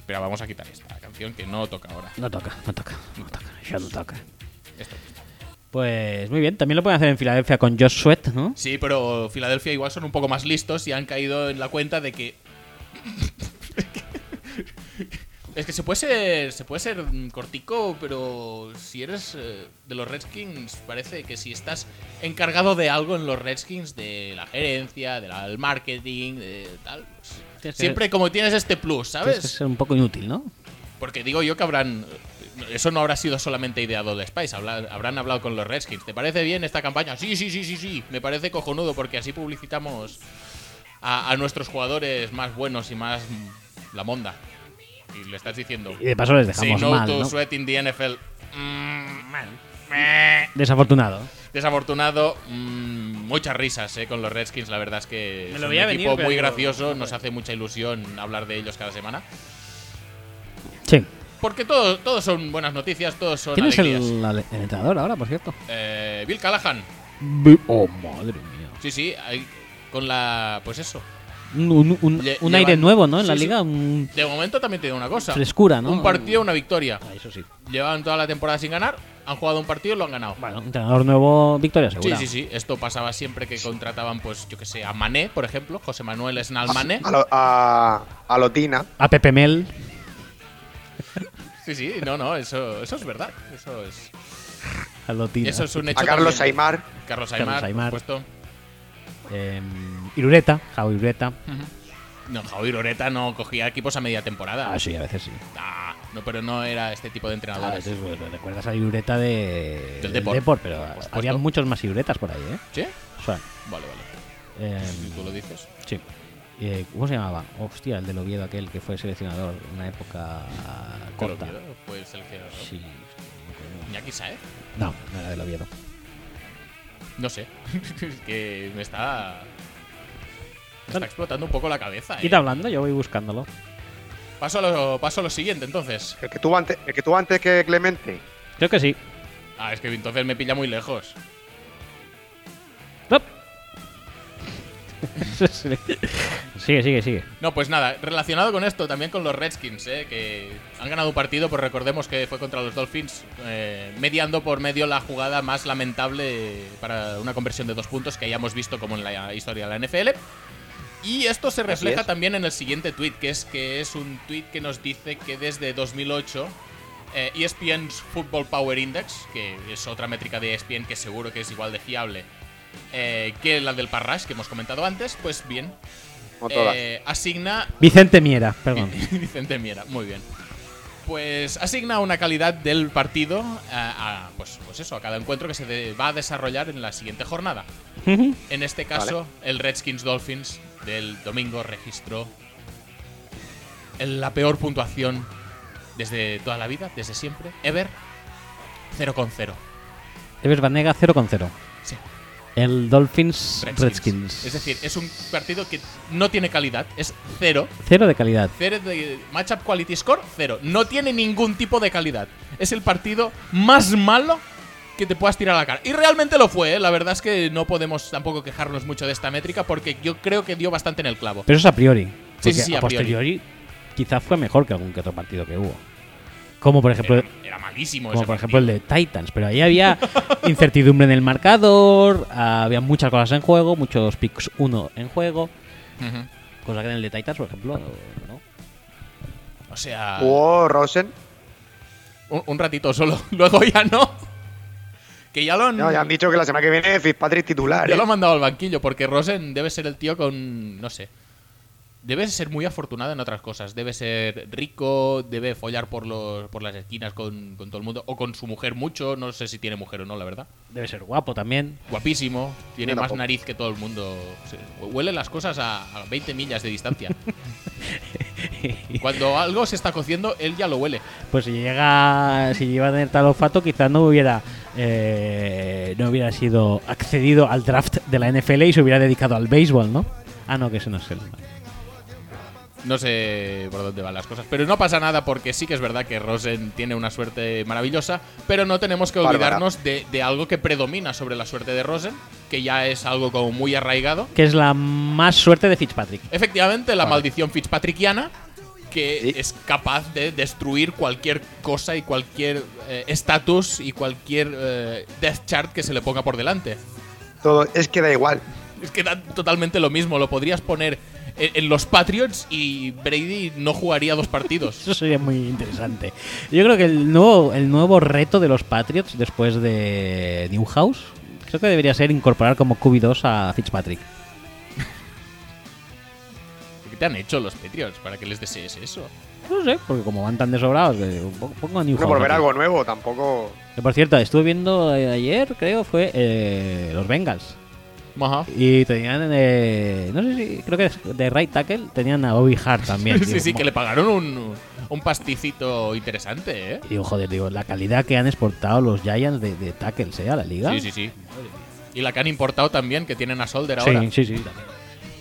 Pero vamos a quitar esta canción que no toca ahora. No toca, no toca, no toca, ya no toca. Esto. Pues muy bien, también lo pueden hacer en Filadelfia con Josh Sweat, ¿no? Sí, pero Filadelfia igual son un poco más listos y han caído en la cuenta de que. es que se puede ser. Se puede ser mm, cortico, pero si eres eh, de los Redskins, parece que si estás encargado de algo en los Redskins, de la gerencia, de la- del marketing, de tal. pues, Tienes que- siempre como tienes este plus, Tienes que ¿sabes? ser un poco inútil, ¿no? Porque digo yo que habrán. Eso no habrá sido solamente ideado de Spice, habla- habrán hablado con los Redskins. ¿Te parece bien esta campaña? Sí, sí, sí, sí, sí. Me parece cojonudo porque así publicitamos a, a nuestros jugadores más buenos y más mm, la monda. Y le estás diciendo. Y de paso les Say dejamos no mal, to ¿no? sweat in the NFL. Mm, Desafortunado. desafortunado. mm, muchas risas eh, con los Redskins, la verdad es que Me es lo un veía venir, equipo pero muy digo, gracioso, nos hace mucha ilusión hablar de ellos cada semana. Sí. Porque todo- todos son buenas noticias, todos son ¿Quién es alegrías. el, ale- el entrenador ahora, por cierto? Eh, Bill Callahan. Oh, madre mía. Sí, sí, ahí, con la. Pues eso. Un, un- un- Lle- un aire llevan- nuevo, ¿no? En sí, la sí. liga. un- De momento también te digo una cosa. Frescura, ¿no? Un partido, una victoria. Ah, eso sí. Llevan toda la temporada sin ganar, han jugado un partido y lo han ganado. Bueno, entrenador nuevo, victoria Sí, segura. sí, sí. Esto pasaba siempre que contrataban, pues, yo que sé, a Mané, por ejemplo, José Manuel Esnal Mané. A, lo- a- a Lotina. A Pepe Mel. Sí, sí, no, no, eso, eso es verdad. Eso es, A Lotina. eso es un hecho. A Carlos también. Aymar. Carlos Carlos Aymar, Aymar. por supuesto. Eh, Irureta. Jao Irureta. Mm. No, Javier Oreta no cogía equipos a media temporada. Ah, sí, a veces sí. Ah, no, pero no era este tipo A de entrenadores. veces pues, recuerdas a Irureta de... Del Depor. pero Por supuesto. había muchos más Iuretas por ahí, ¿eh? ¿Sí? O sea, Vale, vale. eh, Si tú lo dices. Sí. Eh, ¿Cómo se llamaba? Hostia, el del Oviedo aquel que fue seleccionador en una época Pero corta. Oviedo fue seleccionador. Sí. pues, Iñaki Saez. No, no era del Oviedo. No sé. es que me está. Me está Vale. explotando un poco la cabeza. Quita Eh. hablando, yo voy buscándolo. Paso a lo, paso a lo siguiente, entonces. El que tuvo antes, el que, tuvo antes que Clemente. Creo que sí. Ah, es que entonces me pilla muy lejos. ¡Op! sigue, sigue, sigue. No, pues nada, relacionado con esto, también con los Redskins, eh, que han ganado un partido, pues recordemos que fue contra los Dolphins, eh, mediando por medio la jugada más lamentable para una conversión de dos puntos que hayamos visto como en la historia de la NFL. Y esto se refleja es. también en el siguiente tweet, que es que es un tweet que nos dice que desde 2008 eh, ESPN's Football Power Index, que es otra métrica de E ESPN que seguro que es igual de fiable eh, que la del Parrash que hemos comentado antes, pues bien, Como todas. eh, asigna Vicente Miera, perdón. Vicente Miera, muy bien. Pues asigna una calidad del partido a, a, pues, pues eso, a cada encuentro que se de- va a desarrollar en la siguiente jornada. En este caso, el Redskins Dolphins del domingo registró el- la peor puntuación desde toda la vida, desde siempre, ever, 0,0. eh. Evers Banega 0,0. Sí. El Dolphins Redskins. Redskins. Es decir, eh. es un partido que no tiene calidad, es cero. Cero de calidad. Cero de matchup quality score, cero. No tiene ningún tipo de calidad. Es el partido más malo que te puedas tirar a la cara. Y realmente lo fue, ¿eh? la verdad es que no podemos tampoco quejarnos mucho de esta métrica porque yo creo que dio bastante en el clavo. Pero eso es a priori. Porque sí, sí, a a posteriori quizás fue mejor que algún que otro partido que hubo. Como por ejemplo, Era, era malísimo Pues, como ese por ejemplo partido. el de Titans, pero ahí había incertidumbre en el marcador, había muchas cosas en juego, muchos picks 1 en juego, Ujú. cosa que en el de Titans, por ejemplo, no. O sea, Jugó Rosen. un, un ratito solo. Luego ya no. Que ya lo han, No, ya han dicho que la semana que viene Fitzpatrick titular. ya ¿eh? lo han mandado al banquillo porque Rosen debe ser el tío con. No sé. Debe ser muy afortunado en otras cosas. Debe ser rico, debe follar por, los, por las esquinas con, con todo el mundo. O con su mujer mucho. No sé si tiene mujer o no, la verdad. Debe ser guapo también. Guapísimo. Tiene Yo más tampoco. nariz que todo el mundo. Sí, Huele las cosas a, a 20 millas de distancia. Cuando algo se está cociendo, él ya lo huele. Pues si llega, si lleva a tener tal olfato, quizás no hubiera, eh, no hubiera sido accedido al draft de la NFL y se hubiera dedicado al béisbol, ¿no? Ah, no, que eso no es el. No sé por dónde van las cosas, pero no pasa nada porque sí que es verdad que Rosen tiene una suerte maravillosa, pero no tenemos que Bárbara. olvidarnos de, de algo que predomina sobre la suerte de Rosen, que ya es algo como muy arraigado. Que es la más suerte de Fitzpatrick. Efectivamente, la maldición Fitzpatrickiana, que Sí. es capaz de destruir cualquier cosa y cualquier eh, estatus y cualquier eh, death chart que se le ponga por delante. Todo, es que da igual. Es que da totalmente lo mismo, lo podrías poner en, en los Patriots y Brady no jugaría dos partidos. Eso sería muy interesante. Yo creo que el nuevo, el nuevo reto de los Patriots después de Newhouse, creo que debería ser incorporar como QB2 a Fitzpatrick. ¿Qué te han hecho los Patriots para que les desees eso? No sé, porque como van tan desobrados, eh, pon- pongo a Newhouse. No por ver aquí. algo nuevo, tampoco. Que, por cierto, estuve viendo eh, ayer, creo, fue eh, los Bengals. Ajá. Y tenían, eh, no sé si, creo que es de right tackle, tenían a Bobby Hart también. Sí, Digo, sí, que mo- le pagaron un, un pasticito interesante, ¿eh? y Digo, joder, digo, la calidad que han exportado los Giants de, de tackles ¿eh? a la liga. Sí, sí, sí. Y la que han importado también, que tienen a Solder Sí, ahora. sí, sí.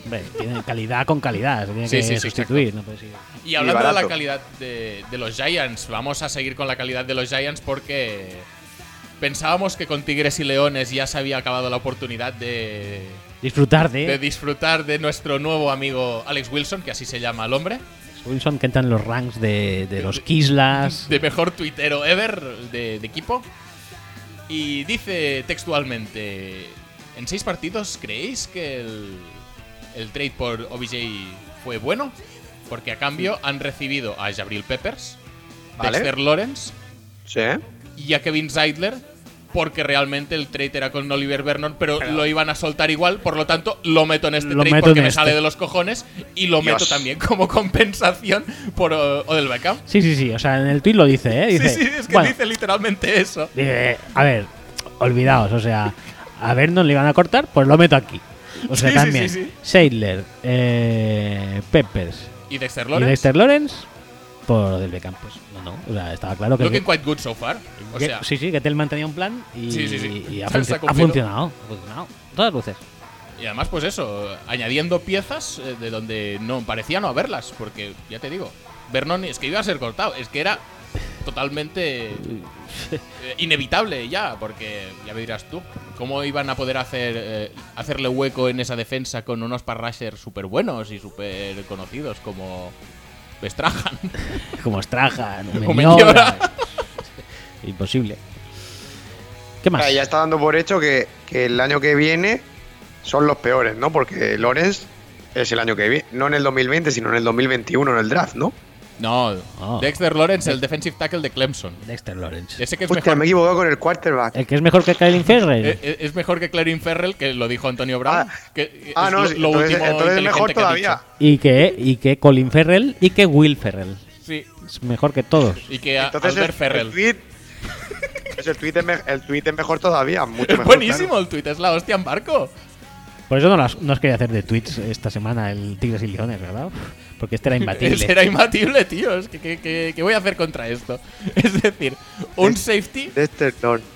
Hombre, tiene calidad con calidad, se tiene Sí, que sí, sí, sustituir. No Pues puedes ir- Y hablando de la barato. calidad de, de los Giants, vamos a seguir con la calidad de los Giants porque pensábamos que con Tigres y Leones ya se había acabado la oportunidad de, Disfrutar de, de disfrutar de nuestro nuevo amigo Alex Wilson, que así se llama el hombre, Wilson que entra en los ranks de, de los Kislas. de mejor tuitero ever de, de equipo. Y dice textualmente: ¿En seis partidos creéis que el, el trade por OBJ fue bueno? Porque a cambio han recibido a Jabril Peppers, Vale. Dexter Lawrence Sí. y a Kevin Zeidler. Porque realmente el trade era con Oliver Vernon, pero, lo iban a soltar igual. Por lo tanto, lo meto en este Lo trade meto porque en me este. sale de los cojones. Y lo Dios. meto también como compensación por eh, Odell Beckham. Sí, sí, sí, o sea, en el tweet lo dice, ¿eh? Dice, sí, sí, es que bueno, dice literalmente eso. Dice, a ver, olvidaos, o sea, a ver, no le iban a cortar, pues lo meto aquí. O sea, Sí, sí, también, sí, sí. Seidler, eh, Peppers Y Dexter y Lawrence. Dexter Lawrence por del Beckham. Pues no, no, o sea, estaba claro que. Looking quite good so far. O que- sea, sí, sí, que Telman tenía un plan y, Sí, sí, sí. y ha, Se ha funcio- ha cumplido. funcionado. Ha funcionado. Todas luces. y además, pues eso, añadiendo piezas eh, de donde no parecía no haberlas. Porque, ya te digo, Bernoni es que iba a ser cortado, es que era totalmente eh, inevitable ya, porque ya me dirás tú, ¿cómo iban a poder hacer eh, hacerle hueco en esa defensa con unos parrashers súper buenos y súper conocidos como Bestrahan? Como Strahan, O Meniora. Imposible. ¿Qué O más? sea, Ah, ya está dando por hecho que, que el año que viene son los peores, ¿no? Porque Lorenz es el año que viene, no en el 2020, sino en el 2021, en el draft, ¿no? No, Oh. Dexter Lawrence, el defensive tackle de Clemson. Dexter Lawrence. Ese que es Hostia, mejor, me he equivocado con el quarterback. ¿El que es mejor que Kyle Ferrer? eh, eh, es mejor que Clarin Ferrell, que lo dijo Antonio Brown. Ah. que, eh, ah, es no, lo, sí, lo entonces, último entonces es inteligente mejor que ha todavía. Y que, y que Colin Ferrell y que Will Ferrell. dicho. Sí, Es mejor que todos. y que a- Entonces Albert el, Ferrell. el tweet, entonces el, tweet es me- el tweet es mejor todavía, mucho es mejor, buenísimo claro. el tweet, es la hostia en barco. Por eso no, las, no os quería hacer de tweets esta semana el Tigres y Leones, ¿verdad? Porque este era imbatible. Ese era imbatible, tío. Es que, que- que- que voy a hacer contra esto. Es decir, un Es- safety, Dexter Lawrence.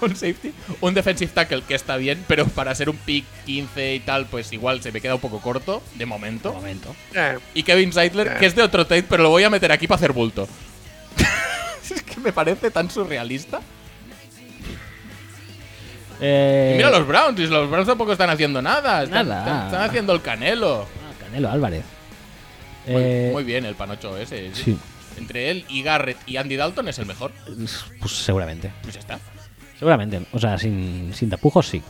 un safety, un defensive tackle que está bien, pero para ser un pick 15 y tal, pues igual se me queda un poco corto, de De momento. momento. Eh, Y Kevin Zeidler, que es de otro trade, pero lo voy a meter aquí para hacer bulto. es que me parece tan surrealista. Eh, Y mira los Browns, y los Browns tampoco están haciendo nada. Están, Nada. están- están haciendo el canelo. ah, Canelo Álvarez. Muy, Eh, muy bien el panocho ese. sí. Entre él y Garrett y Andy Dalton es el mejor. Pues seguramente. Pues ya está. Seguramente. O sea, sin, sin tapujos, sí.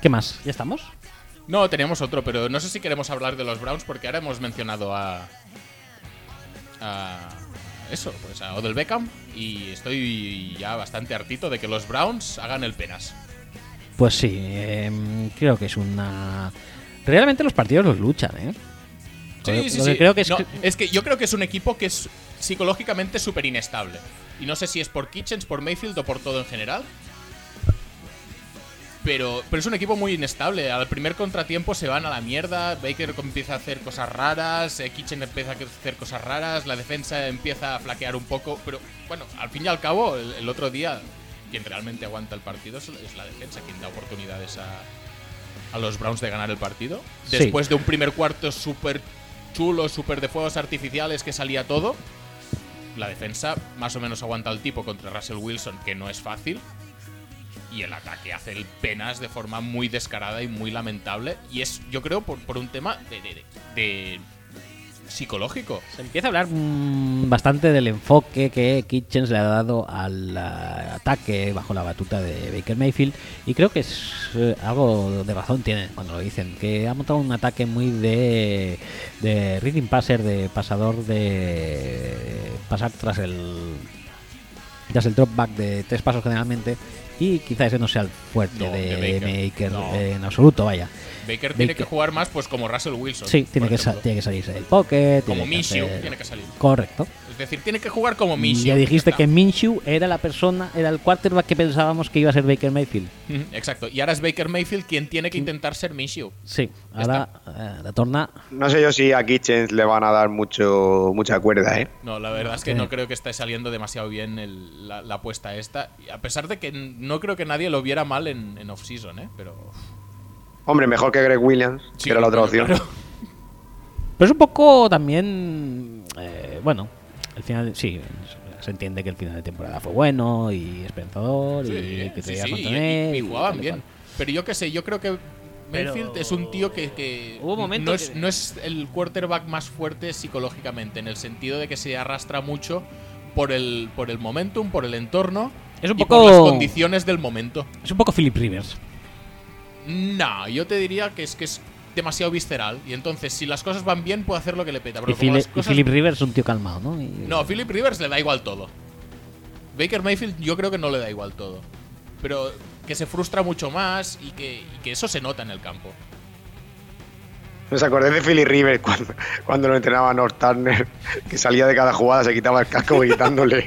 ¿Qué más? ¿Ya estamos? No, tenemos otro, pero no sé si queremos hablar de los Browns porque ahora hemos mencionado a. a. eso, pues a Odell Beckham. Y estoy ya bastante hartito de que los Browns hagan el penas. Pues sí. em, creo que es una. Realmente los partidos los luchan, ¿eh? Lo- Sí, sí, lo que sí. creo que es No, que- es que yo creo que es un equipo que es psicológicamente súper inestable. Y no sé si es por Kitchens, por Mayfield o por todo en general. Pero, pero es un equipo muy inestable. Al primer contratiempo se van a la mierda. Baker empieza a hacer cosas raras. eh, Kitchen empieza a hacer cosas raras. La defensa empieza a flaquear un poco. Pero bueno, al fin y al cabo, el, el otro día, quien realmente aguanta el partido es, es la defensa, quien da oportunidades a, a los Browns de ganar el partido. Sí. Después de un primer cuarto súper chulo, súper de fuegos artificiales que salía todo. La defensa más o menos aguanta el tipo contra Russell Wilson, que no es fácil y el ataque hace el penas de forma muy descarada y muy lamentable. Y es, yo creo, por, por un tema de, de- de- de psicológico. Se empieza a hablar mm, bastante del enfoque que Kitchens le ha dado al ah, ataque bajo la batuta de Baker Mayfield y creo que es eh, algo de razón tiene cuando lo dicen, que ha montado un ataque muy de, de reading passer, de pasador, de pasar tras el tras el drop back de tres pasos generalmente y quizá ese no sea el fuerte No, de, de Baker, Baker no. eh, en absoluto, vaya. Baker, tiene que Baker. jugar más pues como Russell Wilson. Sí, tiene por que, sa- ejemplo. tiene que salirse del pocket. Como tiene que Minshew hacer- tiene que salir. Correcto. Es decir, tiene que jugar como Minshew. Ya dijiste está. que Minshew era la persona, era el quarterback que pensábamos que iba a ser Baker Mayfield. Ujú, Exacto. Y ahora es Baker Mayfield quien tiene que intentar ser Minshew. Sí, ahora eh, la torna. No sé yo si a Kitchens le van a dar mucho mucha cuerda, ¿eh? No, la verdad es que Sí. no creo que esté saliendo demasiado bien el- la, la apuesta esta. Y A pesar de que n- no creo que nadie lo viera mal en, en off-season, ¿eh? Pero... Hombre, mejor que Greg Williams, Sí, que era la otra claro, opción. claro. Pero es un poco también. eh, bueno, el final. Sí, se entiende que el final de temporada fue bueno y esperanzador y que te iba a y- contener y, y y jugaban tal y bien. cual. Pero yo qué sé, yo creo que Pero- Mayfield es un tío que, que Hubo un momento no, que- es, no es el quarterback más fuerte psicológicamente, en el sentido de que se arrastra mucho por el, por el momentum, por el entorno Es un y poco- por las condiciones del momento. Es un poco Philip Rivers. No, yo te diría que es que es demasiado visceral. Y entonces, si las cosas van bien, puede hacer lo que le peta. Pero Y, como Phil- las y cosas Philip Rivers un tío calmado, ¿no? Y- no, Philip Rivers le da igual todo. Baker Mayfield yo creo que no le da igual todo. Pero que se frustra mucho más y que, y que eso se nota en el campo. Nos acordé de Philly River cuando, cuando lo entrenaba North Turner, que salía de cada jugada, se quitaba el casco gritándole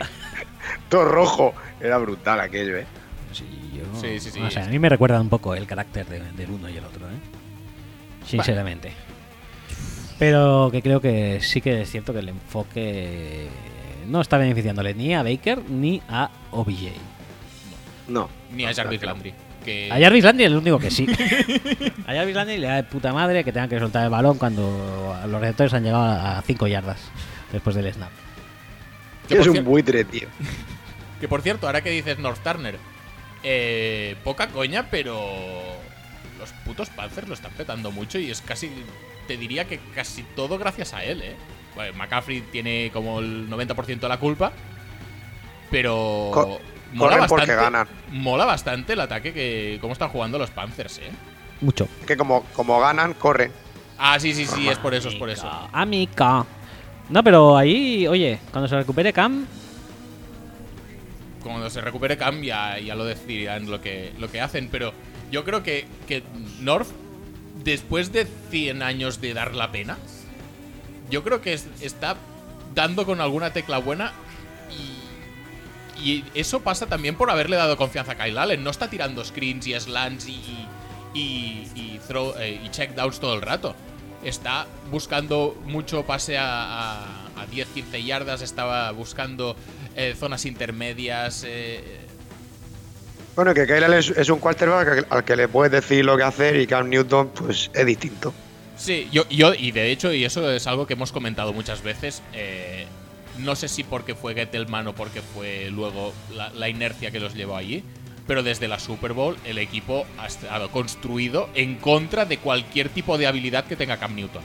todo rojo. Era brutal aquello, ¿eh? Sí, yo no- Sí, sí, sí. o sea, a mí me recuerda un poco el carácter de- del uno y el otro, ¿eh? Sinceramente. Pero que creo que sí que es cierto que el enfoque no está beneficiándole ni a Baker ni a OBJ. Eh. No. Ni a Jarvis Landry. Que A Jarvis Landry es el único que sí. A Jarvis Landry le da de puta madre que tengan que soltar el balón cuando los receptores han llegado a 5 yardas. después del snap. Que es por un cier- buitre, tío. Que por cierto, ahora que dices North Turner, eh, poca coña, pero los putos Panzers lo están petando mucho y es casi, te diría que casi todo gracias a él, ¿eh? Bueno, McCaffrey tiene como el 90% de la culpa, pero Co- corren porque ganan. Mola bastante el ataque que cómo están jugando los Panthers, ¿eh? Mucho. Que como, como ganan, corren. Ah, sí, sí, sí, es por eso, es por eso. Amica. No, pero ahí, oye, cuando se recupere Cam, cuando se recupere cambia, ya lo decidirán lo que, lo que hacen, pero yo creo que, que North, después de 100 años de dar la pena, yo creo que es- está dando con alguna tecla buena y, y eso pasa también por haberle dado confianza a Kyle Allen, no está tirando screens y slants y, y, y throw- eh, y checkdowns todo el rato. Está buscando mucho pase a, a- a 10-15 yardas, estaba buscando eh, zonas intermedias. eh, Bueno, que Kyle Allen es, es un quarterback al que- al que le puedes decir lo que hacer y Cam Newton, pues es distinto. Sí, yo, yo, y de hecho, y eso es algo que hemos comentado muchas veces. eh, no sé si porque fue Gettleman o porque fue luego la, la inercia que los llevó allí. Pero desde la Super Bowl, el equipo ha estado construido en contra de cualquier tipo de habilidad que tenga Cam Newton.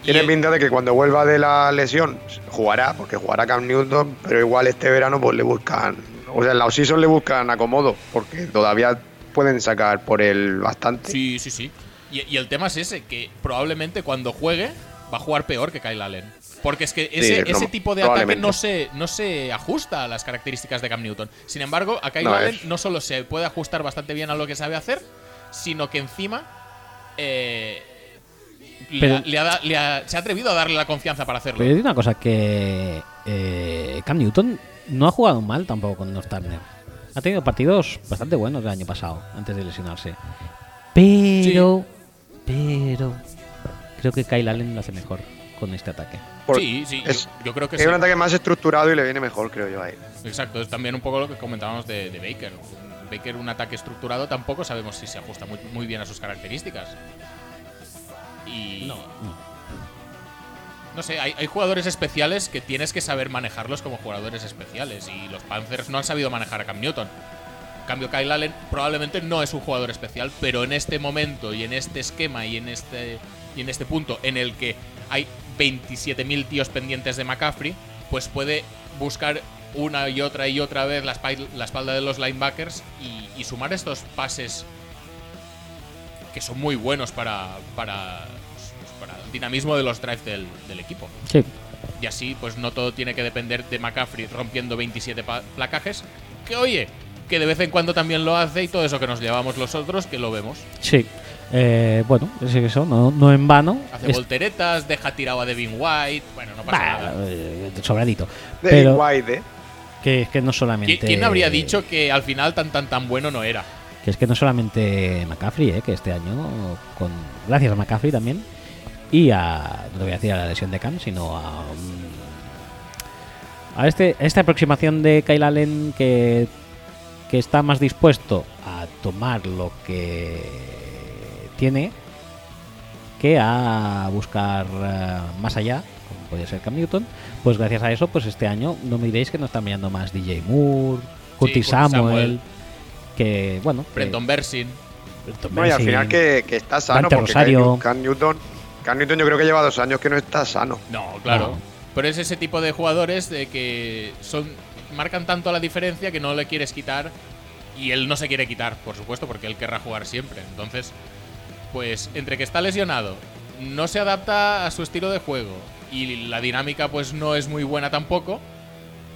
Y Tiene el- pinta de que cuando vuelva de la lesión jugará, porque jugará Cam Newton, pero igual este verano pues le buscan, o sea, en la offseason le buscan acomodo, porque todavía pueden sacar por él bastante. Sí, sí, sí. Y, y el tema es ese, que probablemente cuando juegue va a jugar peor que Kyle Allen. Porque es que ese, no, ese tipo de ataque probablemente. no se, no se ajusta a las características de Cam Newton. Sin embargo, a Kyle No Allen es. no solo se puede ajustar bastante bien a lo que sabe hacer, sino que encima eh, le Pero- ha- le ha da- le ha- se ha atrevido a darle la confianza para hacerlo. Pero yo digo una cosa, que eh, Cam Newton no ha jugado mal tampoco con North Turner. Ha tenido partidos bastante buenos el año pasado, antes de lesionarse. Pero, pero, creo que Kyle Allen lo hace mejor con este ataque. Por- sí, sí, es- yo, yo creo que es sí. un ataque más estructurado y le viene mejor, creo yo, a él. Exacto, es también un poco lo que comentábamos de, de Baker. Baker, un ataque estructurado, tampoco sabemos si se ajusta muy, muy bien a sus características. Y. No. sé, hay, hay jugadores especiales que tienes que saber manejarlos como jugadores especiales. Y los Panthers no han sabido manejar a Cam Newton. En cambio, Kyle Allen probablemente no es un jugador especial, pero en este momento y en este esquema y en este, y en este punto en el que hay 27.000 tíos pendientes de McCaffrey, pues puede buscar una y otra y otra vez la, espal- la espalda de los linebackers y, y sumar estos pases que son muy buenos para, para, pues, para el dinamismo de los drives del, del equipo. Sí. Y así, pues no todo tiene que depender de McCaffrey rompiendo 27 pa- placajes. Que oye, que de vez en cuando también lo hace y todo eso que nos llevamos los otros, que lo vemos. Sí. Eh, bueno, es eso, no, no en vano. Hace Es- volteretas, deja tirado a Devin White. Bueno, no pasa Bah, nada. eh, sobradito. De Pero White, ¿eh? que es que no ¿Qui- solamente. ¿Quién habría dicho que al final tan tan tan bueno no era? Que es que no solamente McCaffrey, eh, que este año, con gracias a McCaffrey también, y a, no te voy a decir a la lesión de Cam, sino a. mm, a este, esta aproximación de Kyle Allen que, que está más dispuesto a tomar lo que tiene que a buscar eh, más allá, como puede ser Cam Newton, pues gracias a eso, pues este año no me diréis que no están mirando más DJ Moore, Curtis Curtis Samuel, Samuel. que bueno, que- Brenton Bersin. Brenton No, y al Benson, final que, que está sano, Dante porque Rosario. Cam, Cam Newton, Cam Newton yo creo que lleva dos años que no está sano. No, claro. No. Pero es ese tipo de jugadores de que son marcan tanto la diferencia que no le quieres quitar y él no se quiere quitar, por supuesto, porque él querrá jugar siempre. Entonces, pues entre que está lesionado, no se adapta a su estilo de juego y la dinámica pues no es muy buena tampoco,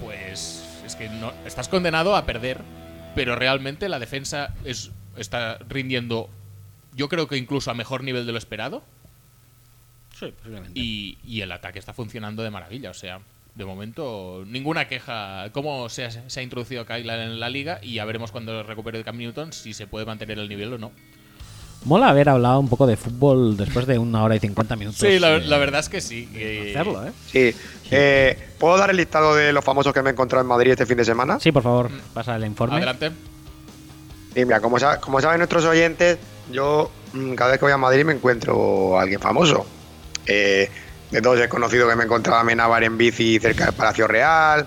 pues es que no estás condenado a perder, pero realmente la defensa es está rindiendo yo creo que incluso a mejor nivel de lo esperado. Y, y el ataque está funcionando de maravilla. O sea, de momento, ninguna queja. Cómo se ha, se ha introducido Kyle Allen en la liga y ya veremos cuando recupere el Cam Newton si se puede mantener el nivel o no. Pues Mola haber hablado un poco de fútbol después de una hora y 50 minutos. Sí, la, eh, la verdad es que sí. que- hacerlo, ¿eh? Sí. Eh, ¿Puedo dar el listado de los famosos que me he encontrado en Madrid este fin de semana? Sí, por favor, pasa el informe. Mm. Adelante. Y mira, como, sa- como saben nuestros oyentes, yo mm, cada vez que voy a Madrid me encuentro a alguien famoso. Eh, de todos es conocido que me encontraba Menábar en bici cerca del Palacio Real,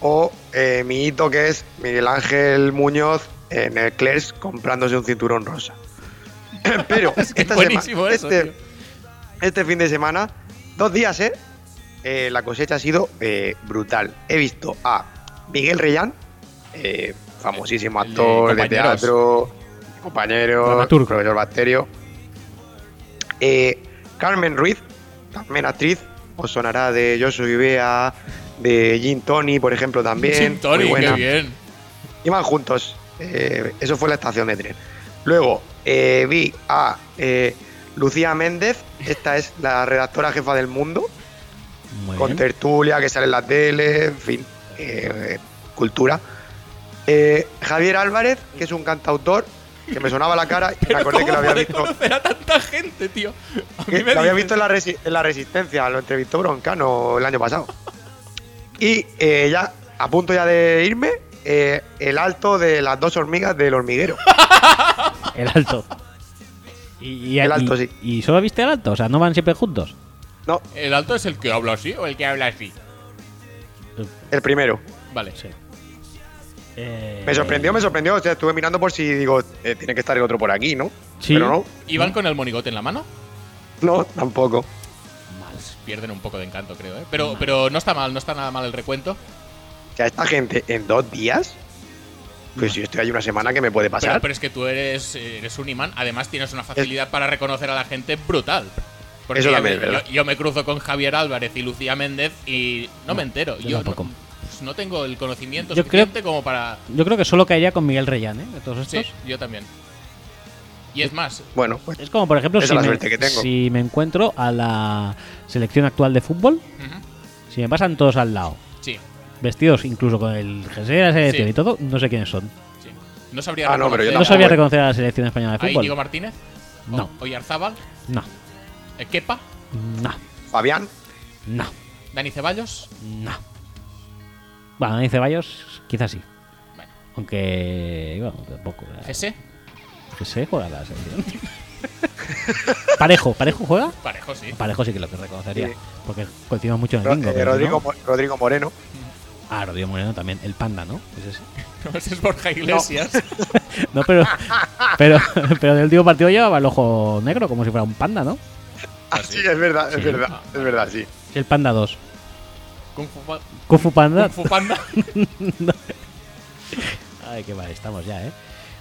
o eh, mi hito que es Miguel Ángel Muñoz en el Clers comprándose un cinturón rosa. Pero Es que esta buenísimo sema- eso, este, tío. este fin de semana, dos días, ¿eh? Eh, la cosecha ha sido eh, brutal. He visto a Miguel Reyán, eh, famosísimo El de actor de, Compañeros. teatro, compañero, Dramaturgo. profesor Bacterio. Eh, Carmen Ruiz, también actriz, os sonará de Yo soy Bea, de Gin Tony, por ejemplo, también. Gin Tony, muy qué buena. bien. Iban juntos. Eh, eso fue la estación de tren. Luego eh, vi a eh, Lucía Méndez, esta es la redactora jefa del mundo, Muy con bien. tertulia que sale en la tele, en fin, eh, cultura. Eh, Javier Álvarez, que es un cantautor, que me sonaba la cara y me Pero acordé ¿cómo que lo había puede visto. conocer a tanta gente, tío? A mí que me lo había dices- visto en la, resi- en la Resistencia, lo entrevistó Broncano el año pasado. Y eh, ya, a punto ya de irme, eh, el alto de las dos hormigas del hormiguero. El alto. Y, y- El alto, y- sí. ¿Y solo viste el alto? O sea, ¿no van siempre juntos? No, ¿El alto es el que habla así o el que habla así? el primero. Vale. Sí. Eh, Me sorprendió, me sorprendió. O sea, estuve mirando por si digo, eh, tiene que estar el otro por aquí, ¿no? Sí. Pero no, ¿Iban con el monigote en la mano? no, tampoco. Pierden un poco de encanto, creo, ¿eh? Pero, pero no está mal, no está nada mal el recuento. O sea, esta gente en dos días. Pues yo estoy ahí una semana que me puede Pero, pasar. pero es que tú eres, eres un imán, además tienes una facilidad para reconocer a la gente brutal. Porque Eso yo también me- es yo, verdad. yo me cruzo con Javier Álvarez y Lucía Méndez y no, me entero. yo Yo, tampoco. No, pues no tengo el conocimiento Yo creo- suficiente como para. Yo creo que solo caería con Miguel Reyán, ¿eh? De todos Sí, estos. yo también. Y es más, Bueno, pues Es como, por ejemplo, Esa si es la me, suerte que tengo. si me encuentro a la selección actual de fútbol, ujú, si me pasan todos al lado, sí, vestidos incluso con el jersey de la selección Sí. y todo, no sé quiénes son. sí. No sabría Ah, no, pero yo No reconocer tampoco. sabía bueno. reconocer a la selección española de a Íñigo fútbol. Martínez, o- No. Oyarzábal, No, eh, Kepa, no, Fabián, no, Dani Ceballos. no. Bueno, dice Ceballos, quizás sí. Bueno, Aunque, bueno, tampoco. ese, Que se juega la selección. ¿Parejo? ¿Parejo juega? parejo, sí. Parejo sí que lo que reconocería. Sí. Porque coincidimos mucho en el Ro- bingo. eh, pero Rodrigo, si no- Mo- Rodrigo Moreno. Ah, Rodrigo Moreno también. El panda, ¿no? ¿Es ese? Ese es Borja Iglesias. No, pero, pero, pero en el último partido llevaba el ojo negro como si fuera un panda, ¿no? Ah, sí, es verdad, es Sí. verdad, Ah, es verdad, sí. Sí, el panda 2. Kung Fu Pa- Kung Fu Panda. Kung Fu Panda. Ay, qué mal estamos ya, ¿eh?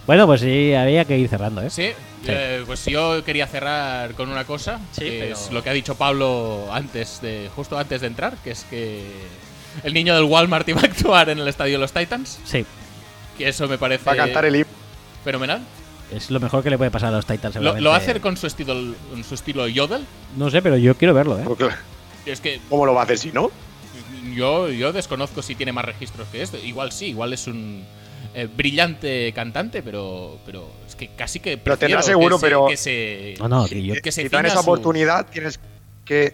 Bueno, pues sí, había que ir cerrando, ¿eh? Sí, Sí. eh, pues yo quería cerrar con una cosa, Sí, que pero- es lo que ha dicho Pablo antes de, justo antes de entrar, que es que el niño del Walmart iba a actuar en el estadio de los Titans, Sí, que eso me parece Va a cantar el himno. fenomenal. es lo mejor que le puede pasar a los Titans. Lo, seguramente. lo va a hacer con su estilo, con su estilo yodel. No sé, pero yo quiero verlo, ¿eh? Pues claro, Es que ¿Cómo lo va a hacer si no? yo, yo desconozco si tiene más registros que este. Igual sí, igual es un eh, brillante cantante, pero, pero es que casi que Lo tendrá prefiero que seguro, se- pero- que se- No, no, que yo- que se si te dan ciña esa su- oportunidad, tienes que.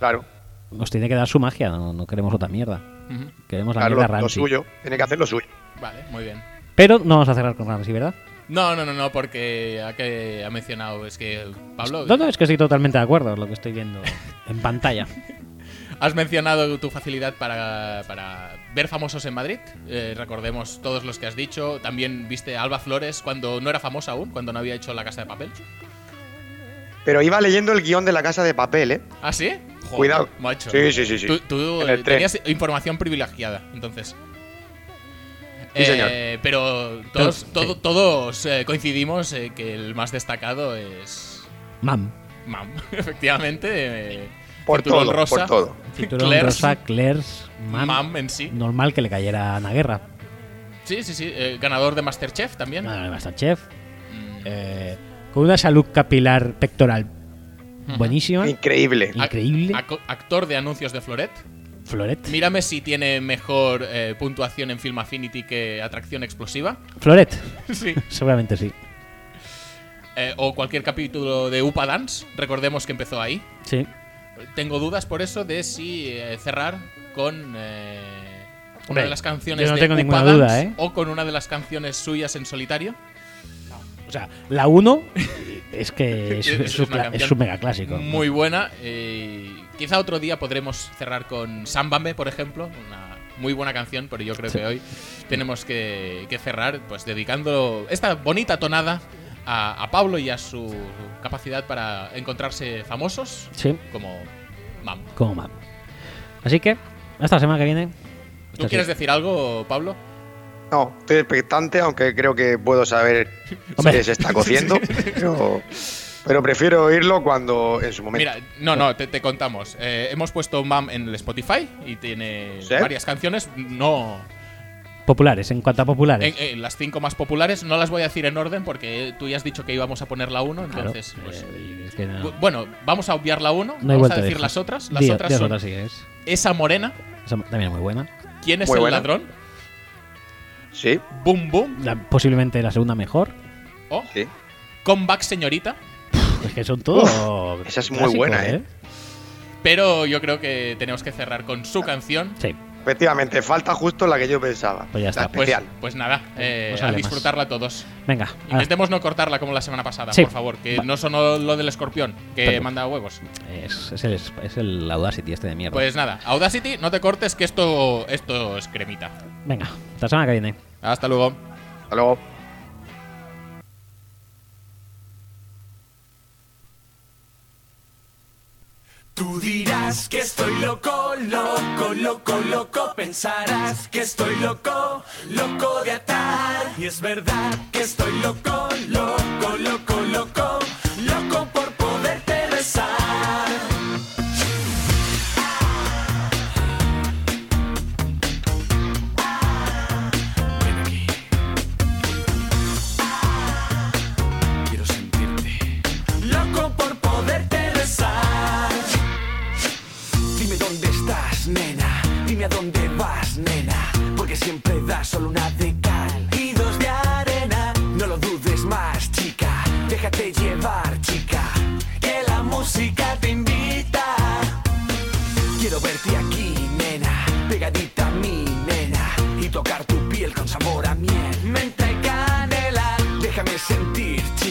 Claro, nos tiene que dar su magia, no, no queremos otra mierda. Ujú, Queremos la claro, mierda lo, lo Ramsey. suyo. Tiene que hacer lo suyo. Vale, muy bien. Pero no vamos a cerrar con Ramsey, ¿verdad? No, no, no, no, porque ha, que ha mencionado, es que Pablo, No, no, es que estoy totalmente de acuerdo con lo que estoy viendo en pantalla. has mencionado tu facilidad para, para ver famosos en Madrid. Eh, recordemos todos los que has dicho. También viste a Alba Flores cuando no era famosa aún, cuando no había hecho La Casa de Papel. Pero iba leyendo el guión de la casa de papel, ¿eh? ¿Ah, sí? Joder, Cuidado. Macho. Sí, sí, sí, sí. Tú, tú, En el eh, tren. tenías información privilegiada, entonces. Eh, Sí, señor. Pero todos, Pero- todo- todos eh, coincidimos eh, que el más destacado es Mam. Mam, efectivamente. eh, Por cinturón todo, por todo. Cinturón Clairs, Rosa, Clairs, Mam. Mam. en sí. Normal que le cayera a una guerra. Sí, sí, sí. eh, ganador de Masterchef también. Nada, Masterchef. Mm. Eh, con una salud capilar pectoral buenísima. Increíble. Ac- Increíble. ac- actor de anuncios de Floret. Floret. Mírame si tiene mejor eh, puntuación en Film Affinity que Atracción Explosiva. Floret. sí. Seguramente sí. Eh, o cualquier capítulo de Upa Dance. Recordemos que empezó ahí. Sí. Tengo dudas por eso de si eh, cerrar con eh, una Hombre, de las canciones yo no de tengo Upa ninguna duda, Dance ¿eh? o con una de las canciones suyas en solitario. O sea, la 1 es que es, Es es un, una cla- es canción un mega clásico. Muy buena. eh, Quizá otro día podremos cerrar con Sambambe, por ejemplo, una muy buena canción, pero yo creo que hoy tenemos que, que cerrar pues dedicando esta bonita tonada a, a Pablo y a su capacidad para encontrarse famosos Sí. como Mam. Como map. Así que, hasta la semana que viene. ¿Tú Esto quieres sí. decir algo, Pablo? No, estoy expectante, aunque creo que puedo saber Hombre. si se está cociendo. pero, pero prefiero oírlo cuando en su momento. Mira, no, no, te, te contamos. Eh, hemos puesto Mam en el Spotify y tiene ¿Sí? varias canciones. No, Populares, en cuanto a populares. en- en las cinco más populares. No las voy a decir en orden porque tú ya has dicho que íbamos a poner la uno, Claro. entonces. pues, Eh, es que no, bu- bueno, vamos a obviar la no uno. hay vamos a vuelta decir de las hoja. otras. Las Di- otras di son otras, sí que es. Esa Morena, Esa también es muy buena. ¿Quién es Muy el buena. ladrón? Sí, Boom Boom. La- posiblemente la segunda mejor. O sí. Comeback Señorita. Es que son todo. esa es muy clásicos, buena, ¿eh? Pero yo creo que tenemos que cerrar con su canción. Sí. Efectivamente, falta justo la que yo pensaba. Pues ya está. La Pues, especial. pues nada, eh, Pues a además. disfrutarla todos. Venga. Ah, hasta- Intentemos no cortarla como la semana pasada, Sí. por favor. Que Va- no sonó lo del escorpión, que Pero- manda huevos. Es, es el, es el Audacity este de mierda. Pues nada, Audacity, no te cortes, que esto, esto es cremita. Venga, hasta la semana que viene. Hasta luego. Hasta luego. Tú dirás que estoy loco, loco, loco, loco. Pensarás que estoy loco, loco de atar. Y es verdad que estoy loco, loco, loco, loco. Loco por poderte besar. Ven aquí. Quiero sentirte. Loco por poderte besar. Dime dónde estás, nena. Dime a dónde vas, nena. Porque siempre das solo una de cal y dos de arena. No lo dudes más, chica. Déjate llevar, chica. Que la música te invita. Quiero verte aquí, nena, pegadita a mí, nena, y tocar tu piel con sabor a miel. Menta y canela, déjame sentir,